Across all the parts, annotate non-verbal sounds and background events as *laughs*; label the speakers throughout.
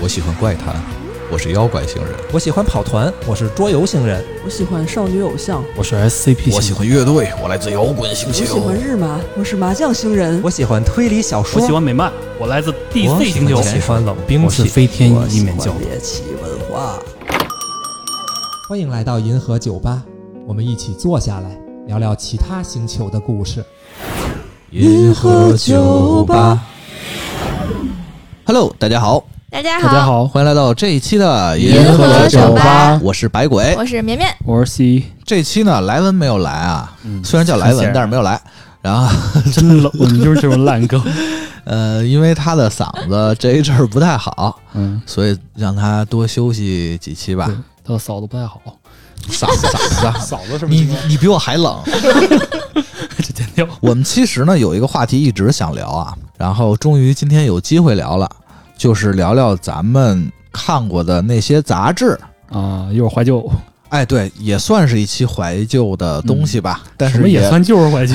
Speaker 1: 我喜欢怪谈，我是妖怪星人，
Speaker 2: 我喜欢跑团，我是桌游星人，
Speaker 3: 我喜欢少女偶像，
Speaker 4: 我是 SCP，
Speaker 1: 我喜欢乐队，我来自摇滚星
Speaker 3: 我
Speaker 1: 球
Speaker 3: 喜，欢日麻，我是麻将星人，
Speaker 2: 我喜欢推理小说，
Speaker 5: 我喜欢美漫，我来自 DC 星球
Speaker 2: 我。喜欢冷兵
Speaker 4: 我是
Speaker 2: 器。
Speaker 4: 飞天
Speaker 3: 我
Speaker 4: 一
Speaker 3: 喜
Speaker 4: 面教
Speaker 3: 欢。猎奇文化。
Speaker 2: 欢迎来到银河酒吧，我们一起坐下来聊聊其他星球的故事。
Speaker 1: 银
Speaker 3: 河酒吧。
Speaker 1: Hello，大家好，
Speaker 6: 大家好，
Speaker 4: 大家好，
Speaker 1: 欢迎来到这一期的
Speaker 4: 银河酒吧，
Speaker 1: 我是白鬼。
Speaker 6: 我是绵绵。
Speaker 4: 我是 C，
Speaker 1: 这期呢，莱文没有来啊，
Speaker 4: 嗯
Speaker 1: 虽然叫莱
Speaker 4: 很
Speaker 1: 文
Speaker 4: 显，然
Speaker 1: 但是没有来。然后，
Speaker 4: *laughs* 真冷，我们就是这种烂梗。
Speaker 1: *laughs* 呃，因为他的嗓子这一阵儿不太好，
Speaker 4: 嗯，
Speaker 1: 所以让他多休息几期吧
Speaker 4: 对。他的嫂子不太好，
Speaker 1: *laughs* 嗓
Speaker 4: *laughs*
Speaker 1: 子，嗓子，
Speaker 4: 嫂子是
Speaker 1: 你你比我还
Speaker 4: *laughs*
Speaker 1: 冷。
Speaker 4: 这剪掉。
Speaker 1: 我们其实呢有一个话题一直想聊啊，然后终于今天有机会聊了，就是聊聊咱们看过的那些杂志。
Speaker 4: 啊，一会儿怀旧，
Speaker 1: 哎，对，也算是一期怀旧的东西吧，但
Speaker 4: 嗯什
Speaker 1: 是
Speaker 4: 么也，算旧是怀旧。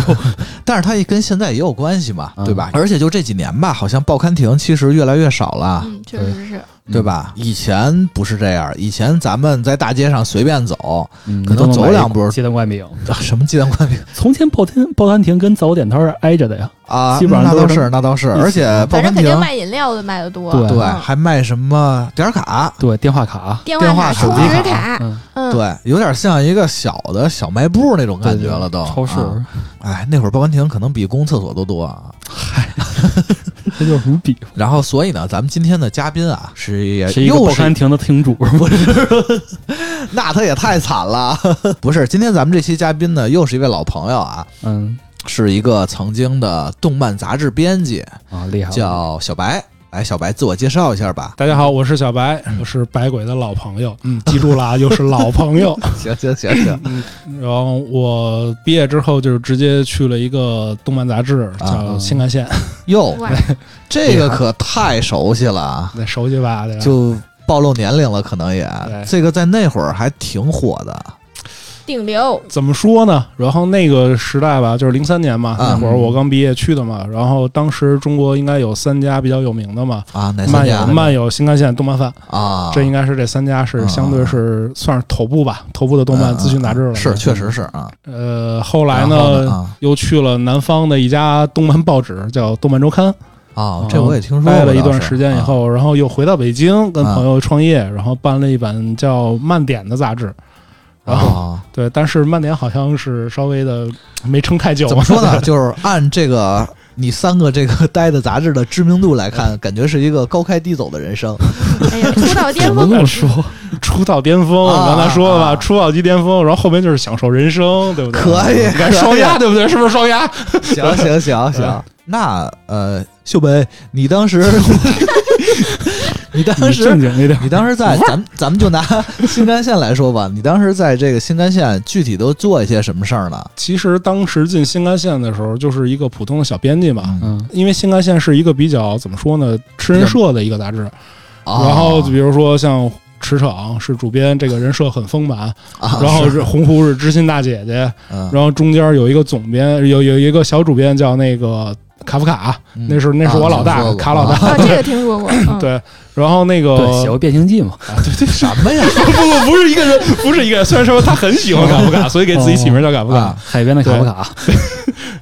Speaker 1: 但是它也跟现在也有关系嘛，
Speaker 4: 嗯
Speaker 1: 对吧？而且就这几年吧，好像报刊亭其实越来越少了，
Speaker 6: 嗯，确实是。
Speaker 1: 对吧？
Speaker 4: 嗯
Speaker 1: 以前不是这样，以前咱们在大街上随便走，
Speaker 4: 嗯？
Speaker 1: 可能走两步
Speaker 4: 鸡蛋灌饼。
Speaker 1: 啊什么鸡蛋灌饼
Speaker 4: 从前报摊报摊亭跟早点摊儿挨着的呀，
Speaker 1: 啊，
Speaker 4: 基本上
Speaker 1: 那
Speaker 4: 都
Speaker 1: 倒
Speaker 4: 是
Speaker 1: 是那倒是，
Speaker 4: 一起
Speaker 1: 而且报
Speaker 6: 反正
Speaker 1: 刊
Speaker 6: 肯定
Speaker 1: 亭
Speaker 6: 卖饮料的卖的多，
Speaker 4: 对
Speaker 1: 对
Speaker 6: 嗯
Speaker 1: 还卖什么点儿卡，
Speaker 4: 对，电话卡、啊
Speaker 6: 电
Speaker 1: 电
Speaker 6: 话
Speaker 1: 话
Speaker 6: 卡、充
Speaker 1: 手机
Speaker 6: 值
Speaker 4: 卡，嗯，
Speaker 6: 嗯，
Speaker 1: 对，有点像一个小的小卖部那种感觉了都，
Speaker 4: 对对超市，
Speaker 1: 啊哎，那会儿报刊亭可能比公共厕所都多啊。
Speaker 4: 这就是无比。
Speaker 1: 然后，所以呢，咱们今天的嘉宾啊，是也
Speaker 4: 是一个
Speaker 1: 又
Speaker 4: 报
Speaker 1: 是
Speaker 4: 刊亭的亭主，不是？
Speaker 1: 那他也太惨了。 *laughs* 不是，今天咱们这期嘉宾呢，又是一位老朋友啊，
Speaker 4: 嗯
Speaker 1: 是一个曾经的动漫杂志编辑，
Speaker 4: 啊，厉害了，
Speaker 1: 叫小白。来，小白自我介绍一下吧。
Speaker 7: 大家好，我是小白，我是百鬼的老朋友，嗯，记住了啊，又是老
Speaker 1: *laughs*
Speaker 7: 朋友。
Speaker 1: 行行行行，
Speaker 7: 然后我毕业之后就是直接去了一个动漫杂志，叫
Speaker 1: 啊
Speaker 7: 《新干
Speaker 1: *laughs*
Speaker 7: 线》
Speaker 1: 哟，
Speaker 6: 哇，
Speaker 1: 这个可太熟悉了啊，
Speaker 7: 那熟悉吧？对吧
Speaker 1: 就暴露年龄了，可能也
Speaker 7: 嗯对
Speaker 1: 这个在那会儿还挺火的。
Speaker 6: 顶流，
Speaker 7: 怎么说呢？然后那个时代吧，就是零三年嘛，
Speaker 1: 啊
Speaker 7: 那会儿我刚毕业去的嘛。然后当时中国应该有三家比较有名的嘛，
Speaker 1: 啊，哪
Speaker 7: 漫
Speaker 1: 三家
Speaker 7: 友、漫友、新干线、动漫范，
Speaker 1: 啊？
Speaker 7: 这应该是这三家是相对是算是头部吧，头部的动漫资讯杂志了。
Speaker 1: 嗯是，确实是啊。
Speaker 7: 呃，后来
Speaker 1: 然后
Speaker 7: 呢，
Speaker 1: 啊
Speaker 7: 又去了南方的一家动漫报纸，叫《动漫周刊》。
Speaker 1: 啊
Speaker 7: 嗯，
Speaker 1: 这我也听说过
Speaker 7: 待
Speaker 1: 倒是。
Speaker 7: 了一段时间以
Speaker 1: 啊，
Speaker 7: 后，然后又回到北京，跟
Speaker 1: 啊
Speaker 7: 朋友创业，然后办了一版叫《慢点》的杂志。然后、
Speaker 1: 啊，
Speaker 7: 对，但是《慢点》好像是稍微的没撑太
Speaker 1: *laughs*
Speaker 7: 久。
Speaker 1: 怎么
Speaker 7: *laughs*
Speaker 1: 说呢？就是按这个你三个这个待的杂志的知名度来
Speaker 7: *laughs*
Speaker 1: 看，感觉是一个高开低走的人生。
Speaker 6: 哎呀，出道巅
Speaker 4: 怎么
Speaker 6: 峰
Speaker 4: 那，么说？
Speaker 7: 出道巅峰，
Speaker 1: 啊
Speaker 7: 我刚才说了
Speaker 1: 啊
Speaker 7: 吧，
Speaker 1: 啊
Speaker 7: 出道即巅峰，然后后面就是享受人生，对不对？
Speaker 1: 可以
Speaker 7: 你看
Speaker 1: 可以
Speaker 7: 双压，对不对？是不是双压？
Speaker 1: 行行行行，那呃，秀梅，你当时， *laughs* 你当
Speaker 4: 你
Speaker 1: 时
Speaker 4: 正。经一点，
Speaker 1: *laughs* 你当时在咱们咱们就拿 *laughs* 新干线来说吧，你当时在这个新干线具体都做一些什么事儿呢？
Speaker 7: 其实当时进新干线的时候，就是一个普通的小编辑嘛。
Speaker 4: 嗯，
Speaker 7: 因为新干线是一个比较怎么说呢，吃人设的一个杂志，
Speaker 1: 啊
Speaker 7: 然后比如说像驰骋是主编，这个人设很丰满，
Speaker 1: 啊
Speaker 7: 然后
Speaker 1: 是
Speaker 7: 是洪湖是知心大姐姐，
Speaker 1: 嗯
Speaker 7: 然后中间有一个总编，有有一个小主编叫那个卡夫卡，
Speaker 1: 嗯
Speaker 7: 那是那是我老
Speaker 1: 啊
Speaker 7: 大
Speaker 1: 听说过
Speaker 7: 卡老大，
Speaker 6: 啊，这个听说过，嗯，
Speaker 7: 对，然后那
Speaker 1: 呃
Speaker 7: 个
Speaker 4: 对，写过《变形记》嘛，
Speaker 1: 什么呀？
Speaker 7: *laughs* 不不不是一个人，不是一个人，虽然说他很喜欢卡夫卡，所以给自己起名叫卡夫卡
Speaker 1: 啊。
Speaker 4: 海边的卡夫卡，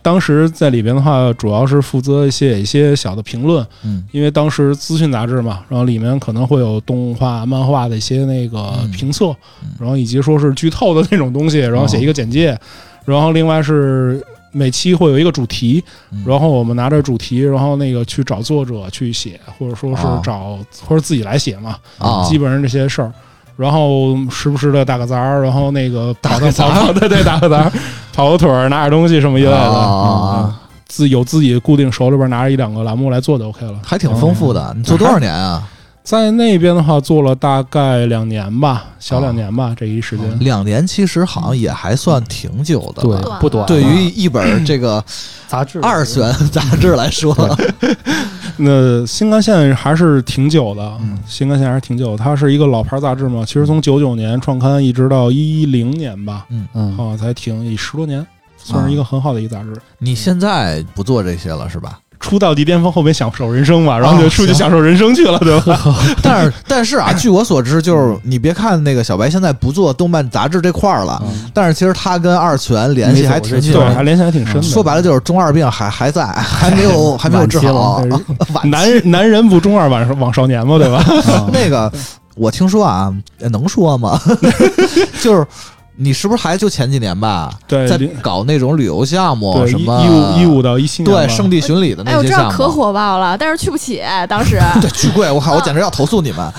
Speaker 7: 当时在里边的话，主要是负责写一些小的评论，
Speaker 1: 嗯，
Speaker 7: 因为当时资讯杂志嘛，然后里面可能会有动画、漫画的一些那个
Speaker 1: 嗯
Speaker 7: 评测，
Speaker 1: 嗯哦
Speaker 7: 然后以及说是剧透的那种东西，然后写一个简介，然后另外是每期会有一个主题，
Speaker 1: 嗯
Speaker 7: 然后我们拿着主题，然后那个去找作者去写，或者说是
Speaker 1: 哦
Speaker 7: 找、或者自己来写嘛，
Speaker 1: 啊，
Speaker 7: 基本上这些事儿。然后时不时的打个杂儿，然后那个跑个跑 *laughs* 跑，对对，打个杂
Speaker 1: *laughs*
Speaker 7: 儿，跑个腿儿，拿点东西什么一类的，嗯
Speaker 1: 啊，
Speaker 7: 自有自己固定手里边拿一两个栏目来做就 OK 了。嗯
Speaker 1: 还挺丰富的。你做多少年啊？
Speaker 7: 在那边的话，做了大概两年吧，小两年吧，这一时间。
Speaker 1: 两年其实好像也还算挺久的了。
Speaker 4: 不短。啊
Speaker 1: 对
Speaker 7: 嗯
Speaker 1: 于一本这个
Speaker 4: 杂志
Speaker 1: 二次元杂志来说，
Speaker 7: 那新干线还是挺久的，
Speaker 1: 嗯
Speaker 7: 新干线还是挺久的。它是一个老牌杂志嘛，其实从九九年创刊一直到一零年吧，
Speaker 4: 嗯，
Speaker 7: 啊，才停十多年，算是一个很好的一个杂志。 *laughs*
Speaker 1: 你现在不做这些了是吧？
Speaker 7: 出道即巅峰，后面享受人生嘛，然后就出去享受人生去了，对吧？
Speaker 1: 但是但是啊，据我所知，就是你别看那个小白现在不做动漫杂志这块儿了，
Speaker 4: 嗯
Speaker 1: 但是其实他跟二次元联系还挺紧
Speaker 7: 对，
Speaker 1: 的。
Speaker 7: 啊还联系还挺深的。
Speaker 1: 说白了就是中二病还还在，还没有还没有治好。
Speaker 4: 晚期了
Speaker 1: 晚
Speaker 7: 男男人不中二晚上往 *laughs* 少年嘛，对吧？
Speaker 4: 但是啊
Speaker 1: 那个，我听说啊，能说吗？就是你是不是还就前几年吧，
Speaker 7: 对
Speaker 1: 在
Speaker 7: 对，
Speaker 1: 搞那种旅游项目哦什
Speaker 7: 一
Speaker 1: 么
Speaker 7: 一五一五到一七年吧，
Speaker 1: 对圣地巡礼的
Speaker 6: 哎，
Speaker 1: 那
Speaker 6: 我
Speaker 1: 些
Speaker 6: 知
Speaker 1: 项
Speaker 6: 道
Speaker 1: 目，
Speaker 6: 可火爆了，但是去不起，当时
Speaker 1: 对巨贵，我靠，我简直要投诉你们！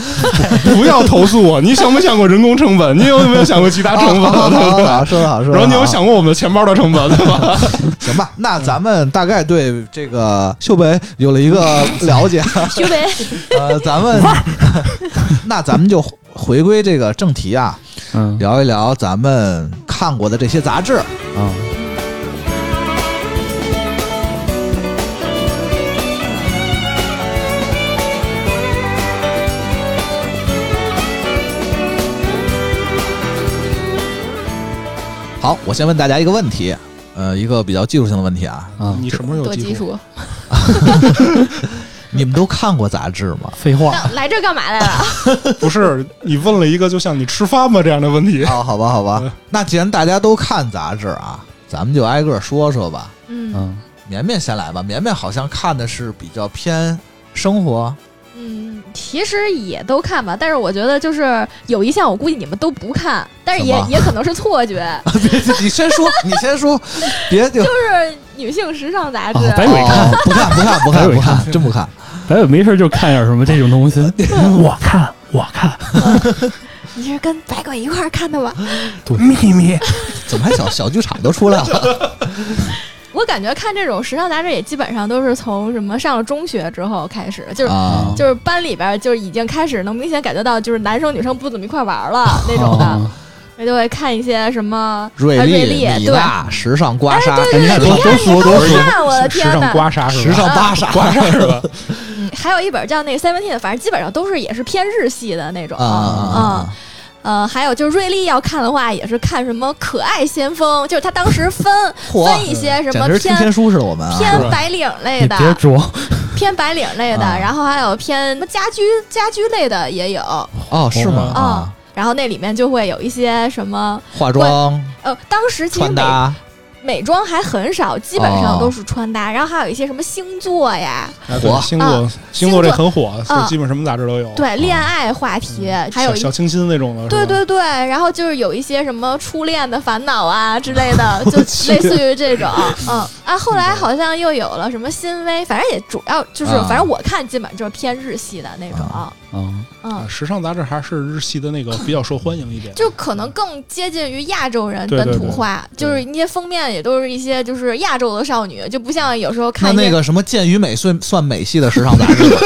Speaker 7: 不要投诉我，你想没想过人工成本？你有没有想过其他成
Speaker 1: 好
Speaker 7: 本？
Speaker 1: 好好，说的好，说的好。
Speaker 7: 然后你有想过我们钱包的成本，对吧？
Speaker 1: 行吧？那咱们大概对这个秀北有了一个了解，
Speaker 6: 徐北
Speaker 1: *laughs* 呃，咱们那咱们就回归这个正题啊，
Speaker 4: 嗯
Speaker 1: 聊一聊咱们看过的这些杂志。 *laughs*
Speaker 4: 啊，
Speaker 1: 好，我先问大家一个问题，呃，一个比较技术性的问题啊，
Speaker 4: 啊
Speaker 7: 你什么时候
Speaker 6: 多
Speaker 7: 有
Speaker 6: 基
Speaker 7: 技术？
Speaker 6: 础，
Speaker 1: 你们都看过杂志吗？
Speaker 4: 废话，
Speaker 6: 那来这干嘛来了？
Speaker 7: 不是你问了一个就像你吃饭吗这样的问题，
Speaker 1: 哦，好吧，好吧
Speaker 7: 嗯，
Speaker 1: 那既然大家都看杂志啊，咱们就挨个说说吧。
Speaker 6: 嗯
Speaker 4: 嗯，
Speaker 1: 绵绵先来吧，绵绵好像看的是比较偏生活，
Speaker 6: 嗯，其实也都看吧，但是我觉得就是有一项我估计你们都不看，但是也
Speaker 1: 什么
Speaker 6: 也可能是错觉， *laughs*
Speaker 1: 别你先说，你先说，别就
Speaker 6: 就是女性时尚杂志。
Speaker 4: 哦白蕊看
Speaker 1: 哦不看不看不
Speaker 4: 白
Speaker 1: 看
Speaker 4: 蕊
Speaker 1: 不看，真不看。
Speaker 4: 咱也没事就看点什么这种东
Speaker 1: *laughs*
Speaker 4: 西，我看我看，
Speaker 6: 你是跟白鬼一块儿看的吧？
Speaker 4: 秘密
Speaker 1: 怎么还小小剧场都出来了？
Speaker 6: 我感觉看这种时尚杂志也基本上都是从什么上了中学之后开始，就是、
Speaker 1: 啊，
Speaker 6: 就是班里边儿就是已经开始能明显感觉到就是男生女生不怎么一块儿玩儿了那种的，
Speaker 1: 哦
Speaker 4: 啊，
Speaker 6: 我就会看一些什么
Speaker 1: 瑞
Speaker 6: 啊
Speaker 1: 丽、
Speaker 6: 瑞丽
Speaker 1: 米
Speaker 6: 对哎
Speaker 1: 娜、时尚刮痧，
Speaker 4: 你看多多俗多俗，
Speaker 6: 看，我的
Speaker 7: 时
Speaker 6: 天
Speaker 7: 尚
Speaker 6: 呐！
Speaker 7: 刮痧是
Speaker 1: 时
Speaker 7: 吧？
Speaker 1: 尚芭莎，
Speaker 7: 刮痧是
Speaker 6: *laughs*
Speaker 7: 吧？
Speaker 6: 还有一本叫那个 Seventeen，反正基本上都是也是偏日系的那种。
Speaker 1: 啊啊啊！
Speaker 6: 呃，还有就是瑞丽要看的话，也是看什么可爱先锋，就是他当时分
Speaker 1: 嚯
Speaker 6: 分一些什
Speaker 1: 简
Speaker 6: 么
Speaker 1: 直是听天
Speaker 6: 偏。
Speaker 1: 书似的，我们啊
Speaker 6: 偏
Speaker 7: 是吧
Speaker 6: 白领类
Speaker 4: 你
Speaker 6: 的，
Speaker 4: 别装，
Speaker 6: 偏白领类的，
Speaker 1: 啊
Speaker 6: 然后还有偏什么家居家居类的也有，
Speaker 1: 哦，是吗？
Speaker 4: 嗯
Speaker 1: 啊，
Speaker 6: 然后那里面就会有一些什么，
Speaker 1: 化妆、
Speaker 6: 呃，当时其实
Speaker 1: 穿
Speaker 6: 美
Speaker 1: 搭，
Speaker 6: 美妆还很少，基本上
Speaker 1: 哦
Speaker 6: 都是穿搭，然后还有一些什么星座呀，
Speaker 1: 火
Speaker 7: 星座
Speaker 6: 啊
Speaker 7: 星座这很火，
Speaker 6: 座
Speaker 7: 所以基本什么杂志都
Speaker 1: 哦
Speaker 7: 有。
Speaker 6: 对，恋爱话题，
Speaker 1: 嗯
Speaker 6: 还有
Speaker 7: 小
Speaker 6: 一
Speaker 7: 小清新那种的，
Speaker 6: 对
Speaker 7: 是吧。
Speaker 6: 对对，然后就是有一些什么初恋的烦恼
Speaker 1: *laughs*
Speaker 6: 啊之类的，就类似于这种，嗯啊，后来好像又有了什么新微，反正也主要就是，
Speaker 1: 啊
Speaker 6: 反正我看基本上就是偏日系的那种，
Speaker 4: 嗯，
Speaker 6: 嗯
Speaker 7: 啊，，时尚杂志还是日系的那个比较受欢迎一点。
Speaker 6: 就可能更接近于亚洲人
Speaker 7: 对
Speaker 6: 本
Speaker 7: 对
Speaker 6: 土
Speaker 7: 对
Speaker 6: 化，就是那些封面也都是一些就是亚洲的少女，就不像有时候
Speaker 1: 那
Speaker 6: 看一些
Speaker 1: 那个什么《剑与美》算算美系的时尚杂志
Speaker 6: *laughs*
Speaker 1: 吗？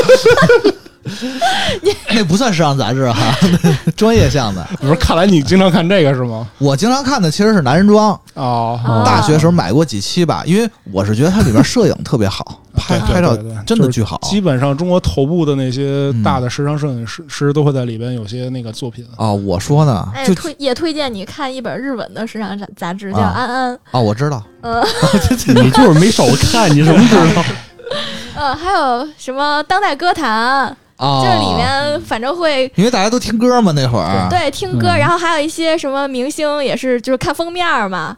Speaker 1: 那不算时尚杂志哈， *laughs* 专业向的。
Speaker 7: 不是，看来你经常看这个是吗？
Speaker 1: 我经常看的其实是男人装，
Speaker 7: 哦，
Speaker 6: 啊
Speaker 1: 大学时候买过几期吧，因为我是觉得它里边摄影特别好，拍
Speaker 7: 对对
Speaker 1: 拍照
Speaker 7: 对对
Speaker 1: 真的巨好。
Speaker 7: 基本上中国头部的那些大的时尚摄影师师都会在里边有些那个作品。
Speaker 1: 啊，我说呢，
Speaker 6: 哎，
Speaker 1: 就
Speaker 6: 推也推荐你看一本日文的时尚杂杂志，叫《
Speaker 1: 啊
Speaker 6: 安安》，
Speaker 1: 啊，我知道，
Speaker 6: 嗯、
Speaker 4: *laughs* 你就是没少看，你怎么知道？
Speaker 6: 呃，还有什么当代歌坛，
Speaker 1: 啊，
Speaker 6: 就是里面反正会
Speaker 1: 因为大家都听歌嘛，那会儿啊
Speaker 6: 对听歌，
Speaker 4: 嗯
Speaker 6: 然后还有一些什么明星也是就是看封面儿嘛，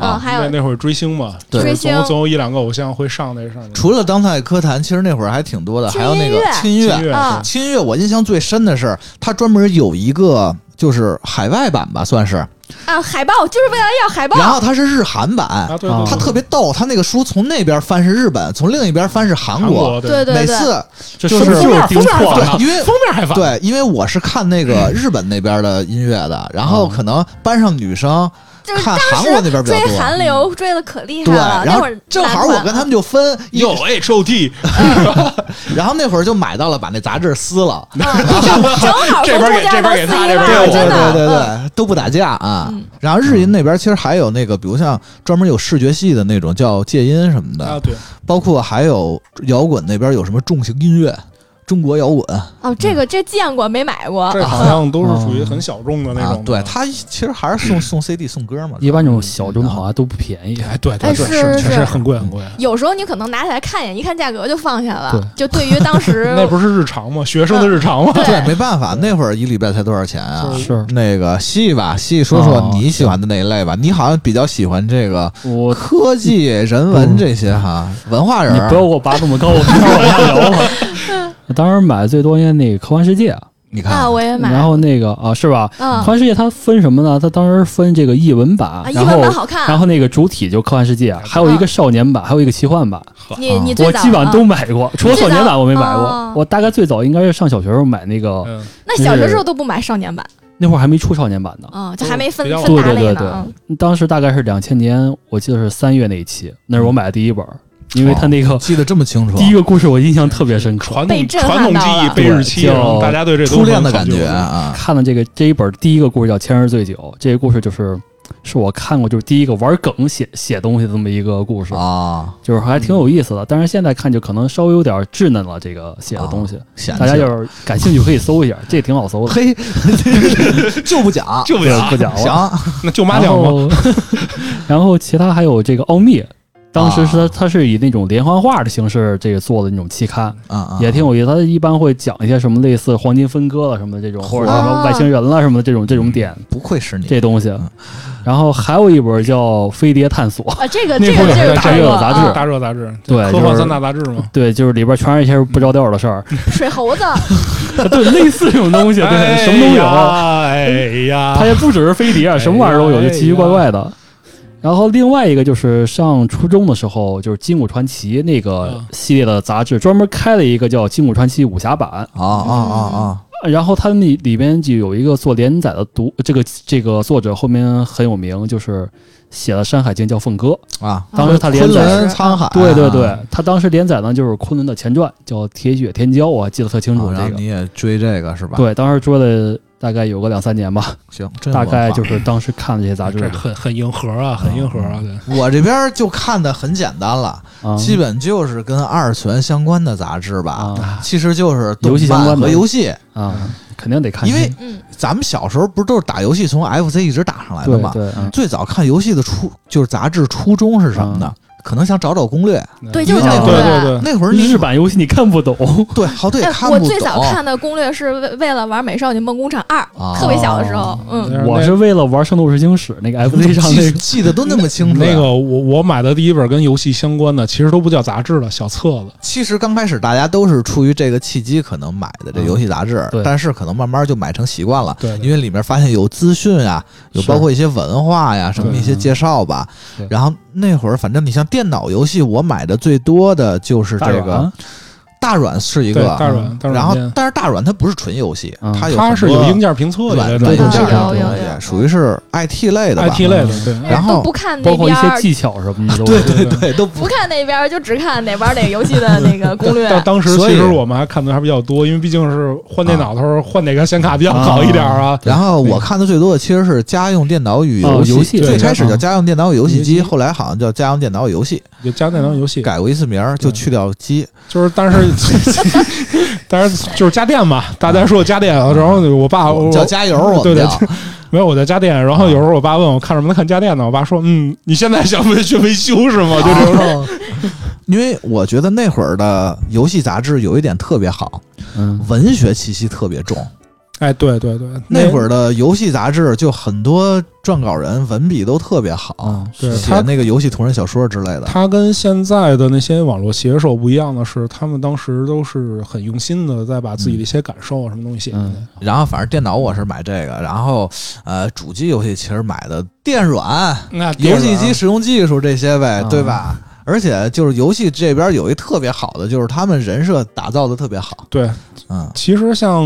Speaker 1: 啊
Speaker 6: 嗯，还
Speaker 7: 那
Speaker 6: 有
Speaker 7: 那会儿追星嘛，
Speaker 1: 对
Speaker 7: 就是总
Speaker 6: 追星
Speaker 7: 总有一两个偶像会上那上面。
Speaker 1: 除了当代歌坛，其实那会儿还挺多的，
Speaker 6: 轻
Speaker 1: 还有那个
Speaker 6: 音乐
Speaker 1: 轻音
Speaker 7: 音
Speaker 1: 乐。
Speaker 7: 乐
Speaker 6: 啊
Speaker 1: 轻音乐我印象最深的是，它专门有一个就是海外版吧，算是，
Speaker 6: 啊海报，就是为了要海
Speaker 1: 然
Speaker 6: 报，
Speaker 1: 后它是日韩版
Speaker 7: 啊，，对
Speaker 4: 啊
Speaker 7: 对，
Speaker 1: 它特别逗，它那个书从那边翻是日本，从另一边翻是韩
Speaker 7: 韩
Speaker 1: 国，
Speaker 7: 国
Speaker 6: 对对
Speaker 1: 每
Speaker 6: 对，
Speaker 1: 次
Speaker 7: 这
Speaker 1: 就是
Speaker 7: 封面
Speaker 4: 就是订
Speaker 7: 封面
Speaker 4: 错
Speaker 7: 还
Speaker 1: 对，
Speaker 7: 反，
Speaker 1: 因为
Speaker 7: 封面还反，
Speaker 1: 对，因为我是看那个日本那边的音乐的，然后可能班上女生
Speaker 6: 嗯就是
Speaker 1: 看韩国那边比较
Speaker 6: 追
Speaker 1: 多。
Speaker 6: 韩流追的可厉害
Speaker 1: 对，
Speaker 6: 了，
Speaker 1: 然
Speaker 6: 那
Speaker 1: 后
Speaker 6: 会儿啊
Speaker 1: 正好我跟他们就分一，
Speaker 7: 有哎 H O T，
Speaker 1: 然后那会儿就买到了，把那杂志撕了。
Speaker 6: 男版啊正好
Speaker 7: 这边
Speaker 6: 从
Speaker 7: 给
Speaker 6: 中间
Speaker 7: 这边
Speaker 6: 能
Speaker 7: 给
Speaker 6: 撕
Speaker 7: 他
Speaker 6: 一
Speaker 7: 这边
Speaker 6: 半
Speaker 7: 给我
Speaker 1: 对
Speaker 6: 真
Speaker 1: 对对
Speaker 6: 的，嗯
Speaker 1: 对，都不打架啊
Speaker 6: 嗯。
Speaker 1: 然后日银那边其实还有那个，比如像专门有视觉系的那种叫戒音什么
Speaker 7: 啊
Speaker 1: 的，
Speaker 7: 对，
Speaker 1: 包括还有摇滚那边有什么重型音乐中国摇滚
Speaker 7: 啊
Speaker 6: 哦，这个这见过没买过，
Speaker 7: 这好像都是属于很小众的那
Speaker 1: 啊
Speaker 7: 种。，
Speaker 1: 对，他其实还是
Speaker 7: *clears throat*
Speaker 1: 送送 CD 送歌嘛，
Speaker 4: 一般这种小众的好像都不便宜。
Speaker 7: 哎，对对对，
Speaker 6: 哎是
Speaker 7: 是确
Speaker 6: 是
Speaker 7: 实很贵很贵。
Speaker 6: 有时候你可能拿起来看一眼，一看价格就放下了。就对于当时
Speaker 7: *laughs* 那不是日常吗？学生的日常吗？
Speaker 1: 对，没办法，那会儿一礼拜才多少钱啊？
Speaker 4: 是
Speaker 1: 那个细吧，细说说
Speaker 4: 哦
Speaker 1: 你喜欢的那一类吧。你好像比较喜欢这个
Speaker 4: 我，
Speaker 1: 科技、人文这些哈，文化人
Speaker 4: 你
Speaker 1: 儿
Speaker 4: 不要给我拔那么高，我不知道往下聊了。我 *laughs* 当时买的最多应该那个科幻世界，
Speaker 1: 你
Speaker 6: 啊，
Speaker 1: 看，
Speaker 6: 我也买。
Speaker 4: 然后那个啊是吧？科
Speaker 6: 嗯
Speaker 4: 幻世界它分什么呢？它当时分这个译文
Speaker 6: 啊，
Speaker 4: 版，
Speaker 6: 译
Speaker 4: 然
Speaker 6: 文
Speaker 4: 后
Speaker 6: 版好看。
Speaker 4: 然后那个主体就科幻世界，啊还有一个少年版，还有一个奇幻版。
Speaker 6: 你你最
Speaker 4: 我
Speaker 6: 早
Speaker 4: 基本上都
Speaker 6: 啊
Speaker 4: 买过，除了少年版我没买
Speaker 6: 最早
Speaker 4: 过
Speaker 6: 哦。
Speaker 4: 我大概最早应该是上小学时候买那个，
Speaker 7: 嗯，
Speaker 6: 那小学时候都不买少年版
Speaker 4: 那会儿还没出少年版呢。
Speaker 6: 啊，就还没分
Speaker 7: 比较
Speaker 6: 分
Speaker 4: 对
Speaker 6: 大
Speaker 4: 对
Speaker 6: 类
Speaker 4: 对
Speaker 6: 呢。嗯
Speaker 4: 对，当时大概是两千年，我记得是三月那一期，那是我买的第一本，因为它那个
Speaker 1: 记得这么清楚
Speaker 4: 第，一个故事我印象特别深刻，
Speaker 7: 传
Speaker 6: 被
Speaker 7: 统
Speaker 6: 震撼
Speaker 7: 传统
Speaker 6: 到
Speaker 7: 记忆
Speaker 6: 了
Speaker 7: 背日期，
Speaker 4: 对
Speaker 7: 然后
Speaker 4: 就
Speaker 7: 大家对这都
Speaker 1: 初恋的
Speaker 7: 很
Speaker 1: 感
Speaker 7: 讲究
Speaker 1: 觉啊，
Speaker 4: 看了这个这一本第一个故事叫《前日醉酒》，这个故事就是是我看过就是第一个玩梗写写东西的这么一个故事，
Speaker 1: 啊，
Speaker 4: 就是还挺有意思的。但是现在看就可能稍微有点稚嫩了，这个写的东西，
Speaker 1: 嫌
Speaker 4: 大家
Speaker 1: 弃 *laughs*
Speaker 4: 要是感兴趣可以搜一下，这挺好搜的。
Speaker 1: 嘿， *laughs* 就不讲，
Speaker 7: 就不
Speaker 4: 对，不
Speaker 7: 讲，
Speaker 4: 讲了。
Speaker 1: 行，啊
Speaker 7: 那舅妈
Speaker 4: 然
Speaker 7: 讲吗？
Speaker 4: 后， *laughs* 然后其他还有这个奥秘，当时是它它是以那种连环画的形式这个做的那种期刊，
Speaker 1: 嗯
Speaker 7: 啊
Speaker 1: 嗯，
Speaker 4: 也挺有意思。它一般会讲一些什么类似黄金分割了什么的这种，或者什么外星人了什么的这种这种
Speaker 7: 啊
Speaker 4: 点
Speaker 1: 不愧是你，
Speaker 4: 这东西。
Speaker 7: 嗯
Speaker 4: 然后还有一本叫《飞碟探索》，
Speaker 6: 啊，这个
Speaker 7: 那
Speaker 6: 这
Speaker 7: 会
Speaker 6: 个
Speaker 7: 儿
Speaker 6: 这
Speaker 7: 有
Speaker 6: 个
Speaker 7: 大
Speaker 6: 看
Speaker 4: 热
Speaker 6: 过
Speaker 4: 的杂志
Speaker 6: 啊
Speaker 7: 大热杂志，
Speaker 4: 对
Speaker 7: 科
Speaker 4: 哎就
Speaker 7: 幻
Speaker 4: 是
Speaker 7: 三大嗯杂志嘛。
Speaker 4: 对，就是里边全是一些不着调的事儿，
Speaker 6: *laughs* 水猴子，
Speaker 4: 对，类似这种东西，对，什么都有。
Speaker 7: 哎呀，
Speaker 4: 它也不只是飞碟，啊什么玩意儿都有，
Speaker 7: 哎呀
Speaker 4: 就奇奇怪怪的。然后另外一个就是上初中的时候，就是《金谷传奇》那个
Speaker 7: 嗯
Speaker 4: 系列的杂志，专门开了一个叫《金谷传奇武侠版
Speaker 1: 啊啊啊
Speaker 4: 嗯
Speaker 1: 啊，》。
Speaker 4: 然后它那里边就有一个做连载的读，这个这个作者后面很有名，就是写了《山海经》叫凤歌。
Speaker 1: 啊！
Speaker 4: 当时他连
Speaker 1: 昆
Speaker 4: 载，
Speaker 1: 仑沧海，啊
Speaker 4: 对对对，他当时连载呢就是昆仑的前传叫《铁血天骄》，我还记得特清楚
Speaker 1: 啊然
Speaker 4: 这
Speaker 1: 后
Speaker 4: 个
Speaker 1: 你。也追这个是吧？，
Speaker 4: 对，当时追了大概有个两三年吧，
Speaker 1: 行，真有
Speaker 4: 大
Speaker 1: 文化
Speaker 4: 概就是当时看了这些杂志
Speaker 7: 这很很硬核啊，很硬核啊，对。
Speaker 1: 嗯我这边就看的很简单了，
Speaker 4: 啊，
Speaker 1: 基本就是跟二次元相关的杂志吧，
Speaker 4: 啊
Speaker 1: 其实就是
Speaker 4: 游戏
Speaker 1: 动漫
Speaker 4: 相关的
Speaker 1: 和游戏，
Speaker 4: 啊，肯定得看，
Speaker 1: 因为
Speaker 6: 嗯，
Speaker 1: 咱们小时候不是都是打游戏从 FC 一直打上来的
Speaker 4: 对
Speaker 1: 吗？
Speaker 4: 对，嗯
Speaker 1: 最早看游戏的初就是杂志初衷是什么呢？
Speaker 4: 嗯
Speaker 1: 可能想找找攻略，
Speaker 6: 对，
Speaker 1: 因
Speaker 6: 就
Speaker 1: 为
Speaker 6: 是
Speaker 1: 那
Speaker 6: 这
Speaker 1: 会
Speaker 7: 对
Speaker 1: 儿
Speaker 6: 个。
Speaker 7: 对对，
Speaker 1: 那会儿你
Speaker 4: 日版游戏你看不懂，
Speaker 1: 对好多也
Speaker 6: 哎
Speaker 1: 看，不
Speaker 6: 我
Speaker 1: 懂。
Speaker 6: 最早看的攻略是为为了玩《美少女梦工厂二》
Speaker 1: 啊，
Speaker 6: 特别小的时候，嗯，
Speaker 7: 那
Speaker 4: 我是为了玩《圣斗士星矢》那个 FC 上那
Speaker 1: 记
Speaker 4: 个
Speaker 1: 记得都那么清楚。
Speaker 7: 那个我我买的第一本跟游戏相关的，其实都不叫杂志了，小册子。
Speaker 1: 其实刚开始大家都是出于这个契机可能买的这游戏杂志，
Speaker 4: 对
Speaker 1: 但是可能慢慢就买成习惯了。
Speaker 7: 对，
Speaker 1: 因为里面发现有资讯啊，有
Speaker 4: 是
Speaker 1: 包括一些文化呀，什么
Speaker 4: 对
Speaker 1: 一些介绍吧
Speaker 4: 对。
Speaker 1: 然后那会儿，反正你像电脑游戏，我买的最多的就是
Speaker 4: 大啊
Speaker 1: 这个
Speaker 4: 软
Speaker 1: 大软是一
Speaker 7: 对
Speaker 1: 个，嗯
Speaker 7: 大软，大软
Speaker 1: 然后
Speaker 7: 件，
Speaker 1: 但是大软它不是纯游戏，
Speaker 4: 嗯
Speaker 1: 它有
Speaker 7: 它
Speaker 1: 很
Speaker 7: 是
Speaker 1: 多
Speaker 7: 有硬件评测
Speaker 1: 软
Speaker 7: 的，
Speaker 1: 对有
Speaker 7: 软件
Speaker 1: 这
Speaker 6: 有
Speaker 1: 样的
Speaker 6: 有有
Speaker 1: 东
Speaker 6: 哦
Speaker 1: 西，
Speaker 6: 有
Speaker 1: 属于是 IT 类的吧嗯
Speaker 7: IT 类的，对。
Speaker 1: 然后
Speaker 6: 都不看
Speaker 4: 包
Speaker 6: 那
Speaker 4: 括一
Speaker 6: 边
Speaker 4: 些
Speaker 6: 儿，
Speaker 4: 技巧什么的都，
Speaker 1: 啊 *laughs* 对
Speaker 7: 对
Speaker 1: 对对，都不
Speaker 6: 不看那边儿，就只看哪玩儿哪个游戏的那个攻略。
Speaker 7: 但当时
Speaker 1: 所
Speaker 7: 其
Speaker 1: 以啊
Speaker 7: 实我们还看的还比较多，因为毕竟是换电脑的时候换哪个显卡比较好一点啊。
Speaker 1: 然后我看的最多的其实是家用电脑与游
Speaker 4: 哦游戏
Speaker 1: 最
Speaker 7: 对
Speaker 1: 开始叫
Speaker 4: 嗯
Speaker 1: 家用电脑与游戏
Speaker 7: 游
Speaker 1: 机，
Speaker 7: 戏
Speaker 1: 后来好像叫家用电脑与游戏，
Speaker 7: 就加电脑游戏，
Speaker 1: 改过一次名儿就去掉机。
Speaker 7: 就是
Speaker 1: *laughs*
Speaker 7: 但是但是就是家电嘛，大家说我家电，然后我爸
Speaker 1: 我
Speaker 7: 啊我
Speaker 1: 们哦叫加油，我
Speaker 7: 对
Speaker 1: 们
Speaker 7: 对
Speaker 1: 叫
Speaker 7: 没有我在家电，然后有时候我爸问我看什么看家电呢，我爸说嗯，你现在想维去维修是吗？就这种。
Speaker 1: 种。啊 *laughs* 因为我觉得那会儿的游戏杂志有一点特别好，
Speaker 4: 嗯，
Speaker 1: 文学气息特别重。
Speaker 7: *laughs* 哎，对对对，
Speaker 1: *laughs* 那会儿的游戏杂志就很多撰稿人文笔都特别好
Speaker 4: 啊，
Speaker 7: 对
Speaker 1: 写
Speaker 7: 他
Speaker 1: 那个游戏同人小说之类的。
Speaker 7: 它跟现在的那些网络写手不一样的是，他们当时都是很用心的在把自己的一些感受啊什么东西写进
Speaker 4: 嗯
Speaker 7: 去。
Speaker 1: 然后反正电脑我是买这个，然后呃主机游戏其实买的电软、
Speaker 7: 那啊
Speaker 1: 游戏机使用技术这些呗，
Speaker 7: 嗯
Speaker 4: 啊
Speaker 1: 对吧？而且就是游戏这边有一特别好的，就是他们人设打造的特别好，
Speaker 7: 对，
Speaker 1: 嗯，
Speaker 7: 其实像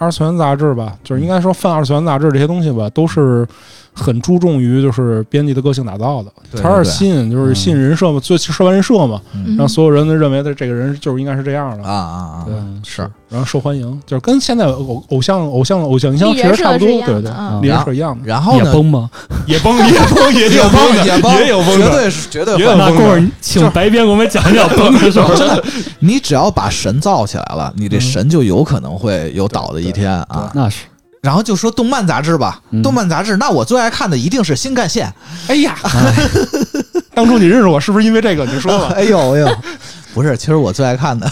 Speaker 7: 二次元杂志吧，就是应该说泛二次元杂志这些东西吧，都是很注重于就是编辑的个性打造的，
Speaker 1: 对
Speaker 7: 他是
Speaker 1: 对
Speaker 7: 吸引就是吸引人设嘛，最设完人设嘛，
Speaker 1: 嗯
Speaker 7: 让所有人都认为他这个人就是应该是这样
Speaker 1: 啊
Speaker 7: 的。
Speaker 1: 啊啊，
Speaker 7: 对，
Speaker 1: 是
Speaker 7: 然后受欢迎，就是跟现在偶偶像偶像偶像
Speaker 6: 立
Speaker 7: 像确
Speaker 6: 人
Speaker 7: 实差
Speaker 6: 设
Speaker 7: 不
Speaker 6: 是
Speaker 7: 多，
Speaker 6: 一样
Speaker 7: 对
Speaker 6: 的
Speaker 7: 对，
Speaker 6: 啊。
Speaker 7: 立人设一样的，
Speaker 1: 然后
Speaker 4: 也
Speaker 1: 呢，
Speaker 4: 崩吗？
Speaker 7: 也崩也崩也有崩的，
Speaker 1: 也崩
Speaker 7: 也有崩
Speaker 1: 绝
Speaker 7: 的，
Speaker 1: 对是绝对
Speaker 7: 也
Speaker 1: 会的
Speaker 7: 有
Speaker 4: 那
Speaker 7: 崩
Speaker 4: 过会
Speaker 7: 的
Speaker 4: 儿，请白边给我们讲讲崩的事儿。
Speaker 1: 你只要把神造起来了，你这
Speaker 7: 嗯
Speaker 1: 神就有可能会有倒的一天啊。
Speaker 4: 那是
Speaker 1: 然后就说动漫杂志吧，
Speaker 4: 嗯
Speaker 1: 动漫杂志，那我最爱看的一定是新干线。
Speaker 7: 哎呀， *laughs* 当初你认识我是不是因为这个？你说
Speaker 1: *laughs*
Speaker 7: 吧，
Speaker 1: 哎呦哎呦，不是，其实我最爱看的，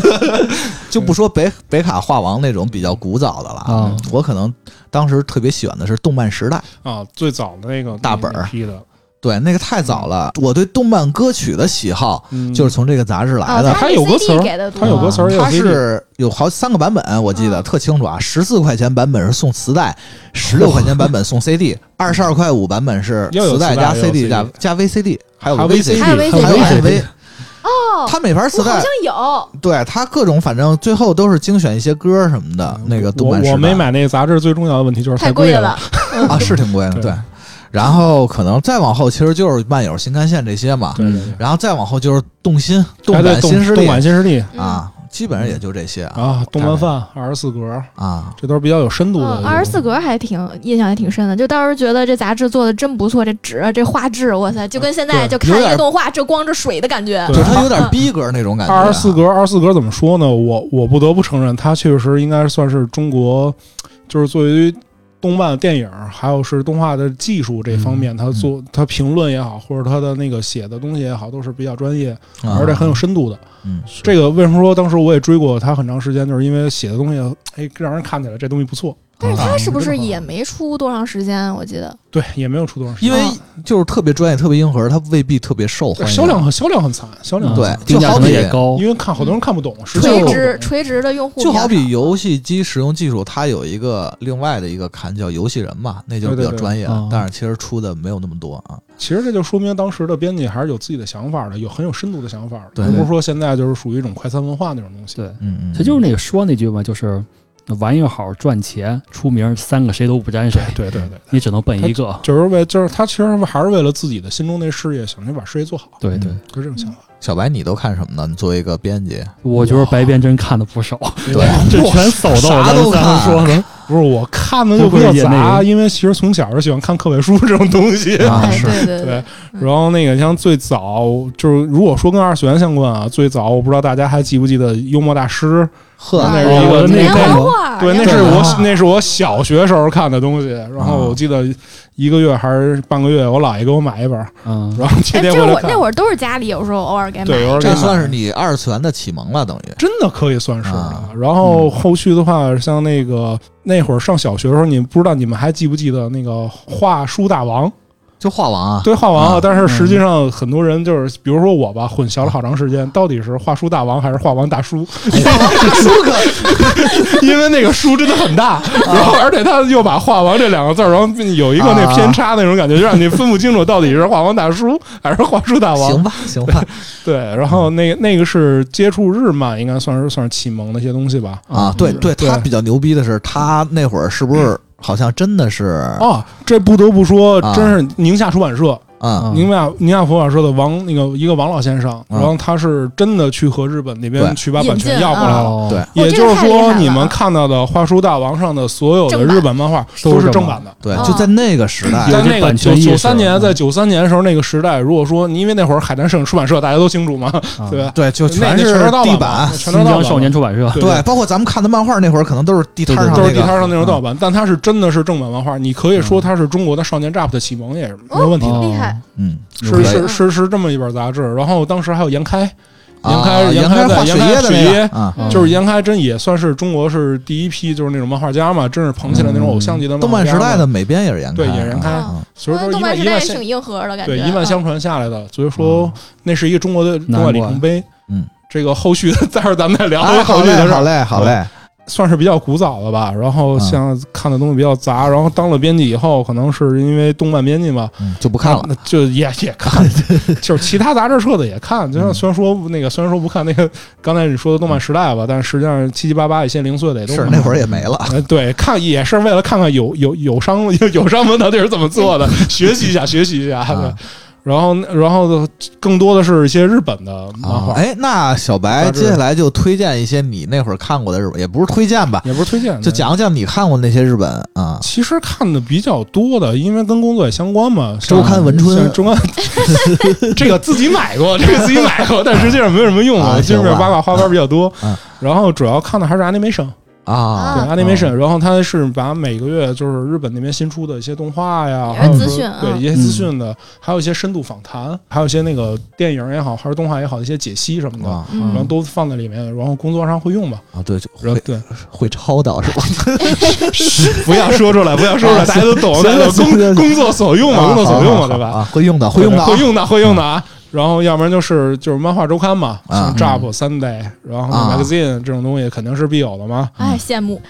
Speaker 1: *laughs* 就不说北北卡画王那种比较古早的了
Speaker 4: 啊
Speaker 1: 我可能当时特别喜欢的是《动漫时代》，
Speaker 7: 啊，最早的那个
Speaker 1: 大本儿
Speaker 7: 批的，
Speaker 1: 对，那个太早了。我对动漫歌曲的喜好
Speaker 7: 嗯
Speaker 1: 就是从这个杂志来
Speaker 6: 哦，
Speaker 1: 的。
Speaker 7: 它有歌词儿
Speaker 6: CD 给的多，啊
Speaker 7: 它有歌词儿，也有
Speaker 1: 它
Speaker 7: CD
Speaker 1: 是有好三个版本，我记得
Speaker 6: 嗯
Speaker 1: 特清楚啊。十四块钱版本是送磁带，十六块钱版本送 CD，二十二块五版本是
Speaker 7: 又有
Speaker 1: 磁带
Speaker 7: 磁带
Speaker 1: 加
Speaker 7: 又有
Speaker 1: CD 加
Speaker 7: CD
Speaker 1: 加 VCD，还有
Speaker 7: 还
Speaker 1: 个
Speaker 7: 有
Speaker 1: VCD，
Speaker 6: 还有 VCD
Speaker 1: 还有 MV。
Speaker 6: 哦，
Speaker 1: 它每盘磁
Speaker 6: 我好
Speaker 1: 带
Speaker 6: 像有，
Speaker 1: 对它各种，反正最后都是精选一些歌什么的。那个动
Speaker 7: 嗯我
Speaker 1: 漫时代
Speaker 7: 我没买那个杂志，最重要的问题就是
Speaker 6: 太
Speaker 7: 贵
Speaker 6: 了，，
Speaker 7: *laughs*
Speaker 1: 啊，是挺贵的，
Speaker 7: 对
Speaker 1: 对。然后可能再往后其实就是漫友、新干线这些嘛，
Speaker 7: 对对对，
Speaker 1: 然后再往后就是动心、动
Speaker 7: 还得
Speaker 1: 感
Speaker 7: 动
Speaker 1: 新势
Speaker 7: 动
Speaker 1: 力
Speaker 7: 感新势力
Speaker 6: 嗯，
Speaker 1: 啊，基本上也就这些啊
Speaker 7: 啊，动漫饭二十四格，
Speaker 1: 啊。
Speaker 7: 这都是比较有深度的
Speaker 6: 嗯，。二十四格还挺印象还挺深的，就当时觉得这杂志做的真不错，这纸啊这画质，哇塞，就跟现在
Speaker 7: 对
Speaker 6: 就看
Speaker 1: 有
Speaker 6: 一
Speaker 1: 点
Speaker 6: 个动画，这光着水的感觉。
Speaker 1: 就是
Speaker 7: 对
Speaker 1: 它有
Speaker 6: 嗯
Speaker 1: 点逼格那种感觉啊。
Speaker 7: 二十四格，二十四格怎么说呢？我我不得不承认，它确实应该算是中国，就是作为动漫、电影，还有是动画的技术这方
Speaker 1: 嗯
Speaker 7: 面，它做它评论也好，或者它的那个写的东西也好，都是比较专业，
Speaker 1: 啊，
Speaker 7: 而且很有深度的。
Speaker 1: 嗯，
Speaker 7: 这个为什么说当时我也追过它很长时间，就是因为写的东西，哎，让人看起来这东西不错。
Speaker 6: 但是
Speaker 1: 啊
Speaker 6: 它是不是
Speaker 7: 嗯
Speaker 6: 也没出多长时间？我记得
Speaker 7: 对，也没有出多长时间
Speaker 1: 因为就是特别专业、特别硬核，它未必特别受欢迎。
Speaker 7: 销量很销量很惨，销量很
Speaker 1: 对
Speaker 7: 惨
Speaker 1: 就
Speaker 4: 定价
Speaker 1: 好
Speaker 4: 可
Speaker 1: 比
Speaker 4: 能也高，
Speaker 7: 因为看好多人看不懂，
Speaker 1: 嗯
Speaker 7: 实际上
Speaker 6: 垂
Speaker 7: 看不
Speaker 6: 直
Speaker 7: 懂
Speaker 6: 垂直的用户
Speaker 1: 就好
Speaker 6: 比较
Speaker 1: 比游戏机使用技术，它有一个另外的一个坎叫游戏人嘛，那就比较专业
Speaker 4: 对对
Speaker 7: 啊
Speaker 1: 了
Speaker 4: 对。
Speaker 1: 但是其实出的没有那么多啊。
Speaker 7: 其实这就说明当时的编辑还是有自己的想法的，有很有深度的想法的，
Speaker 1: 对
Speaker 7: 而不是说现在就是属于一种快餐文化那种东西。
Speaker 4: 对，
Speaker 1: 嗯嗯，
Speaker 4: 他就是那个说那句嘛，就是玩意儿好赚钱，出名三个谁都不沾谁，
Speaker 7: 对对对，
Speaker 4: 你只能奔一个。
Speaker 7: 就是为就是他其实还是为了自己的心中那事业，想去把事业做好，
Speaker 4: 对对，
Speaker 7: 就这种想法。
Speaker 1: 小白，你都看什么呢？你作为一个编辑，
Speaker 4: 我觉得白边真看的不少，
Speaker 7: *laughs*
Speaker 1: 对
Speaker 4: 这全搜到
Speaker 1: 啥
Speaker 4: 咱
Speaker 1: 都
Speaker 4: 们仨
Speaker 1: 看
Speaker 4: 说的。
Speaker 7: 不是我看的就比较杂，因为其实从小就喜欢看课本书这种东西。
Speaker 1: 啊，
Speaker 6: 哎，
Speaker 1: 是
Speaker 6: 对对
Speaker 7: 对，然后那个像最早就是，如果说跟二次元相关啊，最早我不知道大家还记不记得幽默大师？
Speaker 1: *laughs* 呵，
Speaker 7: 那是
Speaker 1: 哦
Speaker 7: 一个那
Speaker 6: 连
Speaker 7: 个
Speaker 6: 环画，
Speaker 7: 对，那
Speaker 6: 连
Speaker 7: 是
Speaker 6: 环
Speaker 7: 我
Speaker 1: 啊
Speaker 6: 画
Speaker 7: 那是我小学时候看的东西。然后我记得一个月还是半个月，我姥爷给我买一本，
Speaker 4: 嗯，
Speaker 7: 然后天天
Speaker 6: 哎，这
Speaker 7: 回来
Speaker 6: 我
Speaker 7: 看
Speaker 6: 那。会儿都是家里有时候偶尔给买
Speaker 7: 对，有
Speaker 1: 这
Speaker 7: 人
Speaker 1: 算是你二次元的启蒙了，等于
Speaker 7: 真的可以算是了
Speaker 1: 啊。
Speaker 7: 然后后续的话，像那个那会儿上小学的时候，你不知道你们还记不记得那个画书大王？
Speaker 1: 就画王 *laughs* 啊。
Speaker 7: 对，画王
Speaker 1: 啊
Speaker 7: 啊。但是实际上很多人就是，比如说我吧，混淆了好长时间，到底是画书大王还是画王大
Speaker 1: *laughs*
Speaker 7: 叔？
Speaker 1: 画王大叔哥，
Speaker 7: 因为那个书真的很
Speaker 1: 啊
Speaker 7: 大，然后而且他又把“画王”这两个字儿，然后有一个那偏差那种感觉，就让你分不清楚到底是画王大叔还是画书大王
Speaker 1: 行。吧，行吧，
Speaker 2: *laughs*
Speaker 7: 对，然后那那个是接触日漫，应该算是算是启蒙的一些东西吧。
Speaker 1: 啊，对对，
Speaker 7: 嗯对嗯
Speaker 1: 他比较牛逼的是，他那会儿是不是好像真的是，
Speaker 7: 啊，这不得不说，
Speaker 1: 啊
Speaker 7: 真是宁夏出版社、
Speaker 1: 嗯，
Speaker 7: 宁夏宁夏出版社的王那个一个王老先生，
Speaker 1: 嗯
Speaker 7: 然后他是真的去和日本那
Speaker 1: 对
Speaker 7: 边去把版
Speaker 6: 引
Speaker 7: 权
Speaker 6: 进
Speaker 7: 要过来了。
Speaker 4: 哦
Speaker 1: 对
Speaker 6: 哦
Speaker 7: 也就是
Speaker 6: 这个太厉害
Speaker 7: 说，
Speaker 6: 了啊
Speaker 7: 你们看到的《画书大王》上的所有的
Speaker 6: 正版
Speaker 7: 日本漫画
Speaker 4: 都
Speaker 7: 都
Speaker 4: 是正
Speaker 7: 是正
Speaker 4: 版
Speaker 7: 版的。
Speaker 1: 对，
Speaker 6: 哦
Speaker 1: 就在那个时代
Speaker 4: 有
Speaker 7: 在
Speaker 4: 这
Speaker 7: 那个
Speaker 4: 版
Speaker 7: 九
Speaker 4: 权意识
Speaker 7: 九三年，
Speaker 4: 嗯
Speaker 7: 在九三年的时候那个时代，如果说因为那会儿海南省出版社大家都清楚嘛，
Speaker 4: 啊
Speaker 7: *laughs* 对吧？
Speaker 1: 对，就
Speaker 7: 那
Speaker 1: 全
Speaker 7: 那
Speaker 1: 是
Speaker 7: 全是盗
Speaker 1: 地
Speaker 7: 版
Speaker 1: 板
Speaker 7: 嘛，
Speaker 4: 新
Speaker 7: 全都是盗版
Speaker 4: 疆
Speaker 7: 嘛
Speaker 4: 少年出版社，
Speaker 7: 对
Speaker 1: 对，包括咱们看的漫画那会儿，可能都是地摊上
Speaker 7: 都是
Speaker 1: 那
Speaker 7: 地
Speaker 1: 个，
Speaker 7: 摊上那种盗版，但它是真的是正版漫画，你可以说它是中国的少年 Jump 的启蒙，也是没有问题的。
Speaker 4: 哦
Speaker 6: 厉害，
Speaker 1: 嗯，
Speaker 7: 是
Speaker 1: 对
Speaker 7: 是是是这么一本杂志，然后当时还有严开，
Speaker 1: 啊
Speaker 7: 开
Speaker 1: 严
Speaker 7: 严
Speaker 1: 开
Speaker 7: 开
Speaker 1: 画
Speaker 7: 在
Speaker 1: 水
Speaker 7: 严开
Speaker 1: 的
Speaker 7: 水
Speaker 1: 那
Speaker 7: 椰
Speaker 1: 个啊，
Speaker 4: 嗯
Speaker 7: 就是严开真也算是中国是第一批就是那种漫画家嘛，真是捧起来那种偶像级的
Speaker 1: 嗯动
Speaker 7: 漫画
Speaker 1: 漫
Speaker 7: 家
Speaker 1: 时
Speaker 7: 嘛
Speaker 1: 代的，美编也是严开，
Speaker 7: 嗯对也是严开
Speaker 1: 啊
Speaker 7: 所以说
Speaker 6: 嗯动
Speaker 7: 一
Speaker 6: 漫
Speaker 7: 万
Speaker 6: 时
Speaker 7: 一
Speaker 6: 代
Speaker 7: 万
Speaker 6: 也
Speaker 7: 相
Speaker 6: 挺硬核的感觉，啊嗯
Speaker 7: 对一万相传下来的，所以说那是一个中国的
Speaker 4: 难
Speaker 7: 中外里
Speaker 4: 怪
Speaker 7: 程碑。
Speaker 1: 嗯，
Speaker 7: 这个后续的 *laughs* 待会儿咱们再聊
Speaker 1: 哎，好
Speaker 7: 后续
Speaker 1: 嘞，嗯
Speaker 7: 的事
Speaker 1: 好
Speaker 7: 儿。
Speaker 1: 嘞，好嘞，
Speaker 7: 算是比较古早的吧。然后像看的东西比较杂，然后当了编辑以后，可能是因为动漫编辑嘛，
Speaker 1: 嗯就不看了。
Speaker 7: 那就也也看，
Speaker 1: *laughs*
Speaker 7: 就是其他杂志社的也看。
Speaker 1: 嗯
Speaker 7: 就像虽然说那个，虽然说不看那个刚才你说的动漫时代吧，但实际上七七八八一些零碎的也都
Speaker 1: 是
Speaker 7: 看
Speaker 1: 那会儿也没了，
Speaker 7: 呃，对，看也是为了看看有有有商 *laughs* 有商们到底是怎么做的， *laughs* 学习一下，学习一下。对
Speaker 1: 啊
Speaker 7: 然后，然后更多的是一些日本的漫
Speaker 1: 啊
Speaker 7: 画，
Speaker 1: 哎，那小白
Speaker 7: 杂志
Speaker 1: 接下来就推荐一些你那会儿看过的日本，也不是推荐吧，
Speaker 7: 也不是推荐，
Speaker 1: 就。讲讲你看过那些日本啊，
Speaker 7: 其实看的比较多的，因为跟工作也相关嘛。像
Speaker 1: 周刊文春
Speaker 7: 像
Speaker 1: *laughs*
Speaker 7: 周刊这个自己买过，这个自己买过，但实际上没有什么用
Speaker 1: 啊
Speaker 7: 就是
Speaker 1: 行吧
Speaker 7: 八卦花边比较多
Speaker 1: 嗯嗯。
Speaker 7: 然后主要看的还是 animation，
Speaker 1: 啊
Speaker 7: 对
Speaker 6: 啊
Speaker 7: animation，然后它是把每个月就是日本那边新出的一些动画呀，
Speaker 6: 也是
Speaker 7: 还有
Speaker 6: 资
Speaker 7: 说
Speaker 6: 讯啊
Speaker 1: 嗯
Speaker 7: 对一些资讯的，还有一些深度访谈，还有一些那个电影也好，还是动画也好的一些解析什么的，
Speaker 1: 啊
Speaker 7: 然后
Speaker 6: 嗯，
Speaker 7: 都放在里面，然后工作上会用吧。
Speaker 1: 啊！ *laughs* 对，就
Speaker 7: 然后
Speaker 1: 会
Speaker 7: 对，
Speaker 1: 会抄到是吧？
Speaker 7: 不要说出来，不要
Speaker 1: *laughs*
Speaker 7: 说出来，大家都懂，
Speaker 1: 行
Speaker 7: 那个
Speaker 1: 行行
Speaker 7: 工工作所用嘛，工作所用
Speaker 1: 好
Speaker 7: 嘛，
Speaker 1: 好
Speaker 7: 对吧？
Speaker 1: 啊，会用到，会用到，
Speaker 7: 会用到，会用到啊。然后，要不然就是就是漫画周刊嘛，
Speaker 1: 啊
Speaker 7: 像 Jump、Sunday，然后
Speaker 1: 啊
Speaker 7: Magazine 这种东西肯定是必有的嘛。
Speaker 6: 哎，羡慕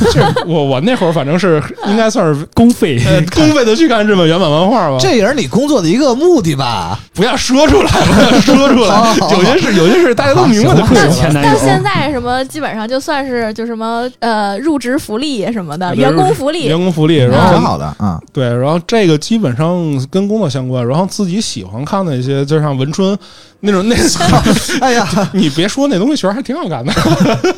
Speaker 7: 就是我我那会儿反正是应该算是
Speaker 4: 公费
Speaker 7: 呃，公费的去看日本原版漫画吧，
Speaker 1: 啊这也是你工作的一个目的吧？
Speaker 7: 不要说出来，
Speaker 1: *laughs*
Speaker 7: 不要说出
Speaker 1: 好好
Speaker 7: 来，
Speaker 1: 好
Speaker 7: 有些事有些事大家都明白就可以
Speaker 1: 好
Speaker 7: 了
Speaker 1: 行。
Speaker 4: 嗯前男
Speaker 6: 到
Speaker 4: 友
Speaker 6: 现在什么基本上就算是就什么呃入职福利什么的，
Speaker 7: 对
Speaker 6: 啊员工福利
Speaker 7: 员，工福利，
Speaker 1: 挺
Speaker 7: 然后
Speaker 1: 好的啊
Speaker 7: 对，然后这个基本上跟工作相关，然后自己喜欢看的一些，就像文春那种那种，
Speaker 1: *laughs* 哎呀，
Speaker 7: 你别说那东西，其实还挺好看
Speaker 1: *laughs*
Speaker 7: 的。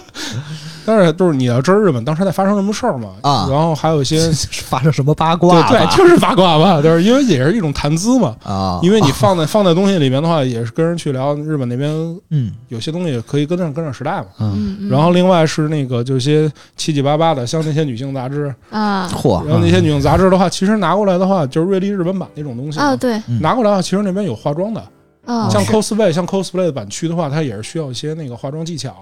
Speaker 7: 但是就是你要知道日本当时在发生什么事儿嘛，
Speaker 1: 啊
Speaker 7: 然后还有一些
Speaker 1: 发生什么八卦
Speaker 7: 对
Speaker 1: 吧？
Speaker 7: 对，就是八卦嘛，就是因为也是一种谈资嘛，
Speaker 1: 啊，
Speaker 7: 因为你放在放在东西里面的话，也是跟人去聊日本那边
Speaker 1: 嗯
Speaker 7: 有些东西可以跟上跟上时代嘛。
Speaker 4: 嗯，
Speaker 6: 嗯，嗯
Speaker 7: 然后另外是那个就一些七七八八的，像那些女性杂志，
Speaker 6: 啊
Speaker 1: 嚯
Speaker 7: 然后那些女性杂志的话，其实拿过来的话就是瑞丽日本版那种东西嘛
Speaker 6: 啊，对
Speaker 1: 嗯
Speaker 7: 拿过来的话，其实那边有化妆的，
Speaker 6: 啊，
Speaker 7: 像
Speaker 1: 是
Speaker 7: cosplay 像 cosplay 的版区的话，它也是需要一些那个化妆技巧，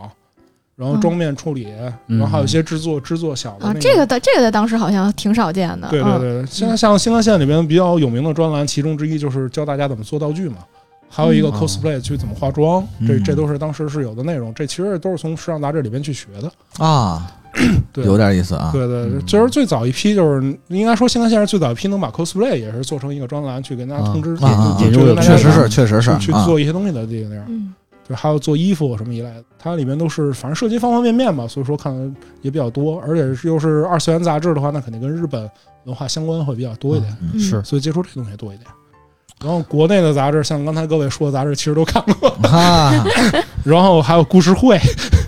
Speaker 7: 然后妆面处理，
Speaker 4: 嗯
Speaker 7: 然后还有一些制作制作小的
Speaker 6: 啊
Speaker 7: 那，
Speaker 6: 这个在哦这个在当时好像挺少见的，嗯
Speaker 7: 对对对对，像像新干线里边比较有名的专栏，其中之一就是教大家怎么做道具嘛。还有一个
Speaker 4: 嗯
Speaker 7: cosplay 去怎么化妆，这
Speaker 1: 嗯
Speaker 7: 这都是当时是有的内容，这其实都是从时尚杂志里边去学的。
Speaker 1: 啊，
Speaker 7: 对
Speaker 1: 有点意思啊。
Speaker 7: 对对，对
Speaker 4: 嗯
Speaker 7: 就是最早一批，就是应该说新干线是最早一批能把 cosplay 也是做成一个专栏去跟大家通知，
Speaker 1: 啊啊
Speaker 7: 就
Speaker 4: 引
Speaker 7: 就
Speaker 4: 入有
Speaker 7: 跟大家
Speaker 1: 确实
Speaker 4: 这
Speaker 1: 是，
Speaker 4: 个
Speaker 1: 确实是
Speaker 7: 去去
Speaker 1: 啊
Speaker 7: 做一些东西的地方。
Speaker 6: 嗯，
Speaker 7: 对，还有做衣服什么一类的，它里面都是反正涉及方方面面吧，所以说看的也比较多，而且是又是二次元杂志的话，那肯定跟日本文化相关会比较多一点，
Speaker 6: 嗯
Speaker 4: 是。
Speaker 7: 所以接触这东西也多一点。然后国内的杂志，像刚才各位说的杂志，其实都看过。 *laughs*
Speaker 1: 啊，
Speaker 7: 然后还有故事会、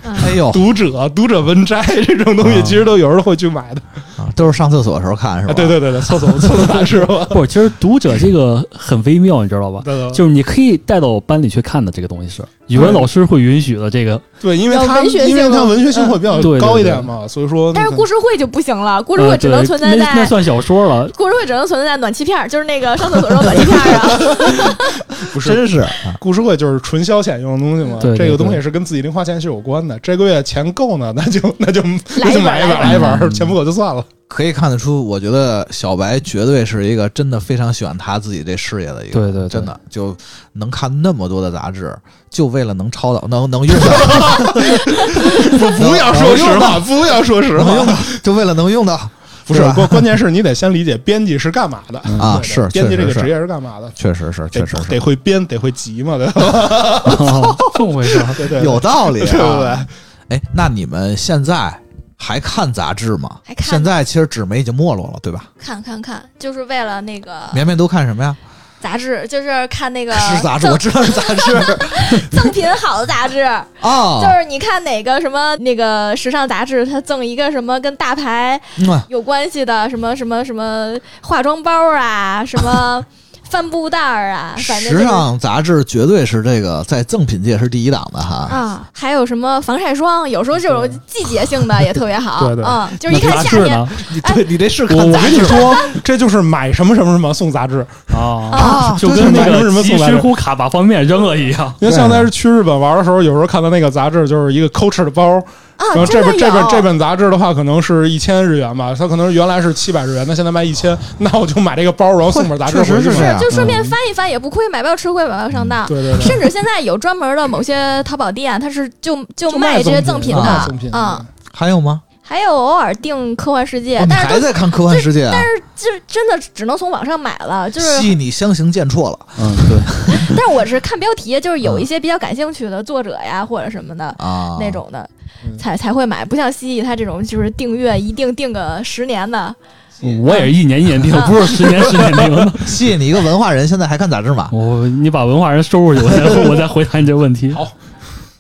Speaker 6: 啊
Speaker 1: 哎
Speaker 7: *laughs*
Speaker 1: 呦，
Speaker 7: 读者、读者文摘这种东西，
Speaker 1: 啊
Speaker 7: 其实都有人会去买的。
Speaker 1: 啊都是上厕所的时候看是吧？
Speaker 7: 啊对对对对，厕所厕所杂志吧
Speaker 4: *laughs* 不，其实读者这个很微妙，你知道吧？
Speaker 7: 对对对
Speaker 4: 就是你可以带到班里去看的这个东西是语文老师会允许的，这个
Speaker 7: 对，因为
Speaker 6: 有
Speaker 7: 它
Speaker 6: 文学
Speaker 7: 因为
Speaker 6: 性
Speaker 7: 它
Speaker 6: 吗
Speaker 7: 文学性会比较
Speaker 4: 嗯对对
Speaker 7: 高一
Speaker 4: 对
Speaker 7: 点嘛，所以说
Speaker 6: 但
Speaker 7: 那
Speaker 6: 是
Speaker 7: 个。
Speaker 6: 故事会就不行了，故事
Speaker 4: 呃，
Speaker 6: 会只能
Speaker 4: 对
Speaker 6: 存在
Speaker 4: 那那
Speaker 6: 在
Speaker 4: 算小说了。
Speaker 6: 故事会只能存在在暖气片儿，就是那个上厕
Speaker 4: *laughs*
Speaker 6: 所时候暖气片儿啊，
Speaker 7: 不是
Speaker 1: 真是啊
Speaker 7: 故事会就是纯消遣用的东西嘛，
Speaker 4: 对对
Speaker 7: 这个东西是跟自己零花钱是有关的。这个月钱够呢，那就那就
Speaker 6: 来
Speaker 7: 那就
Speaker 6: 一本
Speaker 7: 买一本，
Speaker 4: 来
Speaker 7: 来
Speaker 4: 一
Speaker 7: 一
Speaker 4: 本
Speaker 7: 本，
Speaker 4: 嗯
Speaker 7: 钱不够就算了。
Speaker 1: 可以看得出，我觉得小白绝对是一个真的非常喜欢他自己这事业的一个人。
Speaker 4: 对对对
Speaker 1: 真 *laughs* 的就能看那么多的杂志，就为了能抄到，能能用到，
Speaker 7: *laughs* 不要说
Speaker 1: 能
Speaker 7: 实
Speaker 1: 用
Speaker 7: 话，
Speaker 1: 到
Speaker 7: 不要说实
Speaker 1: 能用
Speaker 7: 话，
Speaker 1: 到，就为了能用到
Speaker 7: 不是
Speaker 1: 对吧
Speaker 7: 关关键是你得先理解编辑是干嘛的
Speaker 4: 嗯
Speaker 1: 啊！
Speaker 7: *laughs* 对
Speaker 1: 是，
Speaker 7: 编辑这个
Speaker 1: 确实
Speaker 7: 职
Speaker 1: 是，
Speaker 7: 业是干嘛的，
Speaker 1: 确实是，
Speaker 7: 得
Speaker 1: 确实
Speaker 7: 得
Speaker 1: 是，
Speaker 7: 会编，得会集嘛，对吧？
Speaker 4: 这么回事？
Speaker 7: 对对，
Speaker 1: 有道理、
Speaker 7: 对
Speaker 1: 啊，
Speaker 7: *laughs* 对对，
Speaker 1: 哎，那你们现在还看杂志吗？
Speaker 6: 还看
Speaker 1: 现在其实纸媒已经没落了，对吧？
Speaker 6: 看看看，就是为了那个
Speaker 1: 绵绵都看什么呀？
Speaker 6: 杂志，就是看那个
Speaker 1: *laughs* 是杂志，我知
Speaker 6: 赠
Speaker 1: 道是杂志
Speaker 6: 赠品好的杂志，
Speaker 1: *laughs*
Speaker 6: 就
Speaker 1: 啊。
Speaker 6: 是你看哪个什么那个时尚杂志，它赠一个什么跟大牌
Speaker 1: 嗯
Speaker 6: 有关系的什么什么什么化妆包啊，
Speaker 1: *laughs*
Speaker 6: 什么帆布袋儿啊，反正就
Speaker 1: 时
Speaker 6: 是
Speaker 1: 尚杂志绝对是这个在赠品界是第一档的哈。
Speaker 6: 啊，还有什么防晒霜，有时候这种季节性的也特别好，
Speaker 7: 对对
Speaker 6: 嗯，就是
Speaker 4: 那
Speaker 6: 一看
Speaker 4: 杂
Speaker 6: 夏
Speaker 4: 志
Speaker 6: 天
Speaker 4: 呢？
Speaker 1: 你对你这是
Speaker 7: 我
Speaker 1: 看
Speaker 7: 我
Speaker 1: 杂
Speaker 7: 跟你
Speaker 1: 志
Speaker 7: 说， *laughs* 这就是买什么什么什么送杂志，
Speaker 4: 啊，
Speaker 1: 啊？
Speaker 4: 就
Speaker 1: 对
Speaker 4: 跟
Speaker 1: 对
Speaker 4: 那
Speaker 7: 买什么什
Speaker 4: 个
Speaker 7: 么
Speaker 4: 急
Speaker 7: 送来
Speaker 4: 需
Speaker 7: 着
Speaker 4: 库卡把方便面扔了一样。
Speaker 7: 因
Speaker 1: 对啊
Speaker 7: 为像在去日本玩的时候，有时候看到那个杂志就是一个 Coach 的包，然
Speaker 6: 啊，
Speaker 7: 后这
Speaker 6: 真的
Speaker 7: 本
Speaker 6: 有
Speaker 7: 这本这本杂志的话，可能是一千日元吧，它可能原来是七百日元，那现在卖一千，那我就买这个包，然后送本杂志
Speaker 1: 确
Speaker 7: 回
Speaker 1: 实
Speaker 7: 去
Speaker 1: 是这
Speaker 7: 嘛。
Speaker 1: 样
Speaker 6: 就顺便翻一翻也不亏，买不着吃亏，买不着上
Speaker 1: 嗯
Speaker 6: 当。
Speaker 7: 对对对，
Speaker 6: 甚至现在有专门的某些淘宝店，它是就就
Speaker 7: 就
Speaker 6: 卖这些赠
Speaker 7: 赠
Speaker 6: 品
Speaker 1: 啊
Speaker 6: 的
Speaker 7: 赠品，
Speaker 6: 嗯，
Speaker 1: 还有吗？
Speaker 6: 还有偶尔订科幻世界，
Speaker 1: 哦你
Speaker 6: 但是
Speaker 1: 还
Speaker 6: 都
Speaker 1: 在看科幻世界啊？
Speaker 6: 这真的只能从网上买了，就是，
Speaker 1: 戏你相形见绌了
Speaker 4: 嗯，对，
Speaker 6: *laughs* 但是我是看标题，就是有一些比较感兴趣的作者呀或者什么的
Speaker 1: 啊！
Speaker 6: 那种的
Speaker 7: 嗯
Speaker 6: 才才会买，不像蜥蜴它这种就是订阅一定订个十年的，
Speaker 4: *laughs* 我也是一年一年定，
Speaker 6: 嗯
Speaker 4: 不是十年十年定的。
Speaker 1: 戏你一个文化人，现在还看杂志吗？ *laughs*
Speaker 4: 我你把文化人收回去，我再 *laughs* 我再回答你这问题。
Speaker 7: 好，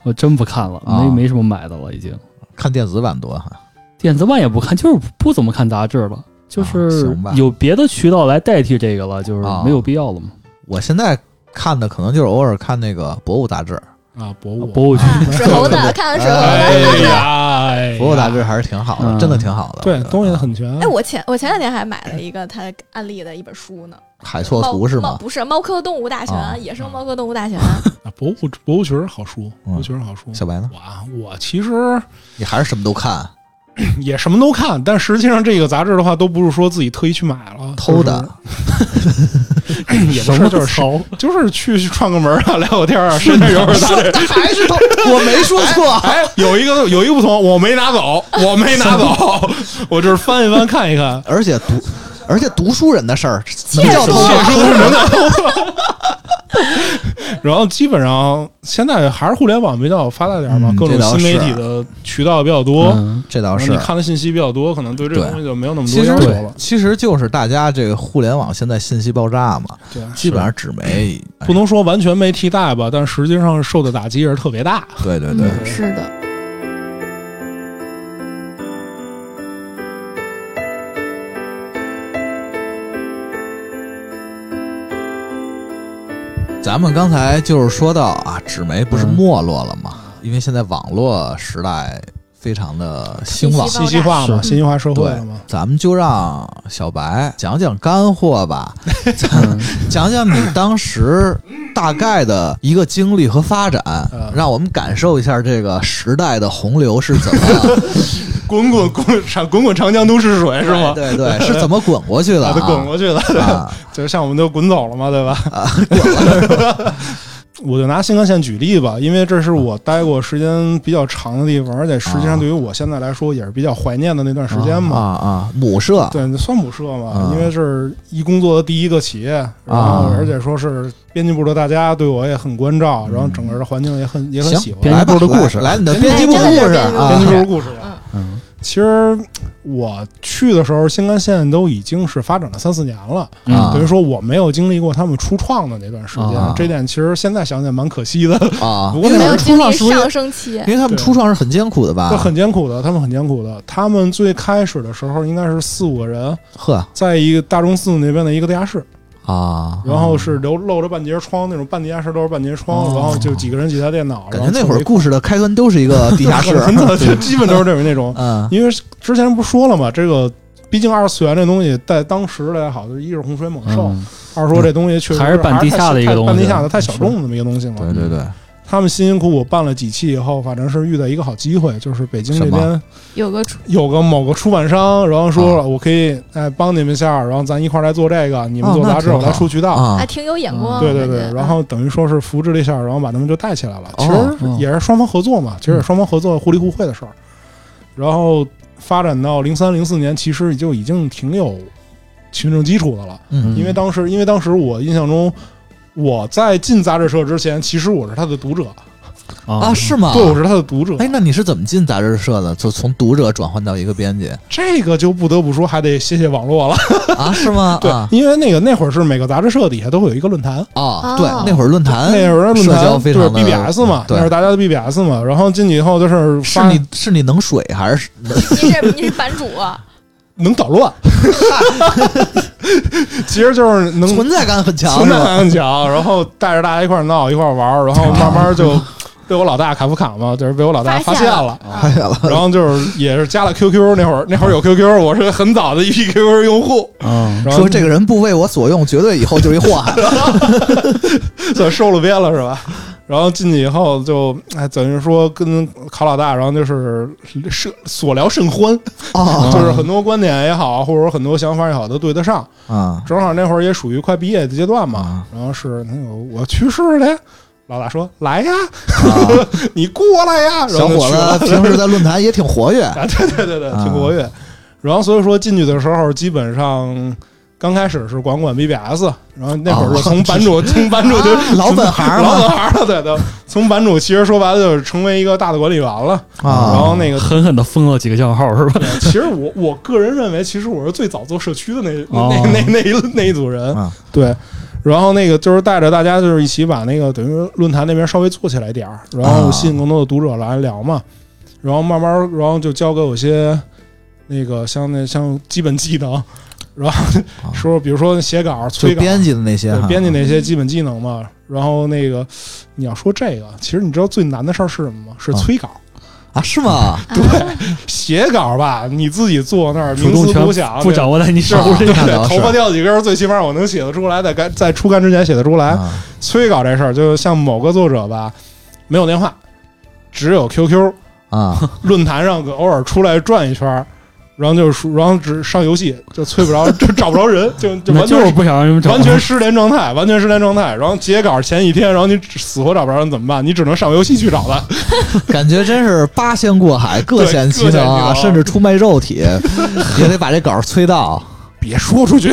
Speaker 4: 我真不看了，
Speaker 1: 啊
Speaker 4: 没没什么买的了，已经。
Speaker 1: 看电子版多哈。
Speaker 4: 电子版也不看，就是不怎么看杂志了，就
Speaker 1: 啊
Speaker 4: 是
Speaker 1: 行吧
Speaker 4: 有别的渠道来代替这个了，就是
Speaker 1: 啊
Speaker 4: 没有必要了嘛。
Speaker 1: 我现在看的可能就是偶尔看那个博物杂志，
Speaker 7: 啊，博物
Speaker 4: 博物区
Speaker 6: *laughs* 啊，水猴子，看看水猴子。
Speaker 7: 哎呀，哎呀
Speaker 1: 博物杂志还是挺好的，
Speaker 4: 嗯
Speaker 1: 真的挺好的。
Speaker 7: 对东西
Speaker 1: 嗯
Speaker 7: 很全
Speaker 6: 哎，。我前我前两天还买了一个他案例的一本书呢，
Speaker 1: 海错
Speaker 6: 猫
Speaker 1: 图是
Speaker 6: 猫
Speaker 1: 吗？
Speaker 6: 不是《猫科动物大全》
Speaker 1: 啊
Speaker 6: 野生猫科动物大全》
Speaker 7: 啊博物博物群儿好书，
Speaker 1: 嗯
Speaker 7: 博物群儿好书。
Speaker 1: 小白呢？
Speaker 7: 我啊我其实
Speaker 1: 你还是什么都看，
Speaker 7: 也什么都看，但实际上这个杂志的话，都不是说自己特意去买了，
Speaker 1: 偷
Speaker 7: *laughs*
Speaker 1: 的。
Speaker 7: 就是，也不
Speaker 4: 什么
Speaker 7: 是，就是
Speaker 4: 骚
Speaker 7: *laughs* 就是去去串个门啊，聊聊天啊，伸伸
Speaker 1: *laughs*
Speaker 7: 手啥的。
Speaker 1: 还是偷？我没说错。
Speaker 7: 哎，有一个有一个不同，我没拿走，我没拿走，我就是翻一翻看一看。
Speaker 1: 而且读，而且读书人的事儿能叫偷
Speaker 7: 写
Speaker 1: 吗？
Speaker 7: 书什么的。 *laughs* 然后基本上现在还是互联网比较发达点儿嘛，
Speaker 1: 嗯
Speaker 7: 各种
Speaker 1: 这倒
Speaker 7: 新
Speaker 1: 是
Speaker 7: 媒体的渠道比较多，
Speaker 4: 嗯
Speaker 1: 这倒
Speaker 7: 然后
Speaker 1: 是
Speaker 7: 你。看的信息比较多，可能对这
Speaker 1: 对
Speaker 7: 个东西就没有那么
Speaker 1: 其
Speaker 7: 多
Speaker 1: 实
Speaker 7: 要求了。
Speaker 1: 其实就是大家这个互联网现在信息爆炸嘛，
Speaker 7: 对，
Speaker 1: 基本上纸媒哎
Speaker 7: 不能说完全没替代吧，但实际上受的打击也是特别大。
Speaker 1: 对对对，
Speaker 6: 嗯，是的。
Speaker 7: 嗯
Speaker 1: 咱们刚才就是说到啊，纸媒不是没落了吗？因为现在网络时代非常的兴旺，
Speaker 7: 信息化嘛，信息化社会了嘛，
Speaker 1: 咱们就让小白讲讲干货
Speaker 7: *laughs*
Speaker 1: 吧，
Speaker 4: 嗯
Speaker 1: 讲讲你当时大概的一个经历和发展
Speaker 7: 嗯，
Speaker 1: 让我们感受一下这个时代的洪流是怎么
Speaker 7: 滚滚滚长滚滚长江东逝 *laughs* 水是吗？
Speaker 1: 对对，是怎么滚过去的、
Speaker 7: *laughs* 把
Speaker 1: 啊？
Speaker 7: 它滚过去了，
Speaker 1: 啊，
Speaker 7: 就是像我们都滚走了嘛，对吧？
Speaker 1: 滚了啊
Speaker 7: *laughs* 我就拿新干线举例吧，因为这是我待过时间比较长的地方，而且实际
Speaker 1: 啊
Speaker 7: 上对于我现在来说也是比较怀念的那段时间
Speaker 1: 啊
Speaker 7: 嘛。
Speaker 1: 啊！母社
Speaker 7: 对，算母社嘛，
Speaker 1: 啊
Speaker 7: 因为这是一工作的第一个企业，然后
Speaker 1: 啊
Speaker 7: 而且说是编辑部的大家对我也很关照，然后整个的环境也很也很
Speaker 1: 行
Speaker 7: 喜欢。
Speaker 4: 编辑部的
Speaker 1: 来吧
Speaker 4: 故事
Speaker 1: 来来你的
Speaker 7: 哎
Speaker 1: 编辑部
Speaker 6: 真的
Speaker 1: 故事
Speaker 6: 是编辑部
Speaker 1: 啊
Speaker 7: 编辑部的故事，
Speaker 4: 嗯
Speaker 7: 其实我去的时候，新干线都已经是发展了三四年了，
Speaker 1: 啊
Speaker 7: 等于说我没有经历过他们初创的那段时间，
Speaker 1: 啊
Speaker 7: 这点其实现在想起来蛮可惜的。
Speaker 1: 啊
Speaker 7: 不，过那
Speaker 6: 没
Speaker 7: 会
Speaker 6: 有
Speaker 7: 儿
Speaker 6: 经
Speaker 7: 初创
Speaker 6: 历
Speaker 7: 时
Speaker 6: 上升期
Speaker 1: 因，为他们初创是很艰苦的吧
Speaker 7: 对，？很艰苦的，他们很艰苦的。他们最开始的时候应该是四五个人，
Speaker 1: 呵
Speaker 7: 在一个大钟寺那边的一个地下室，
Speaker 1: 啊，
Speaker 7: 然后是留露着半截窗那种半地下室露着半截窗，
Speaker 4: 哦
Speaker 7: 然后就几个人几台电脑，
Speaker 1: 感觉那会儿故事的开端都是一
Speaker 7: *laughs*
Speaker 1: 个地下室
Speaker 7: 然，后凑在一块儿真的就基本都是这种那种。
Speaker 4: 啊
Speaker 1: 嗯
Speaker 7: 因为之前不是说了嘛，这个毕竟二次元这东西在当时来好，就是一是洪水猛兽，
Speaker 4: 嗯，
Speaker 7: 二是说这东西确实
Speaker 4: 还是半地下的一个
Speaker 7: 还是太
Speaker 4: 东西啊
Speaker 7: 半地下的太小众的这么一个东西嘛。
Speaker 1: 对对对，
Speaker 7: 他们辛辛苦苦办了几期以后，反正是遇到一个好机会，就是北京
Speaker 1: 什
Speaker 7: 那
Speaker 1: 么
Speaker 7: 边
Speaker 6: 有个初
Speaker 7: 有个某个出版商，然后
Speaker 1: 啊
Speaker 7: 说了我可以哎帮你们一下，然后咱一块儿来做这个，你们
Speaker 1: 哦
Speaker 7: 做
Speaker 1: 那
Speaker 7: 杂志，
Speaker 1: 挺
Speaker 7: 我来
Speaker 1: 好
Speaker 7: 出渠道。
Speaker 1: 啊
Speaker 6: 还，哎挺有眼光，
Speaker 7: 对对
Speaker 6: 感
Speaker 4: 啊
Speaker 7: 对，
Speaker 6: 觉
Speaker 7: 然后等于说是扶植了一下，然后把他们就带起来了。其
Speaker 1: 哦
Speaker 7: 实
Speaker 4: 嗯
Speaker 7: 也是双方合作
Speaker 1: 嗯
Speaker 7: 嘛，其实也是双方合作互利互惠的事儿。然后发展到零三零四年，其实就已经挺有群众基础的了。
Speaker 1: 嗯
Speaker 7: 因为当时，因为当时我印象中，我在进杂志社之前，其实我是他的读者，
Speaker 1: 啊，是吗？
Speaker 7: 对，我是他的读者。
Speaker 1: 哎，那你是怎么进杂志社的？就从读者转换到一个编辑
Speaker 7: 这个就不得不说还得谢谢网络了。
Speaker 1: 啊？是吗？
Speaker 7: 对
Speaker 1: 啊，，
Speaker 7: 因为那个那会儿是每个杂志社底下都会有一个论坛，
Speaker 1: 哦
Speaker 6: 哦，
Speaker 1: 对，那会儿论坛，
Speaker 7: 那会儿的论
Speaker 1: 社交
Speaker 7: 坛
Speaker 1: 非
Speaker 7: 对
Speaker 1: 常的嗯
Speaker 7: BBS 嘛，
Speaker 1: 对
Speaker 7: 那是大家的 BBS 嘛。然后进去以后就是
Speaker 1: 是
Speaker 7: 发
Speaker 1: 你是你能水还是
Speaker 6: 你是你是版主啊，
Speaker 7: *laughs* 能捣乱， *laughs* 其实就是能
Speaker 1: 存在感很强
Speaker 7: 存
Speaker 1: 是
Speaker 7: 在
Speaker 1: 吧？
Speaker 7: 感很强，然后带着大家一块儿闹一块儿玩儿，然后慢慢就被我老大卡夫卡嘛，就是被我老大
Speaker 6: 发
Speaker 7: 发
Speaker 6: 现
Speaker 7: 现
Speaker 6: 了啊
Speaker 7: 了。
Speaker 1: 哎呀，
Speaker 7: 然后就是也是加了 QQ，那会儿那会儿有 QQ，我是很早的一批 QQ 用户，
Speaker 4: 嗯，
Speaker 7: 然后
Speaker 1: 说这个人不为我所用，绝对以后就是一祸
Speaker 7: *laughs*
Speaker 1: 害
Speaker 7: 算收了编了是吧？然后进去以后就哎，等于说跟考老大，然后就是甚所聊甚欢，
Speaker 1: 啊
Speaker 7: 就是很多观点也好，或者说很多想法也好，都对得上。
Speaker 1: 啊
Speaker 7: 正好那会儿也属于快毕业的阶段嘛，然后是那个我去世了，老大说：“来呀，
Speaker 1: 啊，
Speaker 7: 你过来呀！” *laughs* 然
Speaker 1: 小
Speaker 7: 后就
Speaker 1: 伙 *laughs*
Speaker 7: 去了
Speaker 1: 子平时在论坛也挺活跃，
Speaker 7: *laughs* 啊，对对对对，
Speaker 1: 啊
Speaker 7: 挺活跃。然后所以说进去的时候，基本上刚开始是管管 BBS，然后那会儿
Speaker 1: 哦啊
Speaker 7: 是从版主从版主就
Speaker 1: 老本行
Speaker 7: 老本行了，对对，从版主其实说白了就是成为一个大的管理员了。
Speaker 1: 嘛
Speaker 7: 然
Speaker 1: 啊
Speaker 7: 后那个，
Speaker 4: 狠狠的封了几个账号是吧？
Speaker 7: 其实我我个人认为，其实我是最早做社区的那那
Speaker 4: 哦
Speaker 7: 那那那一那一组人
Speaker 1: 啊，
Speaker 7: 对。然后那个就是带着大家就是一起把那个等于论坛那边稍微做起来点儿，然后
Speaker 1: 啊
Speaker 7: 吸引更多的读者来聊嘛。然后慢慢，然后就教给我一些那个像那像基本技能，然后
Speaker 1: 啊
Speaker 7: 说比如说写稿、
Speaker 1: 就
Speaker 7: 催稿、
Speaker 1: 编辑的啊嗯那些
Speaker 7: 对
Speaker 1: 哈，
Speaker 7: 编辑那些基本技能嘛。然后那个你要说这个，其实你知道最难的事儿是什么吗？是
Speaker 1: 啊
Speaker 7: 催稿。
Speaker 1: 啊是
Speaker 7: *laughs*
Speaker 1: 吗？
Speaker 7: 写稿吧，你自己坐那儿
Speaker 4: 主
Speaker 7: 冥
Speaker 4: 动
Speaker 7: 思
Speaker 4: 权
Speaker 7: 苦想，
Speaker 4: 不掌握在你手
Speaker 1: 啊
Speaker 4: *laughs*
Speaker 1: 那
Speaker 4: 里。
Speaker 7: 对
Speaker 1: 倒是
Speaker 7: 头发掉几根儿，最起码我能写得出来，在干在出刊之前写得出来。
Speaker 1: 啊
Speaker 7: 催稿这事儿，就像某个作者吧，没有电话，只有 QQ，
Speaker 1: 啊，
Speaker 7: 论坛上偶尔出来转一圈儿。然后就输，然后只上游戏就催不着，就找不着人，就
Speaker 4: *laughs*
Speaker 7: 就
Speaker 4: 那
Speaker 7: 完
Speaker 4: 就
Speaker 7: 全
Speaker 4: 是不想让人们找到，
Speaker 7: 完全失联状态，完全失联状态。然后截稿前一天，然后你只死活找不着人怎么办？你只能上游戏去找
Speaker 4: *laughs*
Speaker 7: 他。
Speaker 1: 感觉真是八仙过
Speaker 7: *laughs*
Speaker 1: 海，各显其能啊，
Speaker 7: 各显其能
Speaker 1: 甚至出卖肉
Speaker 7: *laughs*
Speaker 1: 体也得把这稿催到，
Speaker 7: 别说出去，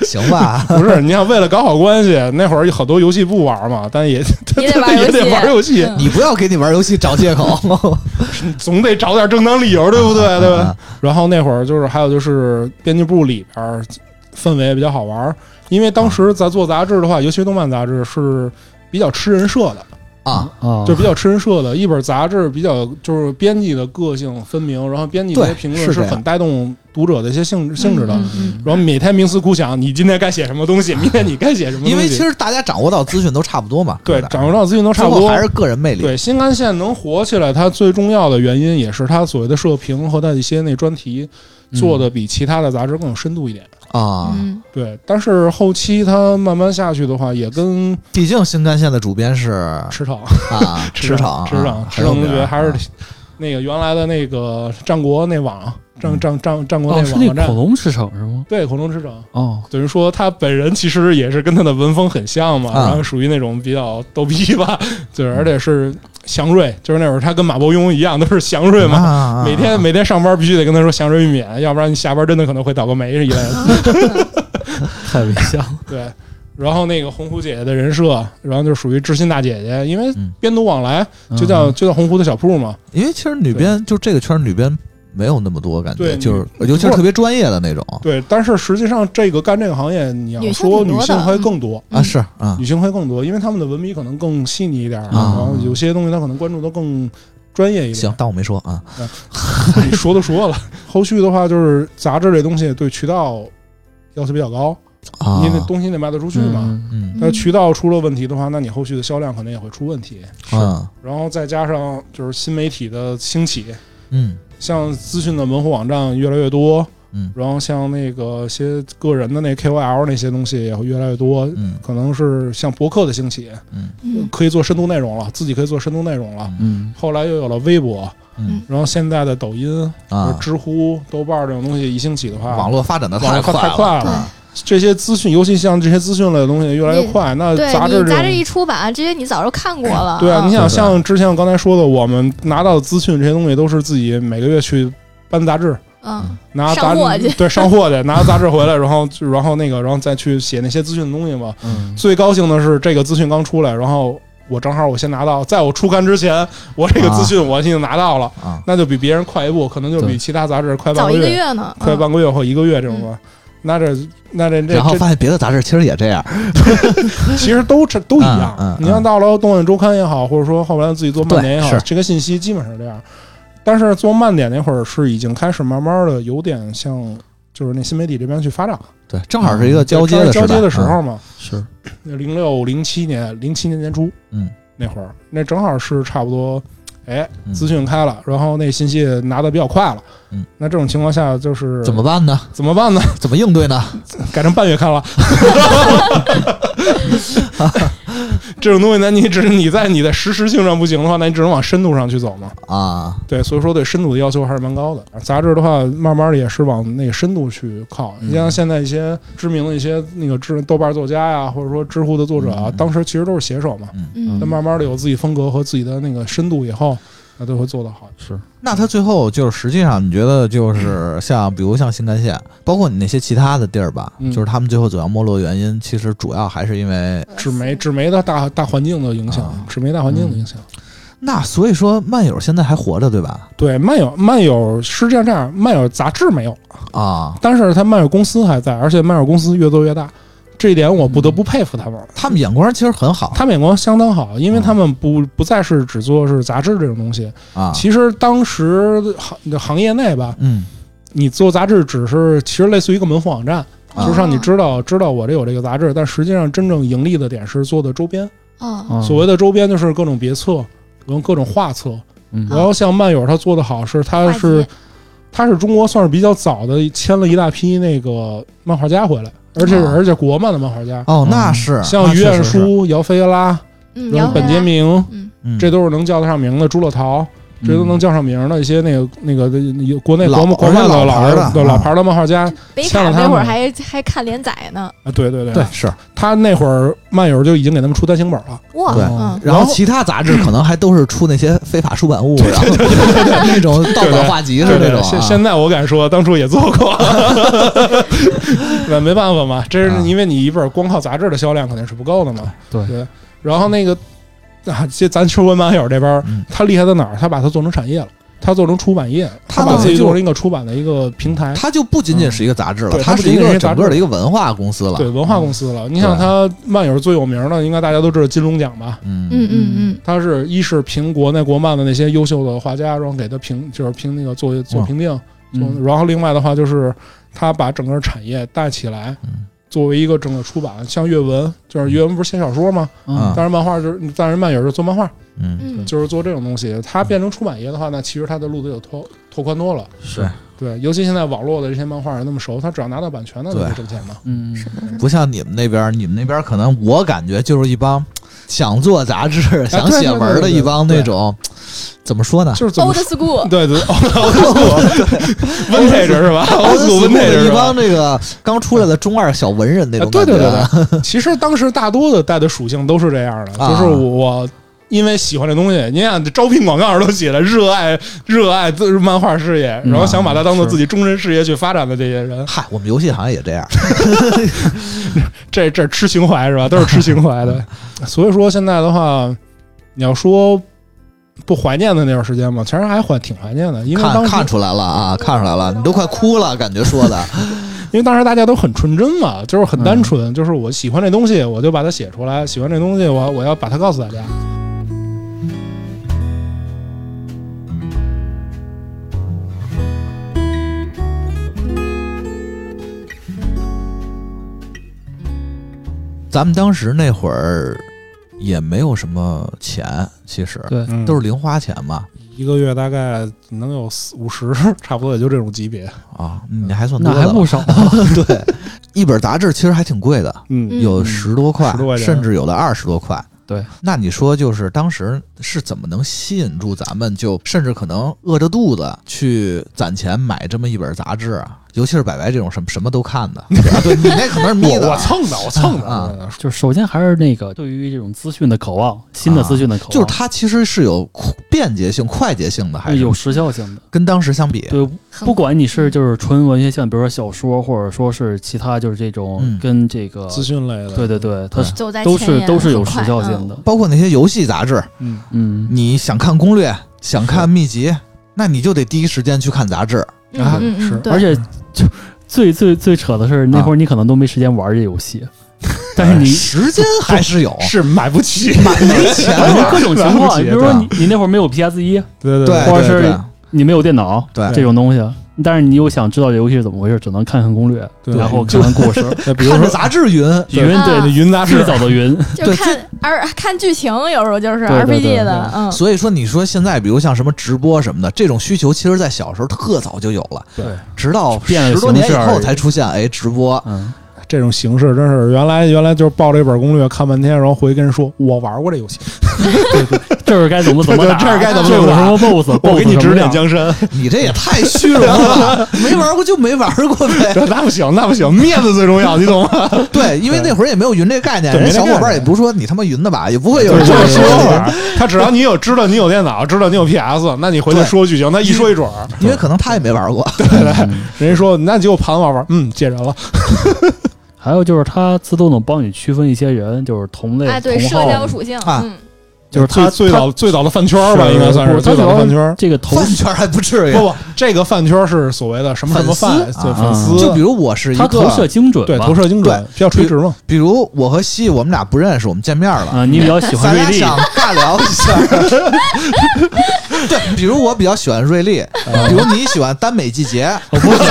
Speaker 1: 行
Speaker 7: *laughs*
Speaker 1: 吧？
Speaker 7: 不是，你想为了搞好关系，那会儿有好多游戏不玩嘛，但
Speaker 6: *laughs*
Speaker 7: 也
Speaker 6: 也得玩游戏嗯
Speaker 7: 也得玩游戏，
Speaker 1: 你不要给你玩游戏找借口，
Speaker 7: *laughs* 总得找点正当理由，对不对？对吧
Speaker 1: 啊？
Speaker 7: 然后那会儿就是还有就是编辑部里边儿氛围也比较好玩儿，因为当时咱做杂志的话，尤其动漫杂志是。比较吃人设的，
Speaker 1: 啊，
Speaker 4: 啊，
Speaker 7: 就比较吃人设的一本杂志，比较就是编辑的个性分明，然后编辑的一些
Speaker 1: 对
Speaker 7: 评论
Speaker 1: 是
Speaker 7: 是
Speaker 1: 这样
Speaker 7: 很带动读者的一些性质性质的。
Speaker 6: 嗯嗯
Speaker 7: 然后每天冥思苦想，你今天该写什么
Speaker 1: *laughs*
Speaker 7: 东西，明天你该写什么东西。
Speaker 1: 因为其实大家掌握到资讯都差不多嘛，
Speaker 7: 对
Speaker 1: 各大
Speaker 7: 掌握到资讯都差不
Speaker 1: 最后
Speaker 7: 多，
Speaker 1: 还是个人魅力
Speaker 7: 对，新干线能火起来，它最重要的原因也是它所谓的社评和它的一些那专题做的比其他的杂志更有深度一点。
Speaker 1: 啊。
Speaker 6: 嗯
Speaker 7: 对，但是后期它慢慢下去的话，也跟
Speaker 1: 毕竟新干线的主编
Speaker 7: *laughs*
Speaker 1: 是
Speaker 7: 驰骋、
Speaker 1: 啊，驰骋啊，
Speaker 7: 驰骋、驰
Speaker 1: 很有
Speaker 7: 骋
Speaker 1: 名
Speaker 7: 同学
Speaker 1: 儿
Speaker 7: 还是
Speaker 1: 啊
Speaker 7: 那个原来的那个战国那网战
Speaker 1: 嗯
Speaker 7: 战战战国
Speaker 4: 哦，
Speaker 7: 那
Speaker 4: 是
Speaker 7: 网
Speaker 4: 那
Speaker 7: 站
Speaker 4: 恐。龙驰骋是吗？
Speaker 7: 对，恐龙驰骋
Speaker 4: 哦，
Speaker 7: 等于说他本人其实也是跟他的文风很像嘛，
Speaker 1: 啊
Speaker 7: 然后属于那种比较逗逼吧，就是而且是祥瑞，就是那会儿他跟马伯庸一样，都是祥瑞嘛，
Speaker 1: 啊啊啊
Speaker 7: 每天每天上班必须得跟他说祥瑞玉免，要不然你下班真的可能会倒个霉一类
Speaker 1: *laughs*
Speaker 7: 的。
Speaker 4: 太危险了。
Speaker 7: 对，然后那个红狐姐姐的人设，然后就属于知心大姐姐，因为
Speaker 1: 嗯
Speaker 7: 编读往来 *laughs* 就叫、
Speaker 4: 嗯
Speaker 7: 就叫红狐的小铺嘛。
Speaker 1: 因为其实女编就这个圈儿女编没有那么多感觉，
Speaker 7: 对
Speaker 1: 就是
Speaker 7: 女
Speaker 1: 尤其是特别专业的那种
Speaker 7: 对，但是实际上这个干这个行业，你要
Speaker 6: 女性
Speaker 7: 说
Speaker 6: 挺多
Speaker 7: 女
Speaker 6: 的
Speaker 7: 性会更多。
Speaker 1: 啊，是啊
Speaker 7: 嗯女性会更多，因为她们的文笔可能更细腻一点儿，
Speaker 1: 啊
Speaker 7: 然后有些东西她可能关注的更专业一点。
Speaker 1: 行，，当我没说啊
Speaker 7: *laughs* 你说都说了。后续的话就是杂志这东西对渠道要求比较高，
Speaker 1: 啊，
Speaker 7: 因为东西得卖得出去嘛。
Speaker 4: 嗯
Speaker 1: 嗯
Speaker 7: 那渠道出了问题的话，那你后续的销量可能也会出问题。
Speaker 1: 啊
Speaker 7: 然后再加上就是新媒体的兴起，
Speaker 1: 嗯
Speaker 7: 像资讯的门户网站越来越多，
Speaker 1: 嗯
Speaker 7: 然后像那个些个人的那 KOL 那些东西也会越来越多。
Speaker 1: 嗯
Speaker 7: 可能是像博客的兴起，
Speaker 1: 嗯
Speaker 6: 嗯
Speaker 7: 可以做深度内容了，自己可以做深度内容了。
Speaker 4: 嗯，
Speaker 7: 后来又有了微博，
Speaker 1: 嗯
Speaker 7: 然后现在的抖音、
Speaker 1: 啊，
Speaker 7: 知乎、豆瓣儿这种东西一兴起的话，
Speaker 1: 网络发展的
Speaker 7: 网
Speaker 1: 太
Speaker 7: 络快太
Speaker 1: 了，啊
Speaker 7: 快了，这些资讯，尤其像这些资讯类的东西越来越快，那
Speaker 6: 对
Speaker 7: 呃杂志
Speaker 6: 你
Speaker 7: 这
Speaker 6: 杂志
Speaker 7: 种。
Speaker 6: 一出版，这些你早就看过了。
Speaker 7: *coughs* 对啊，
Speaker 6: 嗯
Speaker 7: 你想
Speaker 1: 对对
Speaker 7: 像之前我刚才说的，我们拿到的资讯这些东西都是自己每个月去搬杂志，
Speaker 6: 嗯，
Speaker 7: 拿
Speaker 6: 上
Speaker 7: 杂
Speaker 6: 货
Speaker 7: 志
Speaker 6: 去
Speaker 7: 对上货去，拿杂志回来，然后然后那个然后再去写那些资讯的东西嘛。
Speaker 4: 嗯
Speaker 7: 最高兴的是这个资讯刚出来，然后我正好我先拿到，在我出刊之前，我这个资讯我已经拿到了，
Speaker 1: 啊
Speaker 7: 那就比别人快一步，可能就
Speaker 4: 对
Speaker 7: 比其他杂志快半
Speaker 6: 早
Speaker 7: 个
Speaker 6: 一
Speaker 7: 月，
Speaker 6: 个月嗯呢，
Speaker 7: 快半个月或一个月这种吧。那这那这这
Speaker 1: 然后
Speaker 7: 这
Speaker 1: 发现别的杂志其实也这样，
Speaker 7: 其实都这都一样。
Speaker 1: 嗯嗯
Speaker 7: 你像到了《动漫周刊》也好，或者说后来自己做慢点
Speaker 1: 对
Speaker 7: 也好，
Speaker 1: 是
Speaker 7: 这个信息基本上这样。但是做慢点那会儿是已经开始慢慢的有点像，就是那新媒体这边去发展，
Speaker 1: 对，正好是一个交接
Speaker 7: 对
Speaker 1: 的
Speaker 7: 交接的
Speaker 1: 时
Speaker 7: 时
Speaker 1: 代啊嗯
Speaker 7: 候嘛，
Speaker 4: 是
Speaker 7: 零六零七年零七年年初，
Speaker 1: 嗯，
Speaker 7: 那会儿那正好是差不多，哎，
Speaker 1: 嗯
Speaker 7: 资讯开了，然后那信息也拿的比较快了，
Speaker 1: 嗯，
Speaker 7: 那这种情况下就是
Speaker 1: 怎么办呢？ *laughs*
Speaker 7: 怎么办呢？
Speaker 1: 怎么应对呢？
Speaker 7: 改成半月刊了。 *laughs* 这种东西呢，你只是你在你在实时性上不行的话，那你只能往深度上去走嘛。
Speaker 1: 啊，
Speaker 7: 对，所以说对深度的要求还是蛮高的。杂志的话，慢慢的也是往那个深度去靠。
Speaker 1: 嗯
Speaker 7: 你像现在一些知名的一些那个知豆瓣作家呀，或者说知乎的作者啊
Speaker 1: 嗯，嗯
Speaker 7: 当时其实都是写手嘛。
Speaker 6: 嗯
Speaker 7: 那慢慢的有自己风格和自己的那个深度以后，那都会做得好。
Speaker 4: 是
Speaker 1: 那他最后就是实际上，你觉得
Speaker 7: 嗯
Speaker 1: 就是像比如像新干线，包括你那些其他的地儿吧，
Speaker 7: 嗯
Speaker 1: 就是他们最后走向没落的原因，其实主要还是因为
Speaker 7: 纸媒纸媒的大大环境的影响
Speaker 1: 啊，
Speaker 7: 纸媒大环境的影响。
Speaker 1: 那所以说漫友现在还活着对吧？
Speaker 7: 对，漫友漫友是这样这样，漫友杂志没有，
Speaker 1: 啊，
Speaker 7: 但是它漫友公司还在，而且漫友公司越做越大，这一点我不得不佩服他们。
Speaker 1: 他们眼光其实很好
Speaker 7: 他们眼光相当好，因为他们不不再是只做是杂志这种东西。
Speaker 1: 啊，
Speaker 7: 其实当时行行业内吧，
Speaker 1: 嗯，
Speaker 7: 你做杂志只是其实类似于一个门户网站，
Speaker 1: 啊
Speaker 7: 就是让你知道知道我这有这个杂志，但实际上真正盈利的点是做的周边。
Speaker 4: 嗯啊
Speaker 6: 哦，
Speaker 7: 所谓的周边就是各种别册，跟各种画册。
Speaker 4: 嗯
Speaker 7: 然后像漫友他做的好是，他是
Speaker 6: 跨界
Speaker 7: 他是中国算是比较早的签了一大批那个漫画家回来，而且
Speaker 1: 啊
Speaker 7: 而且国漫的漫画家，
Speaker 1: 哦，那是
Speaker 7: 嗯像于
Speaker 1: 晏
Speaker 7: 晏，殊、姚菲拉、
Speaker 6: 嗯，
Speaker 7: 然
Speaker 6: 聊
Speaker 7: 后本
Speaker 6: 回
Speaker 7: 杰
Speaker 6: 来，
Speaker 7: 明，
Speaker 6: 嗯，
Speaker 1: 嗯
Speaker 7: 这都是能叫得上名的。朱乐桃，这都
Speaker 4: 嗯
Speaker 7: 能叫上名的一些那个那个有国内
Speaker 1: 老
Speaker 7: 国漫国漫
Speaker 1: 而且
Speaker 7: 的
Speaker 1: 老牌的
Speaker 7: 老的
Speaker 1: 啊
Speaker 7: 老牌的漫画家
Speaker 6: 北
Speaker 7: 像
Speaker 6: 卡
Speaker 7: 他
Speaker 6: 那会儿
Speaker 7: 们
Speaker 6: 还还看连载呢，
Speaker 7: 啊，对对对
Speaker 1: 对是，
Speaker 7: 他那会儿漫友就已经给他们出单行本了。
Speaker 6: 哇，
Speaker 1: 对
Speaker 6: 嗯，
Speaker 1: 然后其他杂
Speaker 7: *clears throat*
Speaker 1: 志可能还都是出那些非法出版物，然后那
Speaker 7: *laughs*
Speaker 1: 种盗版画集是
Speaker 7: 对
Speaker 1: 那种
Speaker 7: 对，
Speaker 1: 啊
Speaker 7: 现现在我敢说，当初也做
Speaker 1: *laughs*
Speaker 7: 过，那没办法嘛，这
Speaker 1: 啊
Speaker 7: 是因为你一本光靠杂志的销量肯定是不够的嘛。
Speaker 4: 对
Speaker 7: 对，然后那个啊，这咱说文漫友这边儿
Speaker 1: 嗯，
Speaker 7: 他厉害在哪儿？他把它做成产业了，他做成出版业，
Speaker 1: 他
Speaker 7: 把
Speaker 1: 等于
Speaker 7: 自己做
Speaker 1: 就
Speaker 7: 成一个出版的一个平台，
Speaker 1: 它就不仅仅是一个杂志了，
Speaker 7: 嗯对
Speaker 1: 它
Speaker 7: 它不
Speaker 1: 是一
Speaker 7: 仅仅是
Speaker 1: 个
Speaker 7: 一杂
Speaker 1: 整
Speaker 7: 志
Speaker 1: 个的一个文化公司了。
Speaker 7: 对文化公司了。你想，
Speaker 1: 嗯对
Speaker 7: 他漫友最有名的，应该大家都知道金龙奖吧？
Speaker 1: 嗯
Speaker 6: 嗯嗯嗯，
Speaker 7: 他是一是评国内国漫的那些优秀的画家，然后给他评就是评那个做做
Speaker 1: 哇
Speaker 7: 评定，
Speaker 4: 嗯
Speaker 7: 然后另外的话就是他把整个产业带起来
Speaker 1: 嗯，
Speaker 7: 作为一个整个出版，像阅文，就是阅文不是写小说吗？
Speaker 4: 啊
Speaker 1: 嗯
Speaker 7: 当然漫画就是，当然漫友就是做漫画，
Speaker 1: 嗯，
Speaker 6: 嗯，
Speaker 7: 就是做这种东西。它变成出版业的话，那其实它的路子就拓拓宽多了。
Speaker 1: 是
Speaker 7: 对，尤其现在网络的这些漫画人那么熟，他只要拿到版权，那就
Speaker 1: 对
Speaker 7: 能挣钱嘛。
Speaker 4: 嗯
Speaker 6: 是的，是的，
Speaker 1: 不像你们那边儿，你们那边儿可能我感觉就是一帮想做杂
Speaker 7: *laughs* 啊
Speaker 1: 志、想写文儿的一帮那种，怎么说呢？
Speaker 7: 就是怎么
Speaker 6: old
Speaker 7: 说？ *laughs*
Speaker 6: school，
Speaker 7: 对
Speaker 1: *laughs*
Speaker 7: 对，
Speaker 1: 哦
Speaker 7: *laughs* 温配置是吧？ *laughs*
Speaker 1: 欧 *laughs*
Speaker 7: 古温配置
Speaker 1: 哦一
Speaker 7: 是吧
Speaker 1: 帮？这个刚出来的中二小文人那种
Speaker 7: 啊对
Speaker 1: 感觉
Speaker 7: 对对
Speaker 1: *laughs*
Speaker 7: 对，其实当时大多的带的属性都是这样的，
Speaker 1: 啊
Speaker 7: 就是我。因为喜欢这东西，你看这招聘广告都写了，热爱热爱自漫画事业，
Speaker 4: 嗯
Speaker 7: 然后想把它当做
Speaker 4: 是
Speaker 7: 自己终身事业去发展的这些人，
Speaker 1: 嗨，我们游戏行业也这样。
Speaker 7: 这这吃情怀是吧？都是吃情
Speaker 1: *laughs*
Speaker 7: 怀的。所以说现在的话，你要说不怀念的那段时间嘛，其实还怀挺怀念的，因为
Speaker 1: 看
Speaker 7: 当时
Speaker 1: 看出来了啊，看出来了，你都快哭了，感觉说的
Speaker 7: 因为当时大家都很纯真嘛，就是很单
Speaker 4: 嗯
Speaker 7: 纯，就是我喜欢这东西，我就把它写出来；喜欢这东西，我我要把它告诉大家。
Speaker 1: 咱们当时那会儿也没有什么钱，其实
Speaker 4: 对，
Speaker 7: 嗯
Speaker 1: 都是零花钱嘛
Speaker 7: 一个月大概能有四五十， *laughs* 差不多也就这种级别。
Speaker 1: 啊，你还算多
Speaker 4: 那
Speaker 1: 的
Speaker 4: 还
Speaker 1: 了
Speaker 4: 不少， *laughs*
Speaker 1: 对，一本杂志其实还挺贵的，
Speaker 7: 嗯
Speaker 6: 嗯
Speaker 1: 有十多块，
Speaker 7: 10多块钱
Speaker 1: 甚至有的二十多块。
Speaker 4: 对，
Speaker 1: 那你说就是当时是怎么能吸引住咱们，就甚至可能饿着肚子去攒钱买这么一本杂志啊？尤其是白白这种什么什么都看的，啊对你那可能是
Speaker 7: 我
Speaker 1: 眯的
Speaker 7: 我
Speaker 1: 啊。
Speaker 7: 蹭的，我蹭的
Speaker 1: 啊
Speaker 4: 就是首先还是那个对于这种资讯的渴望，新的资讯的渴望，
Speaker 1: 就是它其实是有便捷性、快捷性的，还是
Speaker 4: 有时效性的。
Speaker 1: 跟当时相比，
Speaker 4: 哎对，
Speaker 6: 很
Speaker 4: 不管你是就是纯文学性，比如说小说，或者说是其他就是这
Speaker 1: 嗯
Speaker 4: 种跟这个，
Speaker 7: 资讯类的，
Speaker 4: 对对
Speaker 7: 嗯
Speaker 4: 对，它是
Speaker 6: 走在
Speaker 4: 都
Speaker 6: 前
Speaker 4: 是
Speaker 6: 沿
Speaker 4: 都是
Speaker 6: 很
Speaker 4: 有
Speaker 6: 快
Speaker 4: 时效
Speaker 6: 嗯
Speaker 4: 性的。
Speaker 1: 包括那些游戏杂志，
Speaker 7: 嗯，
Speaker 4: 嗯，
Speaker 1: 你想看攻略、想看秘籍，那你就得第一时间去看杂志。
Speaker 6: 嗯
Speaker 7: 啊
Speaker 6: 嗯
Speaker 7: 是
Speaker 6: 嗯，对
Speaker 4: 而且就最最最扯的是，那会儿你可能都没时间玩这游戏，但哎是你
Speaker 1: 时间还是有，
Speaker 7: 是买不起，
Speaker 1: 买没钱
Speaker 7: 哎
Speaker 1: 了。
Speaker 4: 各种情
Speaker 7: 来不
Speaker 4: 况，
Speaker 7: 及
Speaker 4: 比如说
Speaker 1: 对
Speaker 4: 你你那会儿没有 PS 一，
Speaker 7: *laughs* 对
Speaker 1: 对，
Speaker 4: 或者
Speaker 1: 对
Speaker 4: 是
Speaker 1: 对
Speaker 4: 你没有电脑，
Speaker 1: 对
Speaker 4: 这种东西，但是你又想知道这游戏是怎么回事，只能看看攻略，
Speaker 7: 对
Speaker 4: 然后
Speaker 7: 就
Speaker 4: 看看故
Speaker 7: *laughs*
Speaker 4: 事。
Speaker 7: 那比如
Speaker 1: 看着
Speaker 7: 说
Speaker 1: 杂志云，
Speaker 4: 云
Speaker 6: 啊
Speaker 4: 对
Speaker 7: 那云杂志
Speaker 4: 最早的云，
Speaker 6: 就
Speaker 1: 对
Speaker 6: 看而看剧情，有时候就是
Speaker 4: 对对
Speaker 6: RPG
Speaker 4: 对
Speaker 6: 的，嗯，
Speaker 1: 所以说你说现在比如像什么直播什么的，这种需求其实在小时候特早就有了，
Speaker 4: 对，
Speaker 1: 直到
Speaker 4: 变了
Speaker 1: 十多年以
Speaker 4: 形式而
Speaker 1: 后
Speaker 4: 已 *laughs*
Speaker 7: *laughs*
Speaker 1: 才出现，哎，直播
Speaker 4: 嗯，
Speaker 7: 这种形式，真是原来原来就是抱着一本攻略看半天，然后回去跟人说我玩过这游戏，
Speaker 4: 这儿该怎么怎么打，
Speaker 7: 这儿该怎么
Speaker 4: 这有
Speaker 7: 怎么
Speaker 4: 什么 BOSS，
Speaker 7: *laughs* 我给你
Speaker 4: BOSS 什
Speaker 7: 指点
Speaker 4: 么样
Speaker 7: 江 *laughs* 山。
Speaker 1: 你这也太虚荣了吧，没玩过就没玩过
Speaker 4: *laughs*
Speaker 1: 呗。
Speaker 7: 那不行，那不行，面子最重要，你懂吗？
Speaker 1: 对，因为那会儿也没有云这概念，
Speaker 7: 对
Speaker 1: 人
Speaker 7: 没这
Speaker 1: 小伙
Speaker 7: 概
Speaker 1: 伴
Speaker 7: 念
Speaker 1: 也不说你他妈云的吧，也不会有
Speaker 7: 对
Speaker 1: 人
Speaker 7: 就
Speaker 1: 这么
Speaker 7: 是说
Speaker 1: 说
Speaker 7: 一会
Speaker 1: 我。
Speaker 7: 儿， *laughs* 他只要你有知道你有电脑，知道你有 PS，那你回去
Speaker 1: 对
Speaker 7: 说就行。他一说一准儿， *laughs*
Speaker 1: 因为可能他也没玩
Speaker 4: *laughs*
Speaker 1: 过，
Speaker 7: 人家说那你就盘玩玩，嗯，借人了。
Speaker 4: 还有就是它自动的帮你区分一些人，就是同类
Speaker 6: 哎，对，
Speaker 4: 同
Speaker 6: 社
Speaker 4: 号
Speaker 6: 交属性，
Speaker 1: 啊
Speaker 6: 嗯，
Speaker 4: 就是
Speaker 7: 最
Speaker 4: 它
Speaker 7: 最早最早的饭圈儿吧，
Speaker 4: 是
Speaker 7: 应该算
Speaker 4: 不
Speaker 7: 是
Speaker 4: 是它
Speaker 7: 最早
Speaker 4: 主
Speaker 7: 的
Speaker 4: 要
Speaker 7: 饭圈儿。
Speaker 4: 这个头
Speaker 1: 饭圈还不
Speaker 4: *laughs*
Speaker 1: 至于
Speaker 7: 不。不，这个饭圈儿是所谓的什么什么饭，
Speaker 1: 粉丝
Speaker 7: 对
Speaker 4: 啊
Speaker 7: 粉
Speaker 1: 就比
Speaker 7: 丝，
Speaker 1: 如我是一
Speaker 4: 它投射
Speaker 1: 个，
Speaker 4: 精准
Speaker 7: 对
Speaker 4: 吧
Speaker 7: 投射精准，比较垂直嘛。
Speaker 1: 比如我和西，我们俩不认识，我们见面了，
Speaker 4: 啊，你比较喜
Speaker 1: 咱
Speaker 4: 欢
Speaker 1: 俩
Speaker 4: 瑞丽，
Speaker 1: 想尬聊一下。 *laughs* 对，比如我比较喜欢瑞丽，比如你喜欢耽美季节，
Speaker 4: 我不喜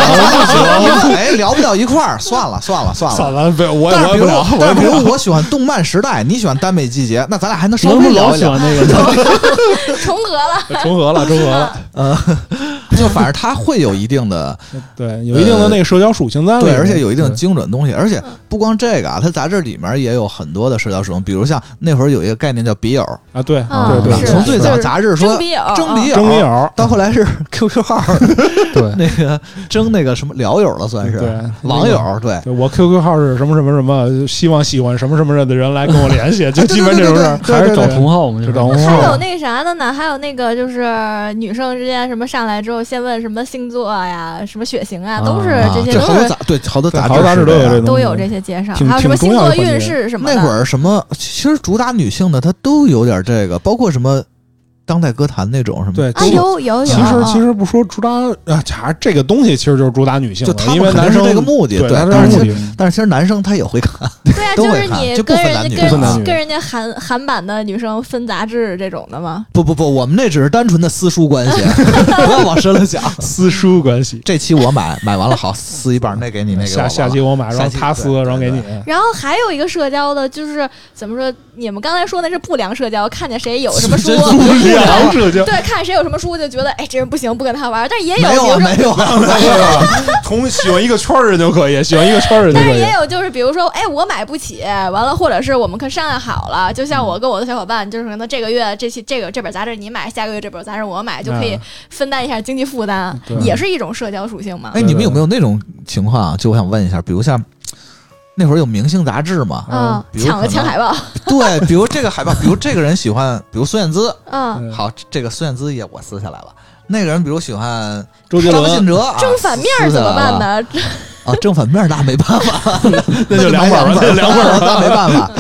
Speaker 4: 欢，
Speaker 1: 因 *laughs* 为哎聊不到一块儿，算了算了算
Speaker 7: 算
Speaker 1: 了。
Speaker 7: 了，不，我也
Speaker 1: 但
Speaker 7: 我
Speaker 1: 是
Speaker 7: 也
Speaker 1: 比如
Speaker 7: 不聊，，我也
Speaker 1: 但是
Speaker 7: 不
Speaker 1: 比
Speaker 7: 聊。
Speaker 1: 如我喜欢动漫时代，你喜欢耽美季节，那咱俩还能稍
Speaker 4: 能
Speaker 1: 微
Speaker 4: 不老
Speaker 1: 聊一
Speaker 4: 喜
Speaker 1: 聊
Speaker 4: 欢。那个
Speaker 1: *laughs*
Speaker 4: 呢？
Speaker 6: 重合了，
Speaker 7: 重合了，重合了。
Speaker 1: 呃，就反正它会有一定的
Speaker 7: 对，有一定的那个社交属性在里
Speaker 1: 对，
Speaker 7: 面，
Speaker 1: 而且有一定
Speaker 7: 对
Speaker 1: 精准的东西，而且不光这个啊，它杂志里面也有很多的社交使用，比如像那会儿有一个概念叫笔友，
Speaker 7: 啊，对
Speaker 6: 啊
Speaker 7: 对
Speaker 1: 吧
Speaker 7: 对，
Speaker 6: 是
Speaker 1: 从最早
Speaker 6: 是
Speaker 1: 杂志说
Speaker 6: 真笔友，
Speaker 1: 征笔
Speaker 6: 友，
Speaker 1: 友，
Speaker 7: 征友，
Speaker 1: 到后来是
Speaker 7: 嗯
Speaker 1: QQ 号
Speaker 7: *laughs*
Speaker 1: 儿，
Speaker 4: 对，
Speaker 1: 那个征那个什么聊友了，算
Speaker 7: 对
Speaker 1: 是网。友，对。
Speaker 7: 对我 QQ 号是什么什么什么，希望喜欢什么什么人的人来跟我联系，就基本这种事儿，
Speaker 4: 还是找
Speaker 7: 同
Speaker 4: 同号，我们
Speaker 7: 就
Speaker 4: 就
Speaker 7: 找同
Speaker 6: 还有
Speaker 7: 号。
Speaker 6: 那个啥的呢？还有那个就是女生之间什么上来之后，先问什么星座呀、什么血型啊，都是
Speaker 1: 啊
Speaker 6: 这些
Speaker 1: 这好
Speaker 6: 都
Speaker 1: 多
Speaker 6: 是
Speaker 1: 杂对好多
Speaker 7: 对
Speaker 1: 杂
Speaker 7: 好多杂
Speaker 1: 志
Speaker 7: 志
Speaker 1: 是
Speaker 7: 都有
Speaker 1: 样
Speaker 7: 这东西
Speaker 6: 都有这些介绍，
Speaker 7: 挺
Speaker 6: 还有什么
Speaker 7: 挺
Speaker 6: 星
Speaker 7: 重要的
Speaker 6: 座
Speaker 7: 环节
Speaker 6: 运势什么的。
Speaker 1: 那会儿什么，其实主打女性的，它都有点这个，包括什么当代歌坛那种什么，
Speaker 7: 对，
Speaker 6: 啊，有有有，
Speaker 7: 其实
Speaker 6: 嗯
Speaker 7: 其实不说主打啊，还这个东西其实就是主打女性
Speaker 1: 就
Speaker 7: 的，
Speaker 1: 他
Speaker 7: 因为
Speaker 1: 们肯
Speaker 7: 男
Speaker 1: 定是
Speaker 7: 生
Speaker 1: 这个目的，
Speaker 7: 对，男
Speaker 1: 但
Speaker 7: 生
Speaker 4: 嗯
Speaker 1: 是
Speaker 7: 目
Speaker 1: 其实
Speaker 7: 的。
Speaker 1: 但是其实男生他也会看，
Speaker 6: 对啊，
Speaker 1: 都
Speaker 6: 就
Speaker 1: 会
Speaker 6: 是
Speaker 1: 看
Speaker 6: 你
Speaker 1: 就不
Speaker 6: 跟
Speaker 1: 分男
Speaker 6: 人
Speaker 1: 女
Speaker 7: 不分男
Speaker 6: 跟
Speaker 7: 女
Speaker 6: 跟人家韩韩版的女生分杂志这种的吗？
Speaker 1: 不不不，我们那只是单纯的私塾关系， *laughs* 不要往深了
Speaker 7: *laughs*
Speaker 1: 讲。
Speaker 7: 私塾关系。
Speaker 1: 这期我买，买完了好撕一半，那给你那个
Speaker 7: 下下期我买，然
Speaker 1: 下
Speaker 7: 后
Speaker 1: 期
Speaker 7: 他
Speaker 1: 对
Speaker 7: 撕，
Speaker 1: 对
Speaker 7: 然后给你
Speaker 1: 对。
Speaker 6: 然后还有一个社交的，就是怎么说？你们刚才说那是不良社交，看见谁有
Speaker 7: *laughs*
Speaker 6: 什么书，啊
Speaker 1: 真不
Speaker 7: 良社交，
Speaker 6: 对，看谁有什么书就觉得哎，这人不行，不跟他玩儿。但是也有，
Speaker 1: 没
Speaker 6: 比
Speaker 1: 有啊
Speaker 6: 如说
Speaker 1: 没有啊，
Speaker 7: 同喜欢一个圈儿人就可以，喜欢一个圈儿人就
Speaker 6: 但
Speaker 7: 可
Speaker 6: 是
Speaker 7: 以
Speaker 6: 也。有就是，比如说，哎，我买不起，完了，或者是我们可商量好了，就像我跟我的小伙伴，就是可能这个月这期这个这本杂志你买，下个月这本杂志我买，就可以
Speaker 7: 嗯
Speaker 6: 分担一下经济负担，
Speaker 7: 对
Speaker 6: 也是一种社交属性嘛。
Speaker 1: 哎，你们有没有那种情况啊？就我想问一下，比如像那会儿有明星杂志
Speaker 7: 啊
Speaker 1: 嘛，
Speaker 6: 嗯，
Speaker 1: 比如可
Speaker 6: 抢个
Speaker 1: 能
Speaker 6: 抢海报，
Speaker 1: 对，比如这个海报，比如这个人喜欢，比如孙燕姿，
Speaker 6: 嗯，
Speaker 7: 嗯
Speaker 1: 好，这个孙燕姿也我撕下来了。那个人比如喜欢
Speaker 7: 周杰
Speaker 1: 张信
Speaker 7: 伦，
Speaker 1: 哲啊，
Speaker 6: 正反面儿怎么办
Speaker 1: 呢？
Speaker 6: 呢？
Speaker 1: 啊，正反面儿那没办法，
Speaker 7: *laughs* 那就
Speaker 1: 买
Speaker 7: 两本儿
Speaker 1: 两
Speaker 7: 吧那就两本儿
Speaker 1: 儿，
Speaker 7: 吧
Speaker 1: *laughs* 那没办法。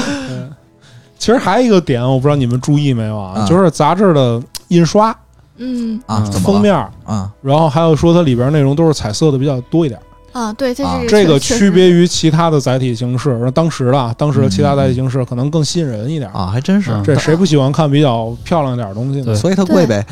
Speaker 7: 其实还有一个点，我不知道你们注意没有啊
Speaker 1: 嗯，
Speaker 7: 就是杂志的印刷
Speaker 6: 嗯
Speaker 1: 啊，
Speaker 4: 嗯
Speaker 1: 怎么了
Speaker 7: 封面儿，
Speaker 1: 啊？
Speaker 7: 然后还有说它里边内容都是彩色的比较多一点儿，
Speaker 6: 啊，对，这
Speaker 1: 啊
Speaker 6: 是
Speaker 7: 这个
Speaker 6: 确
Speaker 7: 区
Speaker 6: 实
Speaker 7: 别于其他的载体形式。然后当时的啊当时的其
Speaker 1: 嗯
Speaker 7: 他载体形式可能更吸引人一点儿。
Speaker 1: 啊，还真是。
Speaker 4: 嗯
Speaker 7: 这谁不喜欢看比较漂亮点儿的东西呢
Speaker 4: 对？
Speaker 1: 所以它贵呗，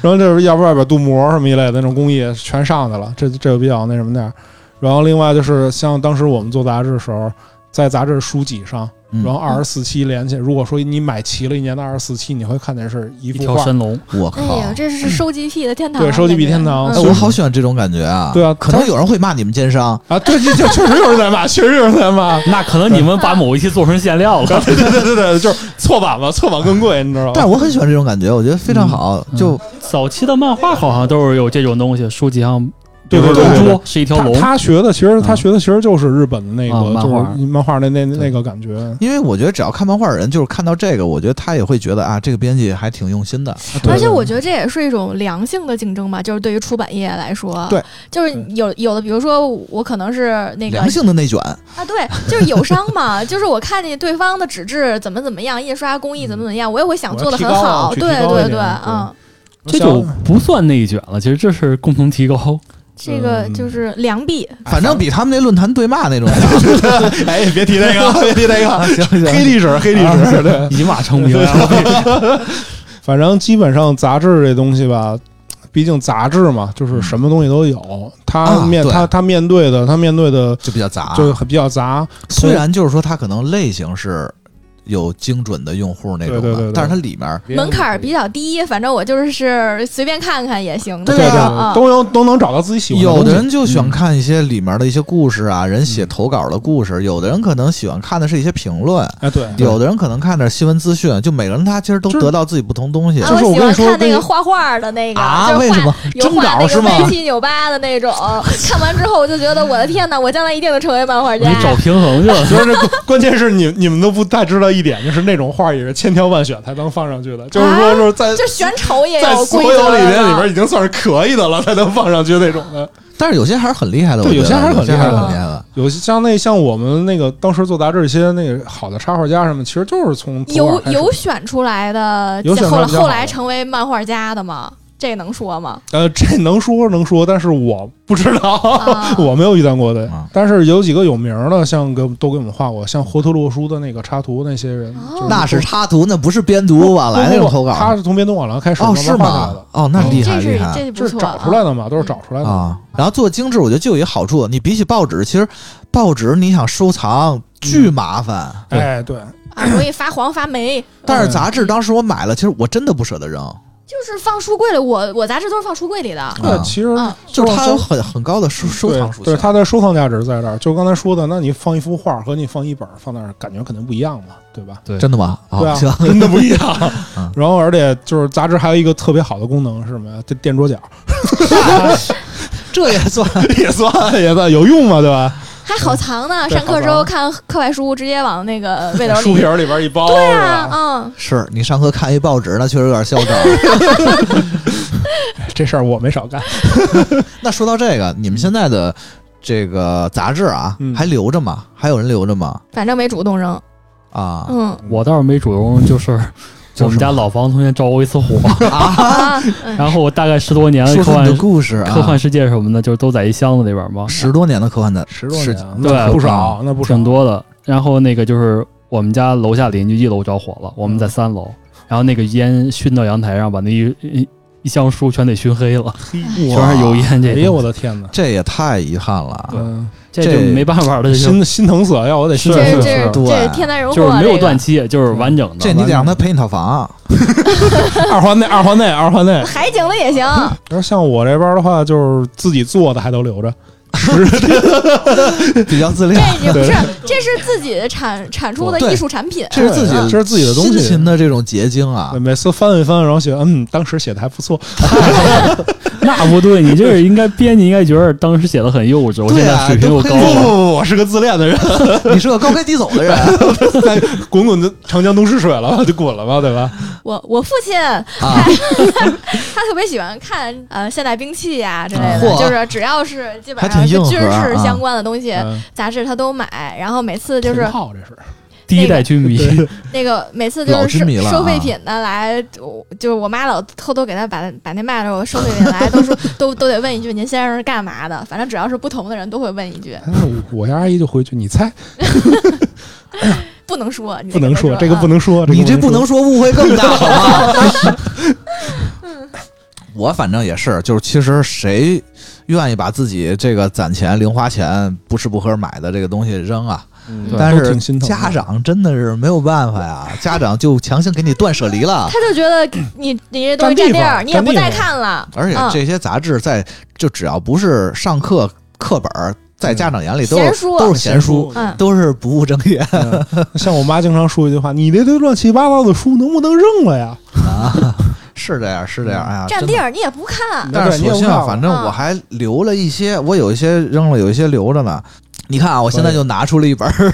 Speaker 7: 然后就是要不外边镀膜什么一类的那种工艺全上去了，这这个比较那什么点儿。然后另外就是像当时我们做杂志的时候，在杂志书籍上，
Speaker 1: 嗯
Speaker 7: 然后二十四期连起，如果说你买齐了一年的二十四期，你会看见是一
Speaker 4: 一
Speaker 7: 幅
Speaker 4: 条
Speaker 7: 画。
Speaker 4: 神龙，
Speaker 1: 我
Speaker 6: 哎
Speaker 1: 靠！
Speaker 6: 呀，这是收集癖的天堂，
Speaker 7: 对收集癖
Speaker 6: 感觉
Speaker 7: 天堂
Speaker 6: 嗯
Speaker 1: 哎，我好喜欢这种感觉啊！
Speaker 7: 对啊
Speaker 1: 可能有人会骂你们奸商，
Speaker 7: 啊，对，这这确实有人在骂，确实有人在骂。
Speaker 4: 那可能你们把某一期做成馅料
Speaker 7: *laughs*
Speaker 4: 了，
Speaker 7: 对对对对对，就是错版嘛，错版更贵，你知道
Speaker 1: 但
Speaker 7: 吧？
Speaker 1: 是我很喜欢这种感觉，我觉得非常好。
Speaker 4: 嗯
Speaker 1: 就
Speaker 4: 早期的漫画好像都是有这种东西，书籍上比
Speaker 7: 对
Speaker 4: 如说
Speaker 7: 对对对
Speaker 4: 龙
Speaker 7: 对
Speaker 4: 珠是一条
Speaker 7: 他
Speaker 4: 龙，
Speaker 7: 他学的其实他
Speaker 4: 嗯
Speaker 7: 学的其实就是日本的那
Speaker 4: 啊
Speaker 7: 个，
Speaker 4: 漫画
Speaker 7: 就是漫画那那那
Speaker 4: 对
Speaker 7: 个感觉。
Speaker 1: 因为我觉得只要看漫画的人，就是看到这个，我觉得他也会觉得啊，这个编辑还挺用心的。
Speaker 7: 对
Speaker 6: 而且
Speaker 7: 对
Speaker 6: 我觉得这也是一种良性的竞争吧，就是对于出版业来说，
Speaker 1: 对，
Speaker 6: 就是有有的，比如说我可能是那个
Speaker 1: 良性的内卷，
Speaker 6: *laughs* 啊，对，就是友商嘛，就是我看见对方的纸质怎么怎么样，印刷工艺怎么怎么样，我也会想做的很好，
Speaker 7: 嗯我要提
Speaker 6: 对
Speaker 7: 高啊去提高一点
Speaker 6: 对
Speaker 7: 对
Speaker 6: 嗯，
Speaker 4: 这就不算内卷了，其实这是共同提高。
Speaker 6: 这个
Speaker 7: 嗯
Speaker 6: 就是良币，
Speaker 1: 反正比他们那论坛对骂那种强。
Speaker 6: *laughs*
Speaker 7: 哎，别提那
Speaker 1: *laughs*
Speaker 7: 个，别提那个，
Speaker 1: 啊行行啊
Speaker 7: 黑历史，黑历史，对。
Speaker 4: 以马成名啊，
Speaker 7: *laughs* 反正基本上杂志这东西吧，毕竟杂志嘛，就是什么东西都有。他
Speaker 1: 嗯啊
Speaker 7: 面
Speaker 1: 对啊
Speaker 7: 他他面对的，他面对的
Speaker 1: 就比较杂。
Speaker 7: 就很比较杂。
Speaker 1: 虽然就是说它可能类型是有精准的用户那种的，
Speaker 7: 对对对对
Speaker 1: 但是它里面
Speaker 6: 门槛儿比较低，反正我就是随便看看也行的。
Speaker 7: 对对
Speaker 6: 啊，
Speaker 7: 都能都能找到自己喜欢
Speaker 1: 有的
Speaker 7: 的东西
Speaker 1: 人就喜欢看一些里面的一些故事
Speaker 7: 嗯
Speaker 1: 啊，人写投稿的故事；有的人可能喜欢看的是一些评论，
Speaker 7: 哎，嗯对，
Speaker 1: 有的人可能看的是新闻资讯。就每个人他其实都
Speaker 7: 就是
Speaker 1: 得到自己不同东西。
Speaker 6: 啊，
Speaker 7: 就是
Speaker 6: 我
Speaker 7: 我
Speaker 6: 喜
Speaker 7: 跟
Speaker 6: 欢
Speaker 7: 你说
Speaker 6: 看那
Speaker 7: 那
Speaker 6: 个
Speaker 7: 个
Speaker 6: 画画的那个，
Speaker 1: 啊，
Speaker 6: 就是
Speaker 1: 为
Speaker 6: 画
Speaker 1: 什么
Speaker 6: 有
Speaker 1: 征
Speaker 6: 画
Speaker 1: 稿
Speaker 6: 那
Speaker 1: 是
Speaker 6: 个
Speaker 1: 吗？
Speaker 6: 歪 *laughs* 七扭八的那种，看完之后我就觉得我的天呐，我将来一定能成为漫画
Speaker 4: *laughs* 你
Speaker 6: 家。
Speaker 4: 找平衡去了。
Speaker 7: 就是这关关键是你你们都不太知道一点，就是那种话也是千挑万选才能放上去的，就是说就是 *laughs* 在
Speaker 6: 就选丑也
Speaker 7: 在
Speaker 6: 啊有
Speaker 7: 所
Speaker 6: 规则
Speaker 7: 有
Speaker 6: 的
Speaker 7: 里面里边已经算是可以的了，才能放上去那种的。
Speaker 1: 但是有些还是很厉害的，
Speaker 7: 对
Speaker 1: 我觉得啊
Speaker 7: 有些还是很
Speaker 1: 有些还是
Speaker 6: 厉害的
Speaker 1: 很厉害的。
Speaker 7: 有些像那像我们那个当时做杂志一些那个好的插画家什么，其实就是从图画
Speaker 6: 有
Speaker 7: 开始
Speaker 6: 有选出来的
Speaker 7: 有，选出
Speaker 6: 后
Speaker 7: 来
Speaker 6: 来
Speaker 7: 比较
Speaker 6: 后
Speaker 7: 好
Speaker 6: 来成为漫画家的吗？这能说吗？
Speaker 7: 呃，这能说能说，但是我不知道，
Speaker 6: 啊
Speaker 7: *laughs* 我没有遇见过的。
Speaker 1: 啊
Speaker 7: 但是有几个有名儿的，像给我们都给我们画过，像活特洛书的那个插图那些人，
Speaker 6: 哦
Speaker 7: 就是
Speaker 1: 那是
Speaker 7: 都
Speaker 1: 插图，那不是编读往来那种投
Speaker 7: 他
Speaker 1: 稿。啊
Speaker 7: 是从边东网廊开始慢
Speaker 1: 哦，
Speaker 7: 慢
Speaker 1: 是
Speaker 7: 画出来的
Speaker 6: 啊
Speaker 1: 吗？，哦，那
Speaker 7: 嗯
Speaker 1: 厉害
Speaker 6: 这是
Speaker 1: 厉害
Speaker 6: 这是
Speaker 7: 这
Speaker 6: 不
Speaker 7: 是
Speaker 6: 错
Speaker 7: 找
Speaker 6: 啊
Speaker 7: 出来的嘛，都是找出来的嘛。
Speaker 1: 啊！然后做精致，我觉得就有一好处，你比起报纸，其实报纸你想收藏巨麻烦。
Speaker 7: 哎，对，
Speaker 6: 啊，容易发黄发霉。
Speaker 1: 但是杂志当时我买了，其实我真的不舍得扔，
Speaker 7: 嗯
Speaker 6: 就是放书柜里，我我杂志都是放书柜里的。
Speaker 7: 那
Speaker 1: 啊
Speaker 7: 其实
Speaker 6: 嗯，
Speaker 1: 就是它有
Speaker 7: 收
Speaker 1: 很很高的收收藏属
Speaker 7: 对，对
Speaker 1: 性。
Speaker 7: 它的收藏价值在这儿。就刚才说的，那你放一幅画和你放一本儿放那儿，感觉肯定不一样嘛，对吧？
Speaker 4: 对
Speaker 1: 真的吗？
Speaker 7: 对
Speaker 1: 啊，
Speaker 7: 啊 *laughs*
Speaker 1: 行，
Speaker 7: 真的不一样
Speaker 1: 嗯。
Speaker 7: 然后，而且就是杂志还有一个特别好的功能是什么呀？这垫桌角
Speaker 1: *laughs* 这也算
Speaker 7: *laughs* 也算 *laughs* 也算有用嘛，对吧？
Speaker 6: 还好藏呢。
Speaker 7: 对
Speaker 6: 上
Speaker 7: 好
Speaker 6: 课
Speaker 7: 藏
Speaker 6: 之后看课外书，直接往那个背兜
Speaker 7: 书
Speaker 6: 里
Speaker 7: 皮。儿里边一包，
Speaker 6: 对
Speaker 7: 是
Speaker 6: 啊，
Speaker 7: 吧？
Speaker 6: 嗯，
Speaker 1: 是你上课看一报纸，那确实有点嚣
Speaker 7: *laughs*
Speaker 1: 张。
Speaker 7: 这事儿我没少干。
Speaker 1: 那说到这个，你们现在的这个杂志啊，
Speaker 7: 嗯
Speaker 1: 还留着吗？还有人留着吗？
Speaker 6: 反正没主动扔。
Speaker 1: 啊
Speaker 6: 嗯
Speaker 4: 我倒是没主动，就是
Speaker 1: 就是
Speaker 4: 我们家老房同学着过一次火，
Speaker 6: 啊，嗯
Speaker 4: 然后我大概十多年了，
Speaker 1: 说
Speaker 4: 科
Speaker 1: 说你
Speaker 4: 幻
Speaker 1: 的故事啊，
Speaker 4: 科幻世界什么的，就是都在一箱子里边嘛，
Speaker 1: 十多年的科幻的
Speaker 7: 十多年啊，
Speaker 1: 是
Speaker 7: 那
Speaker 4: 对
Speaker 7: 不少，那不少
Speaker 4: 挺。多的。然后那个就是我们家楼下邻居一楼着火
Speaker 7: 嗯
Speaker 4: 了，我们在三楼，然后那个烟熏到阳台上，把那一一一箱书全得熏黑了，
Speaker 7: 全
Speaker 4: 全是油。烟这
Speaker 7: 啊
Speaker 4: 东
Speaker 7: 哎
Speaker 4: 西。
Speaker 7: 呦我的天哪！
Speaker 1: 这也太遗憾了。啊
Speaker 7: 嗯，
Speaker 4: 这就没办法了，这就
Speaker 7: 心心疼死了，要我得心
Speaker 6: 这
Speaker 7: 疼
Speaker 4: 是
Speaker 6: 这
Speaker 7: 死
Speaker 4: 是
Speaker 6: 这
Speaker 1: 对
Speaker 6: 这天灾人祸，
Speaker 4: 就是没有断
Speaker 6: 期，
Speaker 4: 期，就是完整的。
Speaker 1: 这你得让他赔你套房，啊
Speaker 7: 二环内，二环内，二环内。
Speaker 6: 海景的
Speaker 7: *laughs*
Speaker 6: 也行。
Speaker 7: 然后像我这边的话，就是自己做的还都留着，
Speaker 1: 比较自
Speaker 6: 这
Speaker 1: 恋。
Speaker 6: 也不
Speaker 7: 对
Speaker 6: 是，这是自己产产出的
Speaker 1: 对
Speaker 6: 艺术产品。
Speaker 1: 啊这是自己，
Speaker 7: 这是自己的东西
Speaker 1: 辛勤的这种结晶
Speaker 7: *laughs*
Speaker 1: 啊！
Speaker 7: 每次翻一翻，然后写，嗯，当时写的还不错，
Speaker 4: 那不对，你这是应该编，你应该觉得当时写的很幼稚，我现
Speaker 1: 对
Speaker 4: 在
Speaker 1: 啊
Speaker 4: 水平又
Speaker 1: 都可
Speaker 4: 高
Speaker 1: 以
Speaker 7: 不不
Speaker 4: 了。
Speaker 7: *laughs* 不，我是个自恋的人，
Speaker 1: 你是个高开低走
Speaker 7: *laughs*
Speaker 1: 的人，
Speaker 7: 滚滚的长江东逝水了，就滚了吧，对吧？
Speaker 6: 我我父亲
Speaker 1: 啊，
Speaker 6: 他特别喜欢看呃现代兵器呀、之类
Speaker 1: 嚯
Speaker 7: 啊
Speaker 6: 的，就是只要是基本
Speaker 1: 还
Speaker 6: 上
Speaker 1: 挺硬核
Speaker 6: 跟军事
Speaker 1: 啊
Speaker 6: 相关的东西，
Speaker 7: 嗯
Speaker 6: 杂志他都买。然后每次就是
Speaker 7: 同好这是，
Speaker 4: 第一代军迷，
Speaker 6: 那个每次
Speaker 1: 老
Speaker 6: 就
Speaker 1: 军
Speaker 6: 是收
Speaker 1: 迷了啊
Speaker 6: 收废品的来，我就是我妈老偷偷给他把把那卖了，我收废品来都说 *laughs* 都都得问一句您先生是干嘛的，反正只要是不同的人都会问一句，
Speaker 7: 哎 *laughs* 我我家阿姨就回去，你猜
Speaker 6: 不能说，你
Speaker 7: 不能说这个
Speaker 6: 啊
Speaker 7: 不能说，
Speaker 1: 你这
Speaker 7: 这
Speaker 1: 不
Speaker 7: 能
Speaker 1: 能说误会更大好吗？ *laughs* 我反正也是，就是其实谁愿意把自己这个攒钱、零花钱不吃不喝买的这个东西扔啊？
Speaker 7: 说
Speaker 4: 对
Speaker 1: 但
Speaker 7: 都
Speaker 1: 是
Speaker 7: 挺心疼的
Speaker 1: 家长真的是没有办法呀，家长就强行给你断舍离了。
Speaker 6: 他就觉得
Speaker 7: *coughs*
Speaker 6: 你你这东西
Speaker 7: 占
Speaker 6: 占
Speaker 7: 地
Speaker 6: 地
Speaker 7: 方
Speaker 6: 儿，你也不
Speaker 7: 占地
Speaker 6: 再
Speaker 7: 方
Speaker 6: 看了，
Speaker 1: 而且
Speaker 6: 嗯
Speaker 1: 这些杂志在就只要不是上课课本儿，在家长眼里都
Speaker 6: 闲
Speaker 1: 是
Speaker 6: 书啊
Speaker 1: 都是闲书，
Speaker 6: 嗯，
Speaker 1: 都是不务正业
Speaker 7: 嗯像我妈经常说一句话：“你这堆乱七八糟的书能不能扔了呀
Speaker 1: 啊，是这样是这样，哎呀，
Speaker 6: 嗯占
Speaker 1: 真
Speaker 6: 地
Speaker 1: 的
Speaker 6: 儿你也不看？”，
Speaker 1: 但是
Speaker 7: 你也
Speaker 1: 索
Speaker 7: 不
Speaker 1: 性
Speaker 7: 看了
Speaker 1: 反正我还留了一些，我有一些扔了，有一些留着呢。你看啊，我现在就拿出了一本儿，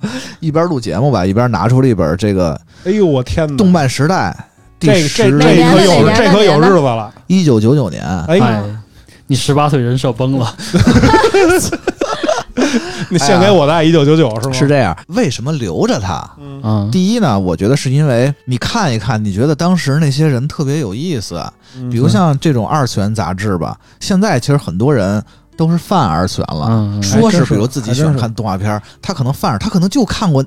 Speaker 1: *laughs* 一边录节目吧，一边拿出了一本这个
Speaker 7: 哎呦我天哪，
Speaker 1: 《动漫时代》第
Speaker 7: 这
Speaker 1: 十
Speaker 7: 这这
Speaker 6: 哪年
Speaker 7: 可
Speaker 6: 的哪
Speaker 7: 有
Speaker 6: 年
Speaker 7: 这
Speaker 6: 的
Speaker 7: 可有
Speaker 6: 哪年的
Speaker 7: 日子了，
Speaker 1: 一九九九年，
Speaker 7: 啊哎，
Speaker 4: 哎，你十八岁人设崩了，
Speaker 7: 你献给我的爱一九九九是吗？
Speaker 1: 是这样。为什么留着它？
Speaker 7: 嗯
Speaker 4: 嗯，
Speaker 1: 第一呢，我觉得是因为你看一看，你觉得当时那些人特别有意思，
Speaker 7: 嗯
Speaker 1: 比如像这种二次元杂志吧，现在其实很多人都是泛二次元了，
Speaker 4: 嗯，
Speaker 7: 哎
Speaker 1: 说
Speaker 7: 真
Speaker 1: 是
Speaker 7: 是
Speaker 1: 比如自己
Speaker 7: 还
Speaker 1: 喜
Speaker 7: 真
Speaker 1: 欢
Speaker 7: 是
Speaker 1: 看动画片儿，他可能泛着，他可能就看过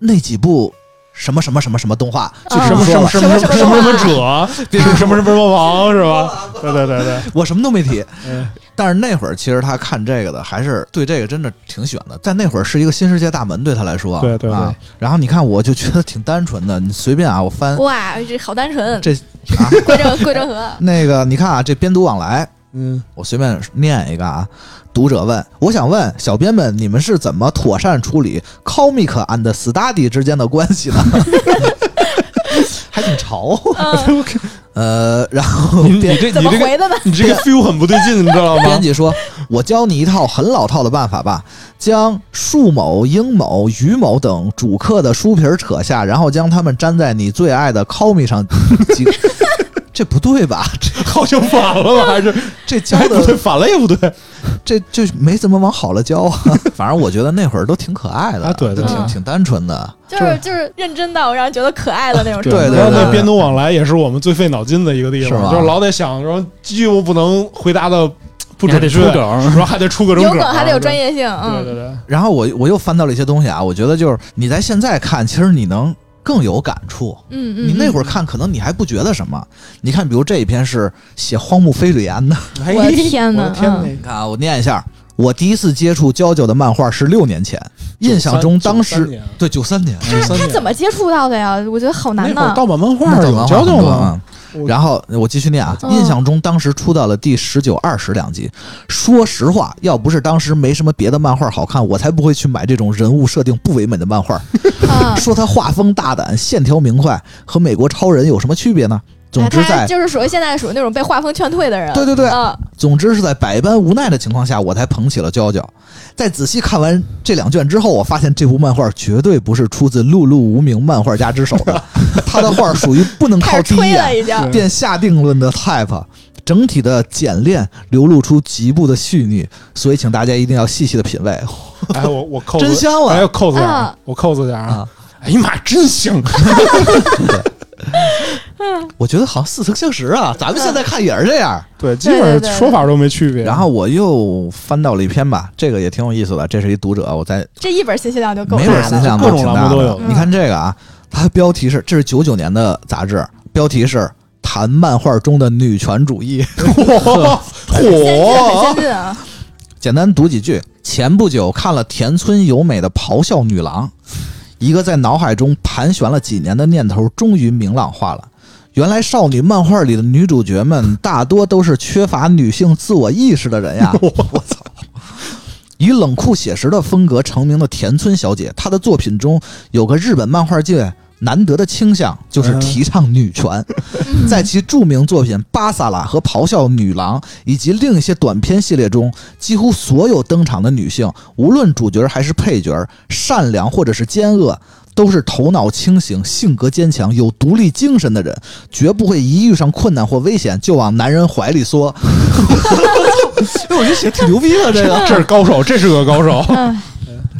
Speaker 1: 那几部。什么什么什么什么动画？啊
Speaker 6: 就
Speaker 7: 什么什么什么
Speaker 6: 什
Speaker 7: 什么
Speaker 6: 么什
Speaker 7: 什
Speaker 6: 么
Speaker 7: 么什
Speaker 6: 什么
Speaker 7: 么者，
Speaker 1: 别
Speaker 7: 什么什么什么王是吧？对对对对，
Speaker 1: 我什么都没提，
Speaker 7: 嗯
Speaker 1: 但是那会儿其实他看这个的，还是对这个真的挺喜欢的。在那会儿是一个新世界大门对他来说啊，
Speaker 7: 对对对
Speaker 1: 啊。然后你看，我就觉得挺单纯的，你随便啊，我翻
Speaker 6: 哇，这好单纯，
Speaker 1: 这啊，
Speaker 6: 贵州贵
Speaker 7: *laughs*
Speaker 6: 州河
Speaker 1: 那个你看啊，这编读往来，
Speaker 7: 嗯，
Speaker 1: 我随便念一个啊。读者问：我想问小编们，你们是怎么妥善处理 comic and study 之间的关
Speaker 7: *laughs*
Speaker 1: 系呢？还挺潮，啊呃，然后
Speaker 7: *laughs* 你
Speaker 1: 编
Speaker 7: 你这
Speaker 6: 嗯怎
Speaker 7: 你
Speaker 6: 么
Speaker 7: 这个
Speaker 6: 回的呢？
Speaker 7: 你这个 feel 很不对劲，你知道吗
Speaker 1: 编？辑说：“我教你一套很老套的办法吧，将树某、英某、于某等主客的书皮儿扯下，然后将它们粘在你最爱的 comi 上。几” *laughs* 这不对吧？这
Speaker 7: 好像反了吧？还是
Speaker 1: 这教
Speaker 7: 哎不对，
Speaker 1: 的
Speaker 7: 反了也不对。
Speaker 1: 这这没怎么往好了教啊。 *laughs* 反正我觉得那会儿都挺可爱的，
Speaker 7: 啊对
Speaker 1: 都
Speaker 7: 对
Speaker 1: 挺
Speaker 6: 对
Speaker 1: 挺单纯的。
Speaker 6: 就是就是认真到让人觉得可爱的那种程度。
Speaker 1: 对对
Speaker 7: 然后那
Speaker 1: 对
Speaker 7: 编读往来也是我们最费脑筋的一个地
Speaker 1: 是吗
Speaker 7: 方，就是老得想，然后又不能回答的不
Speaker 4: 你还
Speaker 7: 准
Speaker 4: 得出
Speaker 7: 确，
Speaker 4: 梗儿
Speaker 7: 然后还得出各种
Speaker 6: 有
Speaker 7: 梗
Speaker 6: 梗
Speaker 7: 儿，啊
Speaker 6: 还得有专业性，
Speaker 7: 对。对
Speaker 6: 嗯，
Speaker 7: 对对，
Speaker 1: 然后我我又翻到了一些东西啊，我觉得就是你在现在看，其实你能更有感触。
Speaker 6: 嗯嗯，
Speaker 1: 你那会
Speaker 6: 儿
Speaker 1: 儿看，可能你还不觉得什么。你看，比如这一篇是写荒木飞吕彦的。
Speaker 6: 我的天哪
Speaker 7: 哎我的天哪
Speaker 6: 嗯
Speaker 1: 你看啊，我念一下，我第一次接触娇娇的漫画是六年前，印象中当
Speaker 7: 93
Speaker 1: 时
Speaker 7: 年
Speaker 1: 对九三年，
Speaker 6: 他
Speaker 7: 三
Speaker 6: 他
Speaker 7: 点
Speaker 6: 怎么接触到的呀？我觉得好难
Speaker 7: 那会
Speaker 6: 呢
Speaker 7: 儿。盗版漫画
Speaker 1: 那
Speaker 7: 有
Speaker 1: 漫画
Speaker 7: 教
Speaker 1: 很
Speaker 7: 教
Speaker 1: 多
Speaker 7: 吗？
Speaker 1: 啊。
Speaker 7: 我
Speaker 1: 然后我继续念啊，
Speaker 6: 嗯
Speaker 1: 印象中当时出到了第十九、二十两集。说实话，要不是当时没什么别的漫画好看，我才不会去买这种人物设定不唯美的漫画。
Speaker 6: 嗯，
Speaker 1: 说他画风大胆、线条明快，和美国超人有什么区别呢？总之
Speaker 6: 哎他
Speaker 1: 在，
Speaker 6: 就是属于现在属于那种被画风劝退的人。
Speaker 1: 对对对
Speaker 6: 嗯，
Speaker 1: 总之是在百般无奈的情况下，我才捧起了娇娇。在仔细看完这两卷之后，我发现这部漫画绝对不是出自碌碌无名漫画家之手
Speaker 6: *laughs*
Speaker 1: 的，他的画属于不能
Speaker 6: 开
Speaker 1: 靠第一
Speaker 6: 始
Speaker 1: 啊
Speaker 6: 吹了
Speaker 1: 眼
Speaker 6: 已经。
Speaker 7: 是
Speaker 1: 便下定论的 type。整体的简练，流露出极部的细腻，所以请大家一定要细细的品味。
Speaker 7: 哎，我我扣
Speaker 1: 真香了
Speaker 7: 哎，扣字点儿
Speaker 6: 啊，
Speaker 7: 我扣字点儿
Speaker 1: 啊！
Speaker 7: 哎呀妈，真香！啊
Speaker 6: *laughs*
Speaker 1: 我觉得好像似曾相识啊，咱们现在看也是这样。
Speaker 7: 对，基本上说法都没区别。
Speaker 1: 然后我又翻到了一篇吧，这个也挺有意思的，这是一读者，我在
Speaker 6: 这一本信息量就够
Speaker 1: 每
Speaker 6: 大
Speaker 1: 本
Speaker 6: 了。
Speaker 1: 信息量
Speaker 7: 各种
Speaker 1: 挺
Speaker 7: 栏
Speaker 1: 大
Speaker 7: 目都
Speaker 1: 的
Speaker 7: 有。
Speaker 1: 你看这个啊，它的标题是这是九九年的杂志，标题是谈漫画中的女权主
Speaker 7: *laughs*
Speaker 1: 义。
Speaker 7: 嚯
Speaker 6: 先进很
Speaker 7: 嚯
Speaker 1: 哦
Speaker 6: 先！进啊！
Speaker 1: 简单读几句。前不久看了田村由美的《咆哮女郎》，一个在脑海中盘旋了几年的念头终于明朗化了。原来少女漫画里的女主角们大多都是缺乏女性自我意识的人呀！ *laughs* 我操！以冷酷写实的风格成名的田村小姐，她的作品中有个日本漫画界难得的倾向，就是提倡女权。在其著名作品《巴萨拉》和《咆哮女郎》以及另一些短篇系列中，几乎所有登场的女性，无论主角还是配角，善良或者是奸恶，都是头脑清醒、性格坚强、有独立精神的人，绝不会一遇上困难或危险就往男人怀里缩。哎，我觉得写得挺牛逼的，这个
Speaker 7: *laughs* 这是高手，这是个高手。
Speaker 6: 嗯，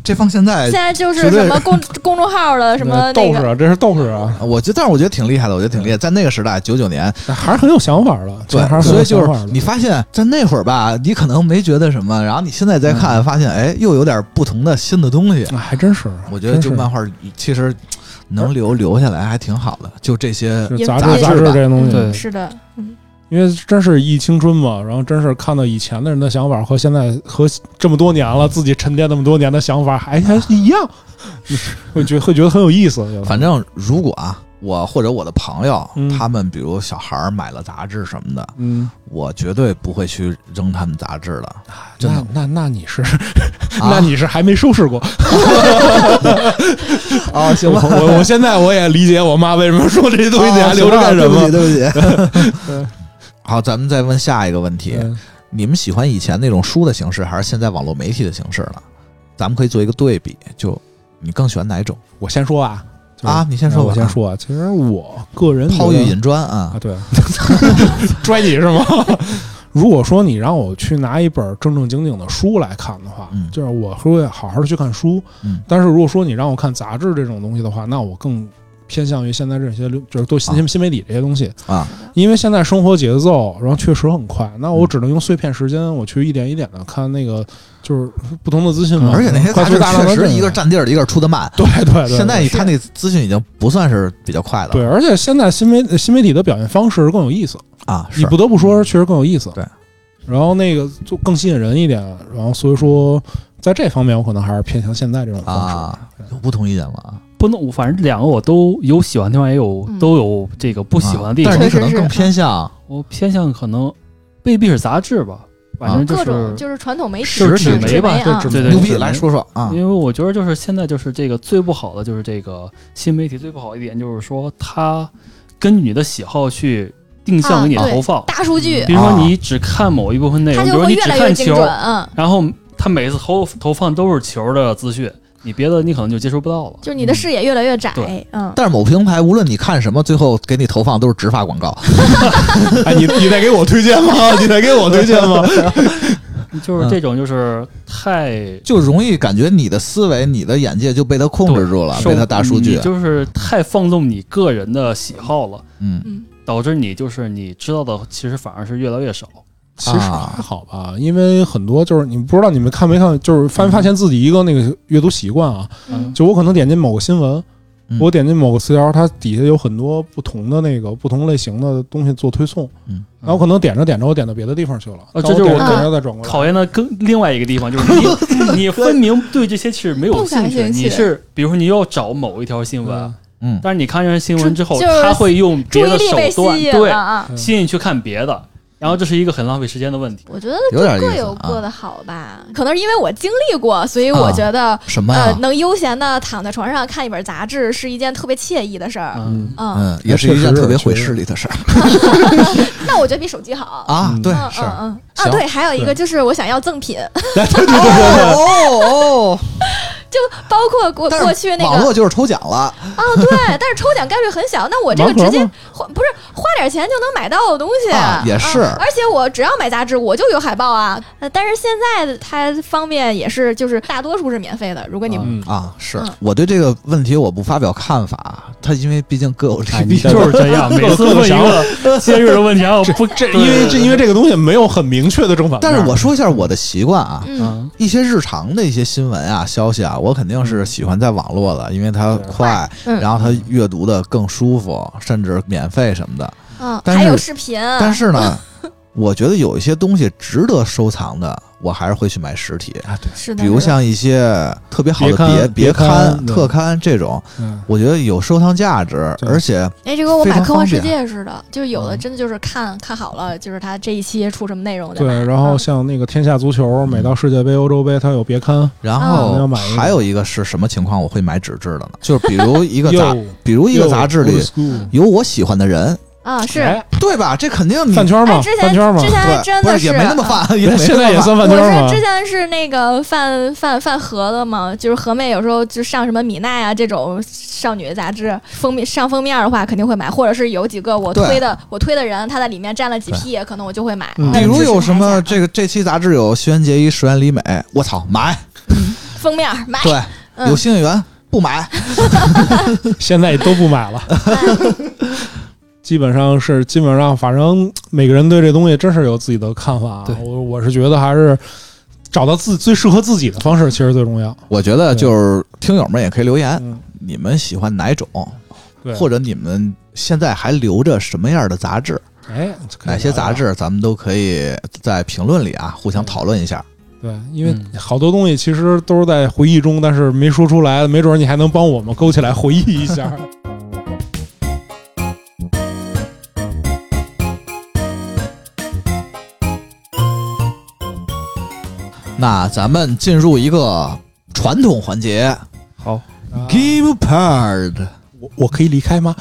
Speaker 1: 这放现在
Speaker 6: 现，在就是
Speaker 1: 哎绝对
Speaker 6: 什么公公众号的什么那
Speaker 7: 斗士
Speaker 6: 个，
Speaker 7: 啊，这是斗士啊，哎
Speaker 1: 我觉得，但是我觉得挺厉害的，我觉得挺厉害，在那个时代，九九年，
Speaker 7: 还是很有想法的。
Speaker 1: 对
Speaker 7: 还，是很
Speaker 1: 所
Speaker 7: 有
Speaker 1: 以就
Speaker 7: 想法
Speaker 1: 是
Speaker 7: 的。
Speaker 1: 你发现，在那会儿吧，你可能没觉得什么，然后你现在再看，发现哎，又有点不同的新的东西。
Speaker 7: 啊还真是，
Speaker 1: 我觉得就
Speaker 7: 真是
Speaker 1: 漫画其实能留留下来还挺好的，就这些
Speaker 7: 就
Speaker 6: 也
Speaker 7: 是杂
Speaker 1: 杂
Speaker 7: 志
Speaker 1: 志
Speaker 7: 杂志
Speaker 1: 吧
Speaker 7: 这东西，
Speaker 4: 对
Speaker 6: 是的，嗯，
Speaker 7: 因为真是忆青春嘛，然后真是看到以前的人的想法和现在和这么多年了，自己沉淀那么多年的想法哎还还一样， *laughs* 会觉会觉得很有意思。有的
Speaker 1: 反正如果啊，我或者我的朋友，
Speaker 7: 嗯
Speaker 1: 他们比如小孩儿买了杂志什么的，
Speaker 7: 嗯，
Speaker 1: 我绝对不会去扔他们杂志的。
Speaker 7: *laughs*
Speaker 1: 真的
Speaker 7: 那那那你是、
Speaker 1: 啊
Speaker 7: 那你是还没收
Speaker 1: *laughs*
Speaker 7: 拾过？
Speaker 1: 啊，行吧
Speaker 7: 我，我我现在我也理解我妈为什么说这些东西你还留着干什
Speaker 1: 啊
Speaker 7: 么
Speaker 1: 行吧。对不起，对不
Speaker 7: 对 *laughs*
Speaker 1: 起。好，咱们再问下一个问题：
Speaker 7: 嗯
Speaker 1: 你们喜欢以前那种书的形式，还是现在网络媒体的形式了？咱们可以做一个对比，就你更喜欢哪一种？
Speaker 7: 我先说啊就是
Speaker 1: 啊你先说吧
Speaker 7: 我先说啊。其实我个人
Speaker 1: 抛玉
Speaker 7: 觉得
Speaker 1: 引砖啊
Speaker 7: 啊，，对，
Speaker 1: *laughs*
Speaker 7: *laughs* 拽你是吗？如果说你让我去拿一本正正经经的书来看的话，
Speaker 1: 嗯
Speaker 7: 就是我会好好的去看书。
Speaker 1: 嗯
Speaker 7: 但是如果说你让我看杂志这种东西的话，那我更偏向于现在这些流就是都新
Speaker 1: 啊
Speaker 7: 新媒体这些东西，
Speaker 1: 啊，
Speaker 7: 因为现在生活节奏，然后确实很快，那
Speaker 1: 嗯
Speaker 7: 我只能用碎片时间，我去一点一点的看那个就是不同的资讯嘛。
Speaker 1: 而且那些
Speaker 7: 啊
Speaker 1: 杂
Speaker 7: 快速
Speaker 1: 志
Speaker 7: 大量
Speaker 1: 确
Speaker 7: 的
Speaker 1: 实
Speaker 7: 这
Speaker 1: 一个占地儿，一个出的慢。
Speaker 7: 对对对，
Speaker 1: 现在
Speaker 7: 对
Speaker 1: 他那资讯已经不算是比较快的
Speaker 7: 对，
Speaker 1: 了
Speaker 7: 而且现在新媒新媒体的表现方式更有意思，
Speaker 1: 啊，是
Speaker 7: 你不得不说，确实更有意思。
Speaker 1: 对，
Speaker 7: 然后那个就更吸引人一点，然后所以说在这方面我可能还是偏向现在这种方式。
Speaker 1: 啊，有不同意见吗？啊
Speaker 4: 不能，反正两个我都有喜欢的地方，也有、
Speaker 6: 嗯
Speaker 4: 都有这个不喜欢的地方。
Speaker 1: 啊但是你可能
Speaker 6: 确实是
Speaker 1: 更偏向
Speaker 4: 我偏向可能未必是杂志吧，反嗯正就
Speaker 6: 各
Speaker 4: 是、
Speaker 6: 种就是传统媒体
Speaker 1: 是纸
Speaker 6: 纸
Speaker 1: 媒
Speaker 4: 吧
Speaker 6: 啊
Speaker 4: 对对
Speaker 1: 啊牛逼，
Speaker 4: 纸媒
Speaker 1: 来说说啊
Speaker 4: 因为我觉得就是现在就是这个最不好的就是这个新媒体最不好一点就是说它根据你的喜好去定向给你
Speaker 6: 啊对
Speaker 4: 投放，
Speaker 6: 大数据，
Speaker 4: 比如说你只看某一部嗯分内容，
Speaker 6: 它
Speaker 4: 比
Speaker 6: 就
Speaker 4: 如
Speaker 6: 会
Speaker 4: 你
Speaker 6: 越
Speaker 4: 只
Speaker 6: 来越
Speaker 4: 看
Speaker 6: 精
Speaker 4: 球，
Speaker 6: 准。嗯，
Speaker 4: 然后它每次投投放都是球的资讯，你别的你可能就接收不到了。
Speaker 6: 就是你的视野越来越窄
Speaker 4: 对。
Speaker 6: 嗯，
Speaker 1: 但是某平台无论你看什么，最后给你投放都是植发广告。
Speaker 7: *laughs* 哎，你你得给我推
Speaker 1: *laughs*
Speaker 7: 荐吗？你得给我推荐吗？
Speaker 1: 嗯
Speaker 4: 就是这种就是太
Speaker 1: 就容易感觉你的思维、你的眼界就被它控制住了，
Speaker 4: 受
Speaker 1: 被它大数据
Speaker 4: 你。就是太放纵你个人的喜好了，
Speaker 1: 嗯，
Speaker 6: 嗯，
Speaker 4: 导致你就是你知道的其实反而是越来越少。
Speaker 7: 其实还好吧，因为很多就是你不知道你们看没看，就是发发现自己一个那个阅读习惯啊，
Speaker 6: 嗯
Speaker 7: 就我可能点进某个新闻，
Speaker 1: 嗯
Speaker 7: 我点进某个词条，它底下有很多不同的那个不同类型的东西做推送，
Speaker 1: 嗯
Speaker 7: 然后可能点着点着我点到别的地方去了，
Speaker 4: 哦
Speaker 7: 然
Speaker 4: 这
Speaker 7: 后
Speaker 4: 就是
Speaker 7: 点
Speaker 4: 我
Speaker 7: 着点着再转过来。
Speaker 4: 讨厌的更另外一个地方就是你，你分明对这些是没有
Speaker 6: 不
Speaker 4: 兴
Speaker 6: 感
Speaker 4: 趣，
Speaker 6: 兴趣
Speaker 4: 你是比如说你要找某一条新闻
Speaker 7: 嗯，
Speaker 1: 嗯
Speaker 4: 但是你看这条新闻之后，
Speaker 6: 就是
Speaker 4: 他会用
Speaker 6: 注
Speaker 4: 别
Speaker 6: 意
Speaker 4: 的
Speaker 6: 力
Speaker 4: 手
Speaker 6: 被吸
Speaker 4: 段
Speaker 6: 引
Speaker 4: 对
Speaker 6: 了啊。
Speaker 4: 吸引你去看别的，然后这是一个很浪费时间的问
Speaker 6: *laughs*
Speaker 4: 题。
Speaker 6: 我觉得
Speaker 1: 有点意思
Speaker 6: 各有各的好吧，可能是因为我经历过，所以我
Speaker 1: 啊
Speaker 6: 觉得
Speaker 1: 什么
Speaker 6: 呃
Speaker 1: 呀，？
Speaker 6: 能悠闲的躺在床上看一本杂志是一件特别惬意的事儿。
Speaker 7: *laughs*
Speaker 4: 嗯，
Speaker 6: 嗯，
Speaker 1: 嗯，也是一件特别毁视力的事儿
Speaker 6: *laughs* 那我觉得比手机好。
Speaker 1: 嗯啊。对，
Speaker 6: 嗯
Speaker 1: 是
Speaker 6: 嗯嗯啊，
Speaker 1: 行
Speaker 6: 对，还有一个就是我想要赠品， *laughs*
Speaker 1: 哦哦，
Speaker 6: 就包括过
Speaker 1: 但是
Speaker 6: 过去那
Speaker 1: 网
Speaker 6: 个
Speaker 1: 络就是抽奖了，
Speaker 6: *laughs* 啊，对，但是抽奖概率很小，那我这个
Speaker 7: 盲盒
Speaker 6: 直接
Speaker 7: 吗
Speaker 6: 花不是花点钱就能买到的东西，
Speaker 1: 啊也是
Speaker 6: 嗯而且我只要买杂志，我就有海报啊。呃但是现在它方面也是，就是大多数是免费的，如果你
Speaker 4: 嗯
Speaker 1: 啊，是
Speaker 6: 嗯
Speaker 1: 我对这个问题我不发表看法，他因为毕竟各有利
Speaker 4: 哎，你
Speaker 1: 弊。
Speaker 4: 就是这 *laughs* 样，每次问一个尖锐的问题，然后不
Speaker 7: 这因为这因为这个东西没有很明确的正反面，
Speaker 1: 但是我说一下我的习惯啊，
Speaker 6: 嗯
Speaker 1: *laughs*
Speaker 4: 嗯
Speaker 1: 一些日常的一些新闻啊、消息啊，我肯定
Speaker 7: 嗯
Speaker 1: 是喜欢在网络的，因为它快，
Speaker 6: 嗯
Speaker 1: 然后它阅读的更舒服，甚至免费什么的。
Speaker 6: 嗯，
Speaker 1: 但是
Speaker 6: 还有视频，
Speaker 1: 但是
Speaker 6: *laughs*
Speaker 1: 呢，我觉得有一些东西值得收藏的，我还是会去买实体。
Speaker 7: 啊
Speaker 6: 是的，
Speaker 1: 比如
Speaker 6: 是的
Speaker 1: 像一些特别好的
Speaker 7: 别刊
Speaker 1: 别
Speaker 7: 别刊
Speaker 1: 刊、
Speaker 7: 对
Speaker 1: 特刊这种，
Speaker 7: 嗯
Speaker 1: 我觉得有收藏价值，
Speaker 7: 对
Speaker 1: 而且
Speaker 6: 哎，这跟我
Speaker 1: 非
Speaker 6: 买
Speaker 1: 常
Speaker 6: 科
Speaker 1: 方
Speaker 6: 幻世
Speaker 1: 便啊
Speaker 6: 界似的，就是有的真的就是看看好了，就是它这一期出什么内容的。
Speaker 7: 对，然后
Speaker 6: 嗯
Speaker 7: 像那个天下足球，
Speaker 1: 嗯
Speaker 7: 每到世界杯、欧洲杯，它有别刊，
Speaker 1: 然
Speaker 7: 嗯
Speaker 1: 后
Speaker 7: 要买一个
Speaker 1: 还有一个是什么情况我会买纸质的呢？就是比如一个杂
Speaker 7: *laughs* 又，
Speaker 1: 比如一个杂志里
Speaker 7: old school
Speaker 1: 有我喜欢的人，
Speaker 6: 啊，是，
Speaker 7: 哎
Speaker 1: 对吧？这肯定你
Speaker 7: 饭圈
Speaker 6: 哎，
Speaker 7: 嘛
Speaker 6: 之，
Speaker 7: 饭
Speaker 6: 前
Speaker 7: 圈嘛
Speaker 6: 之，前还
Speaker 1: 对，
Speaker 6: 真
Speaker 1: 不
Speaker 6: 的啊
Speaker 1: 是也没那么泛，
Speaker 7: *laughs*
Speaker 1: 也没
Speaker 7: 现在也
Speaker 1: 那么泛
Speaker 7: 算饭
Speaker 6: 我
Speaker 7: 圈嘛
Speaker 6: 是之。前是那个饭饭饭盒的嘛，就是盒妹有时候就上什么米娜呀、这种少女杂志封面上封面的话，肯定会买，或者是有几个我
Speaker 1: 对
Speaker 6: 推的我推的人，他在里面占了几
Speaker 1: 对
Speaker 6: P，可能我就会买。
Speaker 7: 嗯
Speaker 1: 比
Speaker 6: 但是
Speaker 1: 如
Speaker 6: 支持
Speaker 1: 有什
Speaker 6: 他
Speaker 1: 么
Speaker 6: 一下
Speaker 1: 这个这期杂志有石原结衣、石原里美，我操买，
Speaker 6: 封面买，
Speaker 1: 对，
Speaker 6: 嗯
Speaker 1: 有新演员不买，
Speaker 7: 现在都不买
Speaker 6: *laughs*
Speaker 7: 了。基本上是，基本上，反正每个人对这东西真是有自己的看法啊
Speaker 4: 对。
Speaker 7: 我我是觉得还是找到自最适合自己的方式，其实最重要。
Speaker 1: 我觉得就是听友们也可以留言，
Speaker 7: 嗯，
Speaker 1: 你们喜欢哪种，
Speaker 7: 对。
Speaker 1: 哎或者你们现在还留着什么样的杂志，
Speaker 7: 哎，
Speaker 1: 哪些杂？志，咱们都可以在评论里啊互相讨论一下。
Speaker 7: 对，因为
Speaker 4: 嗯
Speaker 7: 好多东西其实都是在回忆中，但是没说出来，没准你还能帮我们勾起来回忆一 *laughs* 下。嗯
Speaker 1: 那咱们进入一个传统环节
Speaker 4: 好，
Speaker 7: 啊
Speaker 1: ，Game Part。
Speaker 7: 我我可以离开吗？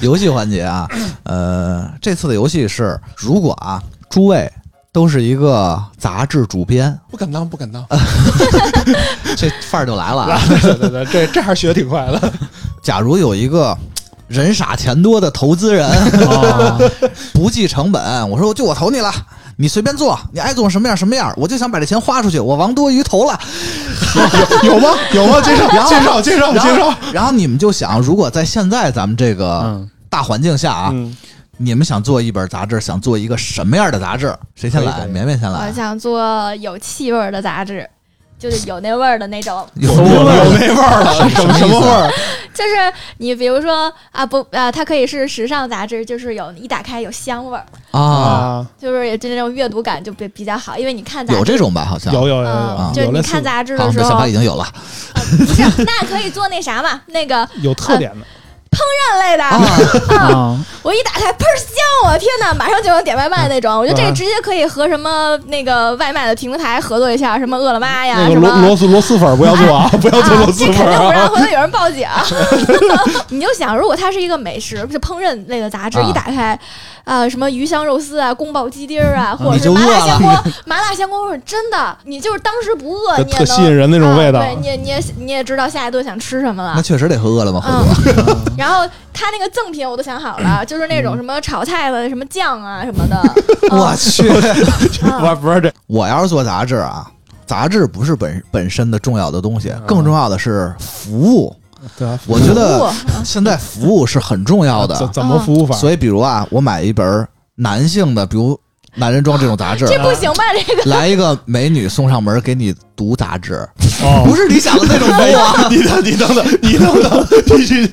Speaker 1: 游戏环节啊，呃，这次的游戏是，如果啊，诸位都是一个杂志主编，
Speaker 7: 不敢当，不敢当。
Speaker 1: 这范儿就来了啊。
Speaker 7: *laughs* 对对对，这这还学挺快 *laughs* 的。
Speaker 1: 假如有一个人傻钱多的投资人， *laughs*
Speaker 4: 啊，
Speaker 1: 不计成本，我说我就我投你了。你随便做，你爱做什么样什么样，我就想把这钱花出去，我王多鱼投了。
Speaker 7: *laughs* 有吗？有吗？介绍
Speaker 1: 然后
Speaker 7: 介绍介绍
Speaker 1: 然后
Speaker 7: 介绍。
Speaker 1: 然后你们就想，如果在现在咱们这个
Speaker 4: 嗯，
Speaker 1: 大环境下啊，
Speaker 7: 嗯，
Speaker 1: 你们想做一本杂志，想做一个什么样的杂志？谁先
Speaker 7: 可以
Speaker 1: 来？
Speaker 7: 可以
Speaker 1: 绵绵先来
Speaker 6: 我。想做有气味儿的杂志，就是有那味儿的那种。
Speaker 1: 有
Speaker 7: 有
Speaker 1: 有
Speaker 7: 有那味儿了，什
Speaker 1: 啊
Speaker 7: 么什么味儿？
Speaker 6: 就是你比如说啊不啊，它可以是时尚杂志，就是有一打开有香味儿，
Speaker 1: 啊？
Speaker 7: 啊，
Speaker 6: 就是也就那种阅读感就比比较好，因为你看杂
Speaker 1: 有
Speaker 6: 志。
Speaker 1: 这种吧？好像
Speaker 7: 有有有有
Speaker 6: 嗯，
Speaker 7: 有，
Speaker 6: 就是
Speaker 7: 有
Speaker 6: 你
Speaker 7: 类似
Speaker 6: 看杂志
Speaker 1: 啊，
Speaker 6: 的
Speaker 1: 我
Speaker 6: 时
Speaker 1: 们
Speaker 6: 候
Speaker 1: 想，法已经有了
Speaker 6: 不是那可以做那啥嘛，那个
Speaker 7: 有特点的，
Speaker 6: 饭类的。
Speaker 1: 啊。
Speaker 7: 哦
Speaker 6: *laughs*
Speaker 4: 啊，
Speaker 6: 我一打开，倍儿香！我天哪，马上就能点外卖那
Speaker 7: 嗯
Speaker 6: 种。我觉得这个直接可以和什么那个外卖的平台合作一下，什么饿了么呀，
Speaker 7: 那个
Speaker 6: 呃什
Speaker 7: 螺
Speaker 6: 么
Speaker 7: 螺蛳螺蛳粉儿不要做啊， *laughs* 不要做
Speaker 6: 啊，
Speaker 7: 螺
Speaker 6: 这
Speaker 7: 蛳
Speaker 6: 肯
Speaker 7: 粉
Speaker 6: 定
Speaker 7: 儿
Speaker 6: 不让，
Speaker 7: 啊。
Speaker 6: 回头有人报
Speaker 7: *laughs*
Speaker 6: 警。 *laughs* 你就想，如果它是一个美食，就烹饪类的杂志，
Speaker 1: 啊
Speaker 6: 一打开，啊，什么鱼香肉丝啊、宫保鸡丁儿
Speaker 7: 嗯
Speaker 6: 啊，或者
Speaker 1: 你
Speaker 6: 是
Speaker 1: 就
Speaker 6: 麻辣
Speaker 1: 饿
Speaker 6: 香锅、麻辣香锅味儿，真的，你就是当时不饿，
Speaker 7: 就
Speaker 6: 你也
Speaker 7: 特吸引
Speaker 6: 能。
Speaker 7: 人 *laughs* 那种味道
Speaker 6: 啊，对，你也你也你也知道下一顿想吃什么了
Speaker 1: 那。确实得和饿了么合
Speaker 6: 嗯
Speaker 1: 作，，
Speaker 4: *laughs*
Speaker 6: 然后它那个赠品我都想好
Speaker 4: 嗯
Speaker 6: 了，就是那种什么炒菜的什么酱啊什么
Speaker 4: *laughs*
Speaker 6: 的。
Speaker 1: 我
Speaker 6: *laughs*
Speaker 1: 去，
Speaker 6: 嗯
Speaker 7: 不是不是这
Speaker 1: 我要是做杂志啊，杂志不是本本身的重要的东西，
Speaker 7: 嗯
Speaker 1: 更重要的是服务。
Speaker 7: 对啊，
Speaker 1: 我觉得
Speaker 6: 不
Speaker 1: *laughs* 现在服务是很重要
Speaker 7: *laughs* 怎
Speaker 1: 的，
Speaker 7: 怎么服务法？
Speaker 1: 所以比如啊，我买一本男性的，比如《男人装》这种杂志，啊
Speaker 6: 这不行啊吧？这个
Speaker 1: 来一个美女送上门给你读杂志，
Speaker 7: 哦
Speaker 1: 不是你想的那种服
Speaker 6: 哎
Speaker 1: 务啊。
Speaker 7: 哎你等，你等等，你等 *laughs* 等，你去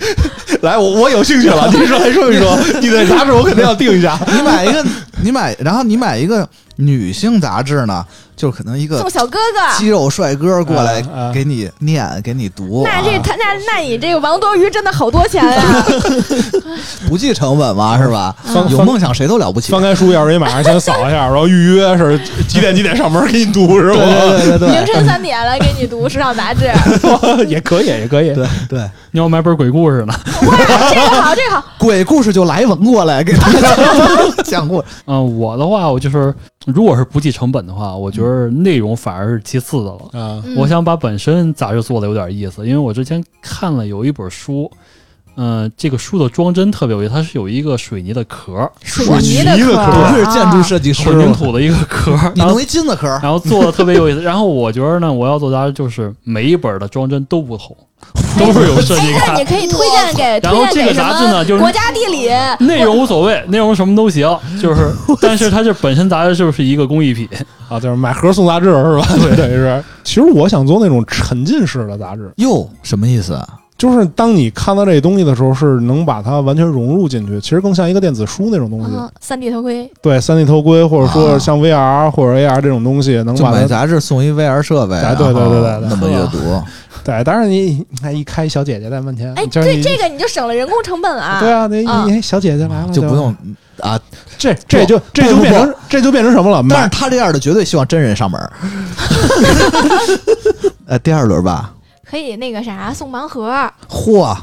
Speaker 7: 来，我我有兴趣了。你说来说一说， *laughs* 你的杂志我肯定要定一下。
Speaker 1: *laughs* 你买一个，你买，然后你买一个女性杂志呢，就是可能一个
Speaker 6: 送小哥
Speaker 4: *laughs*
Speaker 6: 哥，
Speaker 1: 肌肉帅哥过来
Speaker 7: 啊啊
Speaker 1: 给你念，给你读，
Speaker 6: 那这
Speaker 1: 啊
Speaker 6: 他那那你这个王多鱼真的好多钱
Speaker 4: *laughs*
Speaker 6: 啊呀！
Speaker 1: 不计成本嘛，是吧？
Speaker 7: 翻
Speaker 1: 有
Speaker 7: 翻
Speaker 1: 梦想谁都了不起
Speaker 7: 翻。开书，要是你马上先扫一下，然后预约是几点几点上门给你读是
Speaker 1: 对
Speaker 7: 吧？
Speaker 1: 对对
Speaker 6: 凌
Speaker 1: 对
Speaker 6: 晨三点来给你读时尚杂志，
Speaker 4: *laughs*
Speaker 7: 也可以，也可以。
Speaker 1: 对对，
Speaker 4: 你要买本鬼故事呢？
Speaker 6: 哇，这个好，这个好，
Speaker 1: 鬼故事就来文过来给大家 *laughs* 讲
Speaker 6: *laughs*
Speaker 1: 故事。
Speaker 4: 嗯，我的话，我就是如果是不计成本的话，我觉得内容反而是其次的了。
Speaker 7: 啊，
Speaker 6: 嗯
Speaker 4: 我想把本身杂志做的有点意思，因为我之前看了有一本书，嗯、这个书的装帧特别有意思，它是有一个水泥的壳儿，
Speaker 6: 水
Speaker 7: 泥
Speaker 6: 泥
Speaker 7: 的壳
Speaker 6: 壳，
Speaker 7: 不
Speaker 1: 不是建筑设计师
Speaker 7: 啊
Speaker 4: 混凝
Speaker 1: 吗，
Speaker 4: 土的一个壳儿，
Speaker 1: 你
Speaker 4: 然后
Speaker 1: 弄一金子壳儿，
Speaker 4: 然后做的特别有意思。然后我觉得呢，我要做杂志就是每一本的装帧都不同，都是有设计
Speaker 6: 哎那
Speaker 4: 感。
Speaker 6: 你可以推荐给
Speaker 4: *laughs* 然后这
Speaker 6: 推荐
Speaker 4: 个
Speaker 6: 给什
Speaker 4: 杂志呢，
Speaker 6: 么？
Speaker 4: 就是嗯
Speaker 6: 国家地理
Speaker 4: *laughs* 内容无所谓，内容什么都行，就是，但是它这本身杂志就是一个工 *laughs* 艺品，
Speaker 7: 啊，就是买盒送杂志是吧？对，等于是。其实我想做那种沉浸式的杂志，
Speaker 1: 哟，什么意思啊？
Speaker 7: 就是当你看到这东西的时候，是能把它完全融入进去。其实更像一个电子书那种东西。
Speaker 6: 啊，三 D 头盔，
Speaker 7: 对，三 D 头盔或者说
Speaker 1: 啊
Speaker 7: 像 VR 或者 AR 这种东西，能
Speaker 1: 就
Speaker 7: 把
Speaker 1: 买
Speaker 7: 它
Speaker 1: 杂志送一 VR 设备，
Speaker 7: 哎对对对对对
Speaker 1: 然后那么阅读，
Speaker 7: 对，当然你那一开小姐姐在门前，
Speaker 6: 哎，
Speaker 7: 啊嗯就是
Speaker 6: 对
Speaker 7: 你
Speaker 6: 这个你就省了人工成本啊。
Speaker 7: 对啊，那
Speaker 6: 啊
Speaker 7: 你、哎小姐姐来了
Speaker 1: 就不
Speaker 7: 吧
Speaker 1: 用啊。
Speaker 7: 这这就这就
Speaker 1: 不
Speaker 7: 变成这就变成什么了？
Speaker 1: 但是
Speaker 7: 买
Speaker 1: 他这样的绝对希望真人上门
Speaker 7: *laughs*
Speaker 1: 儿。呃，第二轮吧，
Speaker 6: 可以那个啥送盲盒啊，
Speaker 1: 嚯，
Speaker 7: 啊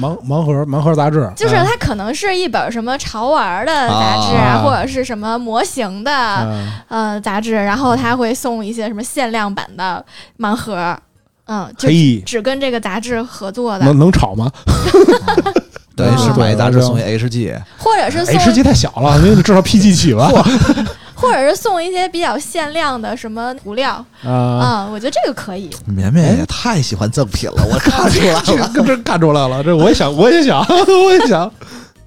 Speaker 7: 盲盲盒盲盒杂志，
Speaker 6: 就是
Speaker 7: 啊
Speaker 6: 它可能是一本什么潮玩的杂志
Speaker 7: 啊
Speaker 6: 啊，或者是什么模型的
Speaker 7: 啊
Speaker 6: 呃杂志，然
Speaker 7: 嗯
Speaker 6: 后它会送一些什么限量版的盲盒，嗯，就
Speaker 7: 嘿，
Speaker 6: 只跟这个杂志合作的，
Speaker 7: 能能炒吗
Speaker 1: 等于是买杂志送一 HG，
Speaker 6: 或者是送
Speaker 7: ？H G 哎太小了，那你至少 P G 起吧
Speaker 6: 或者是送一些比较限量的什么涂料
Speaker 7: 啊。
Speaker 6: 啊、我觉得这个可以。
Speaker 1: 绵绵也太喜欢赠品了，我看出来
Speaker 7: *laughs* 这
Speaker 1: 了。
Speaker 7: 这这看出来了，这我也想，我也想， *laughs* 我也想。
Speaker 1: *laughs*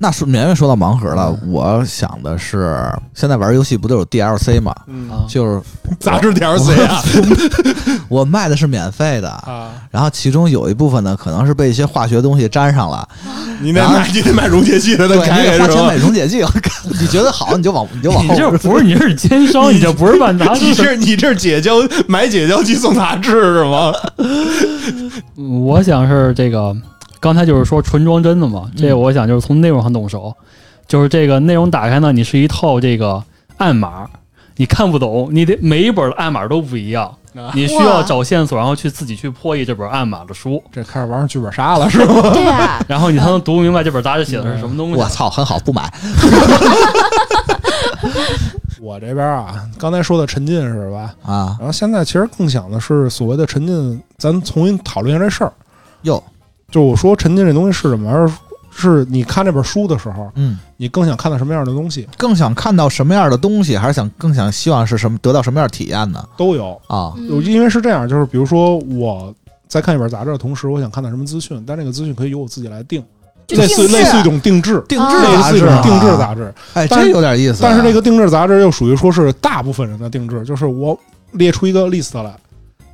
Speaker 1: 那说绵绵说到盲盒了，我想的是，现在玩游戏不都有 DLC 吗？
Speaker 7: 嗯，
Speaker 4: 啊
Speaker 1: 就是
Speaker 7: 杂志 DLC 啊
Speaker 1: *laughs* 我卖的是免费的，
Speaker 7: 啊！
Speaker 1: 然后其中有一部分呢，可能是被一些化学东西粘上了，
Speaker 7: 你得买，你得买溶解剂的，
Speaker 1: 对，
Speaker 7: 啊那
Speaker 1: 你
Speaker 7: 开
Speaker 1: 得
Speaker 7: 开
Speaker 1: 花
Speaker 7: 是
Speaker 1: 钱
Speaker 7: 吧
Speaker 1: 买？溶解剂， *laughs* 你觉得好你就往你就往
Speaker 4: 你
Speaker 1: 后
Speaker 4: 这不是你这是奸商， *laughs* 你这不是办杂
Speaker 7: 你
Speaker 4: 志的。
Speaker 7: 这你这是解胶买解胶机送杂志是吗？
Speaker 4: 嗯 *laughs* 我想是这个，刚才就是说纯装帧的嘛，这个我想就是从内容上动手，就是这个内容打开呢，你是一套这个暗码，你看不懂，你得每一本的暗码都不一样
Speaker 7: 啊，
Speaker 4: 你需要
Speaker 6: 哇
Speaker 4: 找线索，然后去自己去破译这本暗码的书，
Speaker 7: 这开始玩上剧本杀了是吗？ *laughs*
Speaker 6: 对啊，
Speaker 4: 然后你才能读明白这本杂志写的是什么东西
Speaker 1: 我。操，很好，不买。
Speaker 7: 我这边啊，刚才说的沉浸是吧？
Speaker 1: 啊，
Speaker 7: 然后现在其实更想的是所谓的沉浸，咱重新讨论一下这事儿。
Speaker 1: 哟，
Speaker 7: 就是我说沉浸这东西是什么玩意儿？是你看这本书的时候，
Speaker 1: 嗯，
Speaker 7: 你更想看到什么样的东西
Speaker 1: 更想看到什么样的东西，还是想更想希望是什么得到什么样的体验呢？
Speaker 7: 都有。
Speaker 1: 啊，
Speaker 6: 嗯
Speaker 7: 有因为是这样，就是比如说我在看一本杂志的同时，我想看到什么资讯，但这个资讯可以由我自己来定，
Speaker 6: 就
Speaker 7: 类似
Speaker 6: 定制
Speaker 7: 类似一种定制，
Speaker 1: 定
Speaker 6: 啊
Speaker 1: 制
Speaker 7: 类
Speaker 1: 杂
Speaker 7: 似一
Speaker 1: 志
Speaker 7: 种
Speaker 1: 啊，
Speaker 7: 定制杂志。
Speaker 1: 哎，
Speaker 7: 但
Speaker 1: 这
Speaker 7: 是
Speaker 1: 有点意思啊。
Speaker 7: 但是这个定制杂志又属于说是大部分人的定制，就是我列出一个 list 来，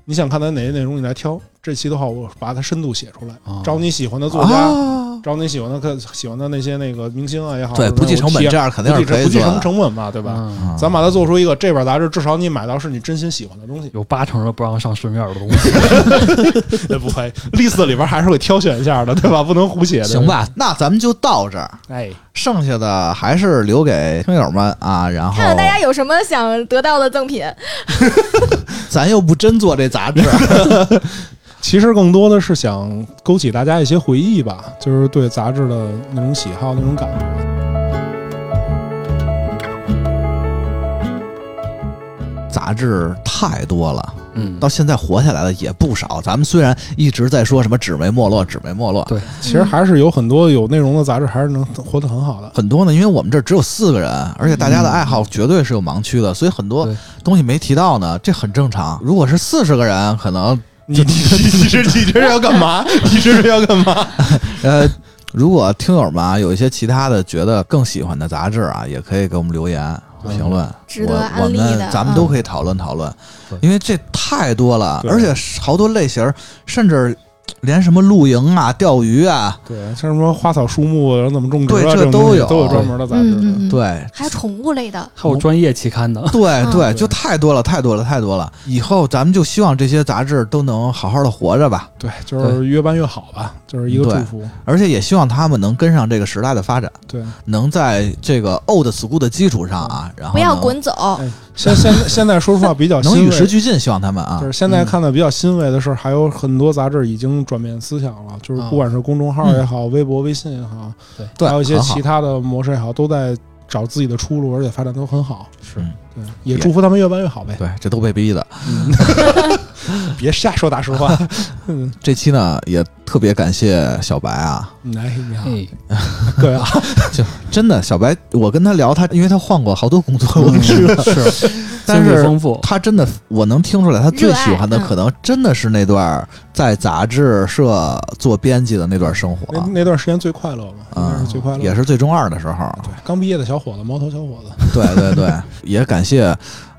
Speaker 7: 你想看它哪些内容，你来挑。这期的话，我把它深度写出来，
Speaker 4: 啊
Speaker 7: 找你喜欢的作家，
Speaker 1: 啊，
Speaker 7: 找你喜欢的客喜欢的那些那个明星啊也好，
Speaker 1: 对，
Speaker 7: 或者
Speaker 1: 不计
Speaker 7: 那种
Speaker 1: 成本
Speaker 7: 体验
Speaker 1: 这样肯定
Speaker 7: 不
Speaker 1: 是
Speaker 7: 计成
Speaker 1: 可以
Speaker 7: 不计
Speaker 1: 做啊
Speaker 7: 成
Speaker 1: 的，
Speaker 7: 成本嘛，对吧？
Speaker 4: 嗯，
Speaker 1: 嗯
Speaker 7: 咱把它做出一个这本杂志，至少你买到是你真心喜欢的东西
Speaker 4: 有八成是不让上市面的东西。
Speaker 7: 也 *laughs* 不会 list 里边还是会挑选一下的，
Speaker 1: *laughs*
Speaker 7: 对吧？不能胡写的，
Speaker 1: 嗯行？吧？那咱们就到这儿，
Speaker 4: 哎，
Speaker 1: 剩下的还是留给听友们啊。然后
Speaker 6: 看
Speaker 7: 哦
Speaker 6: 看大家有什么想得到的赠品。
Speaker 1: 咱又不真做这杂志， *laughs*
Speaker 7: 其实更多的是想勾起大家一些回忆吧，就是对杂志的那种喜好、那种感觉。
Speaker 1: 杂志太多了，
Speaker 4: 嗯，
Speaker 1: 到现在活下来的也不少。咱们虽然一直在说什么纸媒没落，纸媒没落，
Speaker 4: 对
Speaker 7: 其实还是有很多有内容的杂志，还是能活得很
Speaker 1: *laughs*
Speaker 7: 好的。
Speaker 1: 很多呢，因为我们这儿只有四个人，而且大
Speaker 7: 嗯
Speaker 1: 家的爱好绝对是有盲区的，所以很多
Speaker 4: 对
Speaker 1: 东西没提到呢，这很正常。如果是四十个人，可能
Speaker 7: 你你你这你这是要
Speaker 1: *laughs*
Speaker 7: 干嘛？你这是要干嘛？
Speaker 1: 呃，如果听友们啊有一些其他的觉得更喜欢的杂志啊，也可以给我们留言
Speaker 7: 嗯
Speaker 1: 评论，
Speaker 6: 值得
Speaker 1: 我我
Speaker 6: 安利
Speaker 1: 们
Speaker 6: 的嗯
Speaker 1: 咱们都可以讨论讨论，
Speaker 4: 对
Speaker 1: 因为这太多了，
Speaker 7: 对
Speaker 1: 而且是好多类型儿，甚至连什么露营啊、钓鱼啊，
Speaker 7: 对，像什么花草树木，然后怎么种植啊，
Speaker 1: 对这
Speaker 7: 这种东
Speaker 1: 都
Speaker 7: 西
Speaker 1: 有
Speaker 7: 都有专门的杂志
Speaker 6: 嗯
Speaker 7: 的。
Speaker 6: 嗯嗯， *laughs*
Speaker 1: 对。
Speaker 6: 还有宠物类
Speaker 7: 哦
Speaker 6: 的，
Speaker 4: 还有专业期刊的，
Speaker 1: 对对，
Speaker 7: 嗯
Speaker 1: 就太多了，太多了，太多了。以后咱们就希望这些杂志都能好好的活着吧，
Speaker 7: 对，就是越办越好吧，就是一个祝福。
Speaker 1: 而且也希望他们能跟上这个时代的发展，
Speaker 7: 对，
Speaker 1: 能在这个 old school 的基础上啊，然后
Speaker 6: 不要
Speaker 1: 能
Speaker 6: 滚走。
Speaker 7: 哎，现现现在说实话比较
Speaker 1: 能
Speaker 7: 欣
Speaker 1: 与时
Speaker 7: 慰，
Speaker 1: 俱进，希望他们啊，
Speaker 7: 就是现在看的比较欣慰的是，还有很多杂志已经转变思想
Speaker 1: 嗯
Speaker 7: 了，就是不管是公众号也好，微博、微信也好，
Speaker 1: 对，
Speaker 7: 还有一些
Speaker 1: 很好
Speaker 7: 其他的模式也好，都在找自己的出路，而且发展都很好。
Speaker 1: 是嗯
Speaker 7: 对，也祝福他们越办越好呗。
Speaker 1: *laughs* 对，这都被逼的。
Speaker 7: 别瞎说大实 *laughs* 话。嗯，
Speaker 1: 这期呢，也特别感谢小白啊，
Speaker 7: 来你好，
Speaker 4: 哎，
Speaker 7: 各位啊，
Speaker 1: 真的，小白，我跟他聊他，因为他换过好多工作，我知 *laughs* 道，
Speaker 4: 是
Speaker 1: 但
Speaker 4: 经历
Speaker 1: 是
Speaker 4: 丰富，
Speaker 1: 他真的，我能听出来，他最喜欢的
Speaker 6: 热爱嗯
Speaker 1: 可能真的是那段在杂志社做编辑的那段生活
Speaker 7: 那那段时间最快乐嘛，应该
Speaker 1: 嗯
Speaker 7: 哎是最快乐，
Speaker 1: 也
Speaker 7: 是
Speaker 1: 是最中二的时候。
Speaker 7: 对刚毕业的小伙子，毛头小伙子，
Speaker 1: 对对对，也感谢。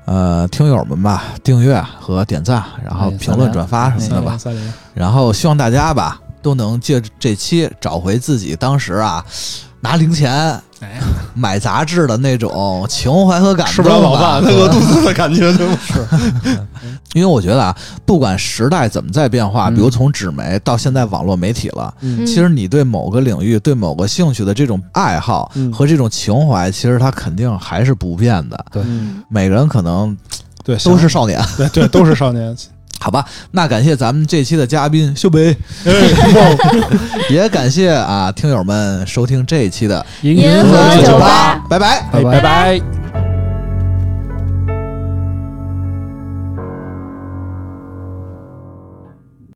Speaker 1: 呃，听友们吧，订阅和点赞，然后
Speaker 4: 哎
Speaker 1: 评论、
Speaker 4: 三连
Speaker 1: 转发什么的
Speaker 7: 三
Speaker 1: 吧
Speaker 7: 连。三连。
Speaker 1: 然后希望大家吧都能借这期找回自己当时啊拿零钱
Speaker 7: 哎
Speaker 1: 买杂志的那种情怀和感动吧。
Speaker 7: 吃不了饱饭，
Speaker 1: 对
Speaker 7: 饿肚子的感觉，对吗？
Speaker 1: 因为我觉得啊，不管时代怎么在变化，
Speaker 4: 嗯
Speaker 1: 比如从纸媒到现在网络媒体了。
Speaker 7: 嗯
Speaker 1: 其实你对某个领域、对某个兴趣的这种爱好
Speaker 7: 嗯
Speaker 1: 和这种情怀，其实它肯定还是不变的。
Speaker 7: 嗯，
Speaker 1: 每个人可能
Speaker 7: 对，
Speaker 1: 都是少年，
Speaker 7: 对对，都是少年。
Speaker 1: 好吧？那感谢咱们这期的嘉宾秀北， *laughs* 也感谢啊听友们收听这一期的
Speaker 4: 银
Speaker 6: 银
Speaker 1: 银
Speaker 6: 河
Speaker 1: 河
Speaker 4: 嗯
Speaker 6: 酒
Speaker 1: 酒
Speaker 6: 吧
Speaker 1: 吧，拜拜。
Speaker 4: 拜
Speaker 6: 拜拜
Speaker 4: 拜。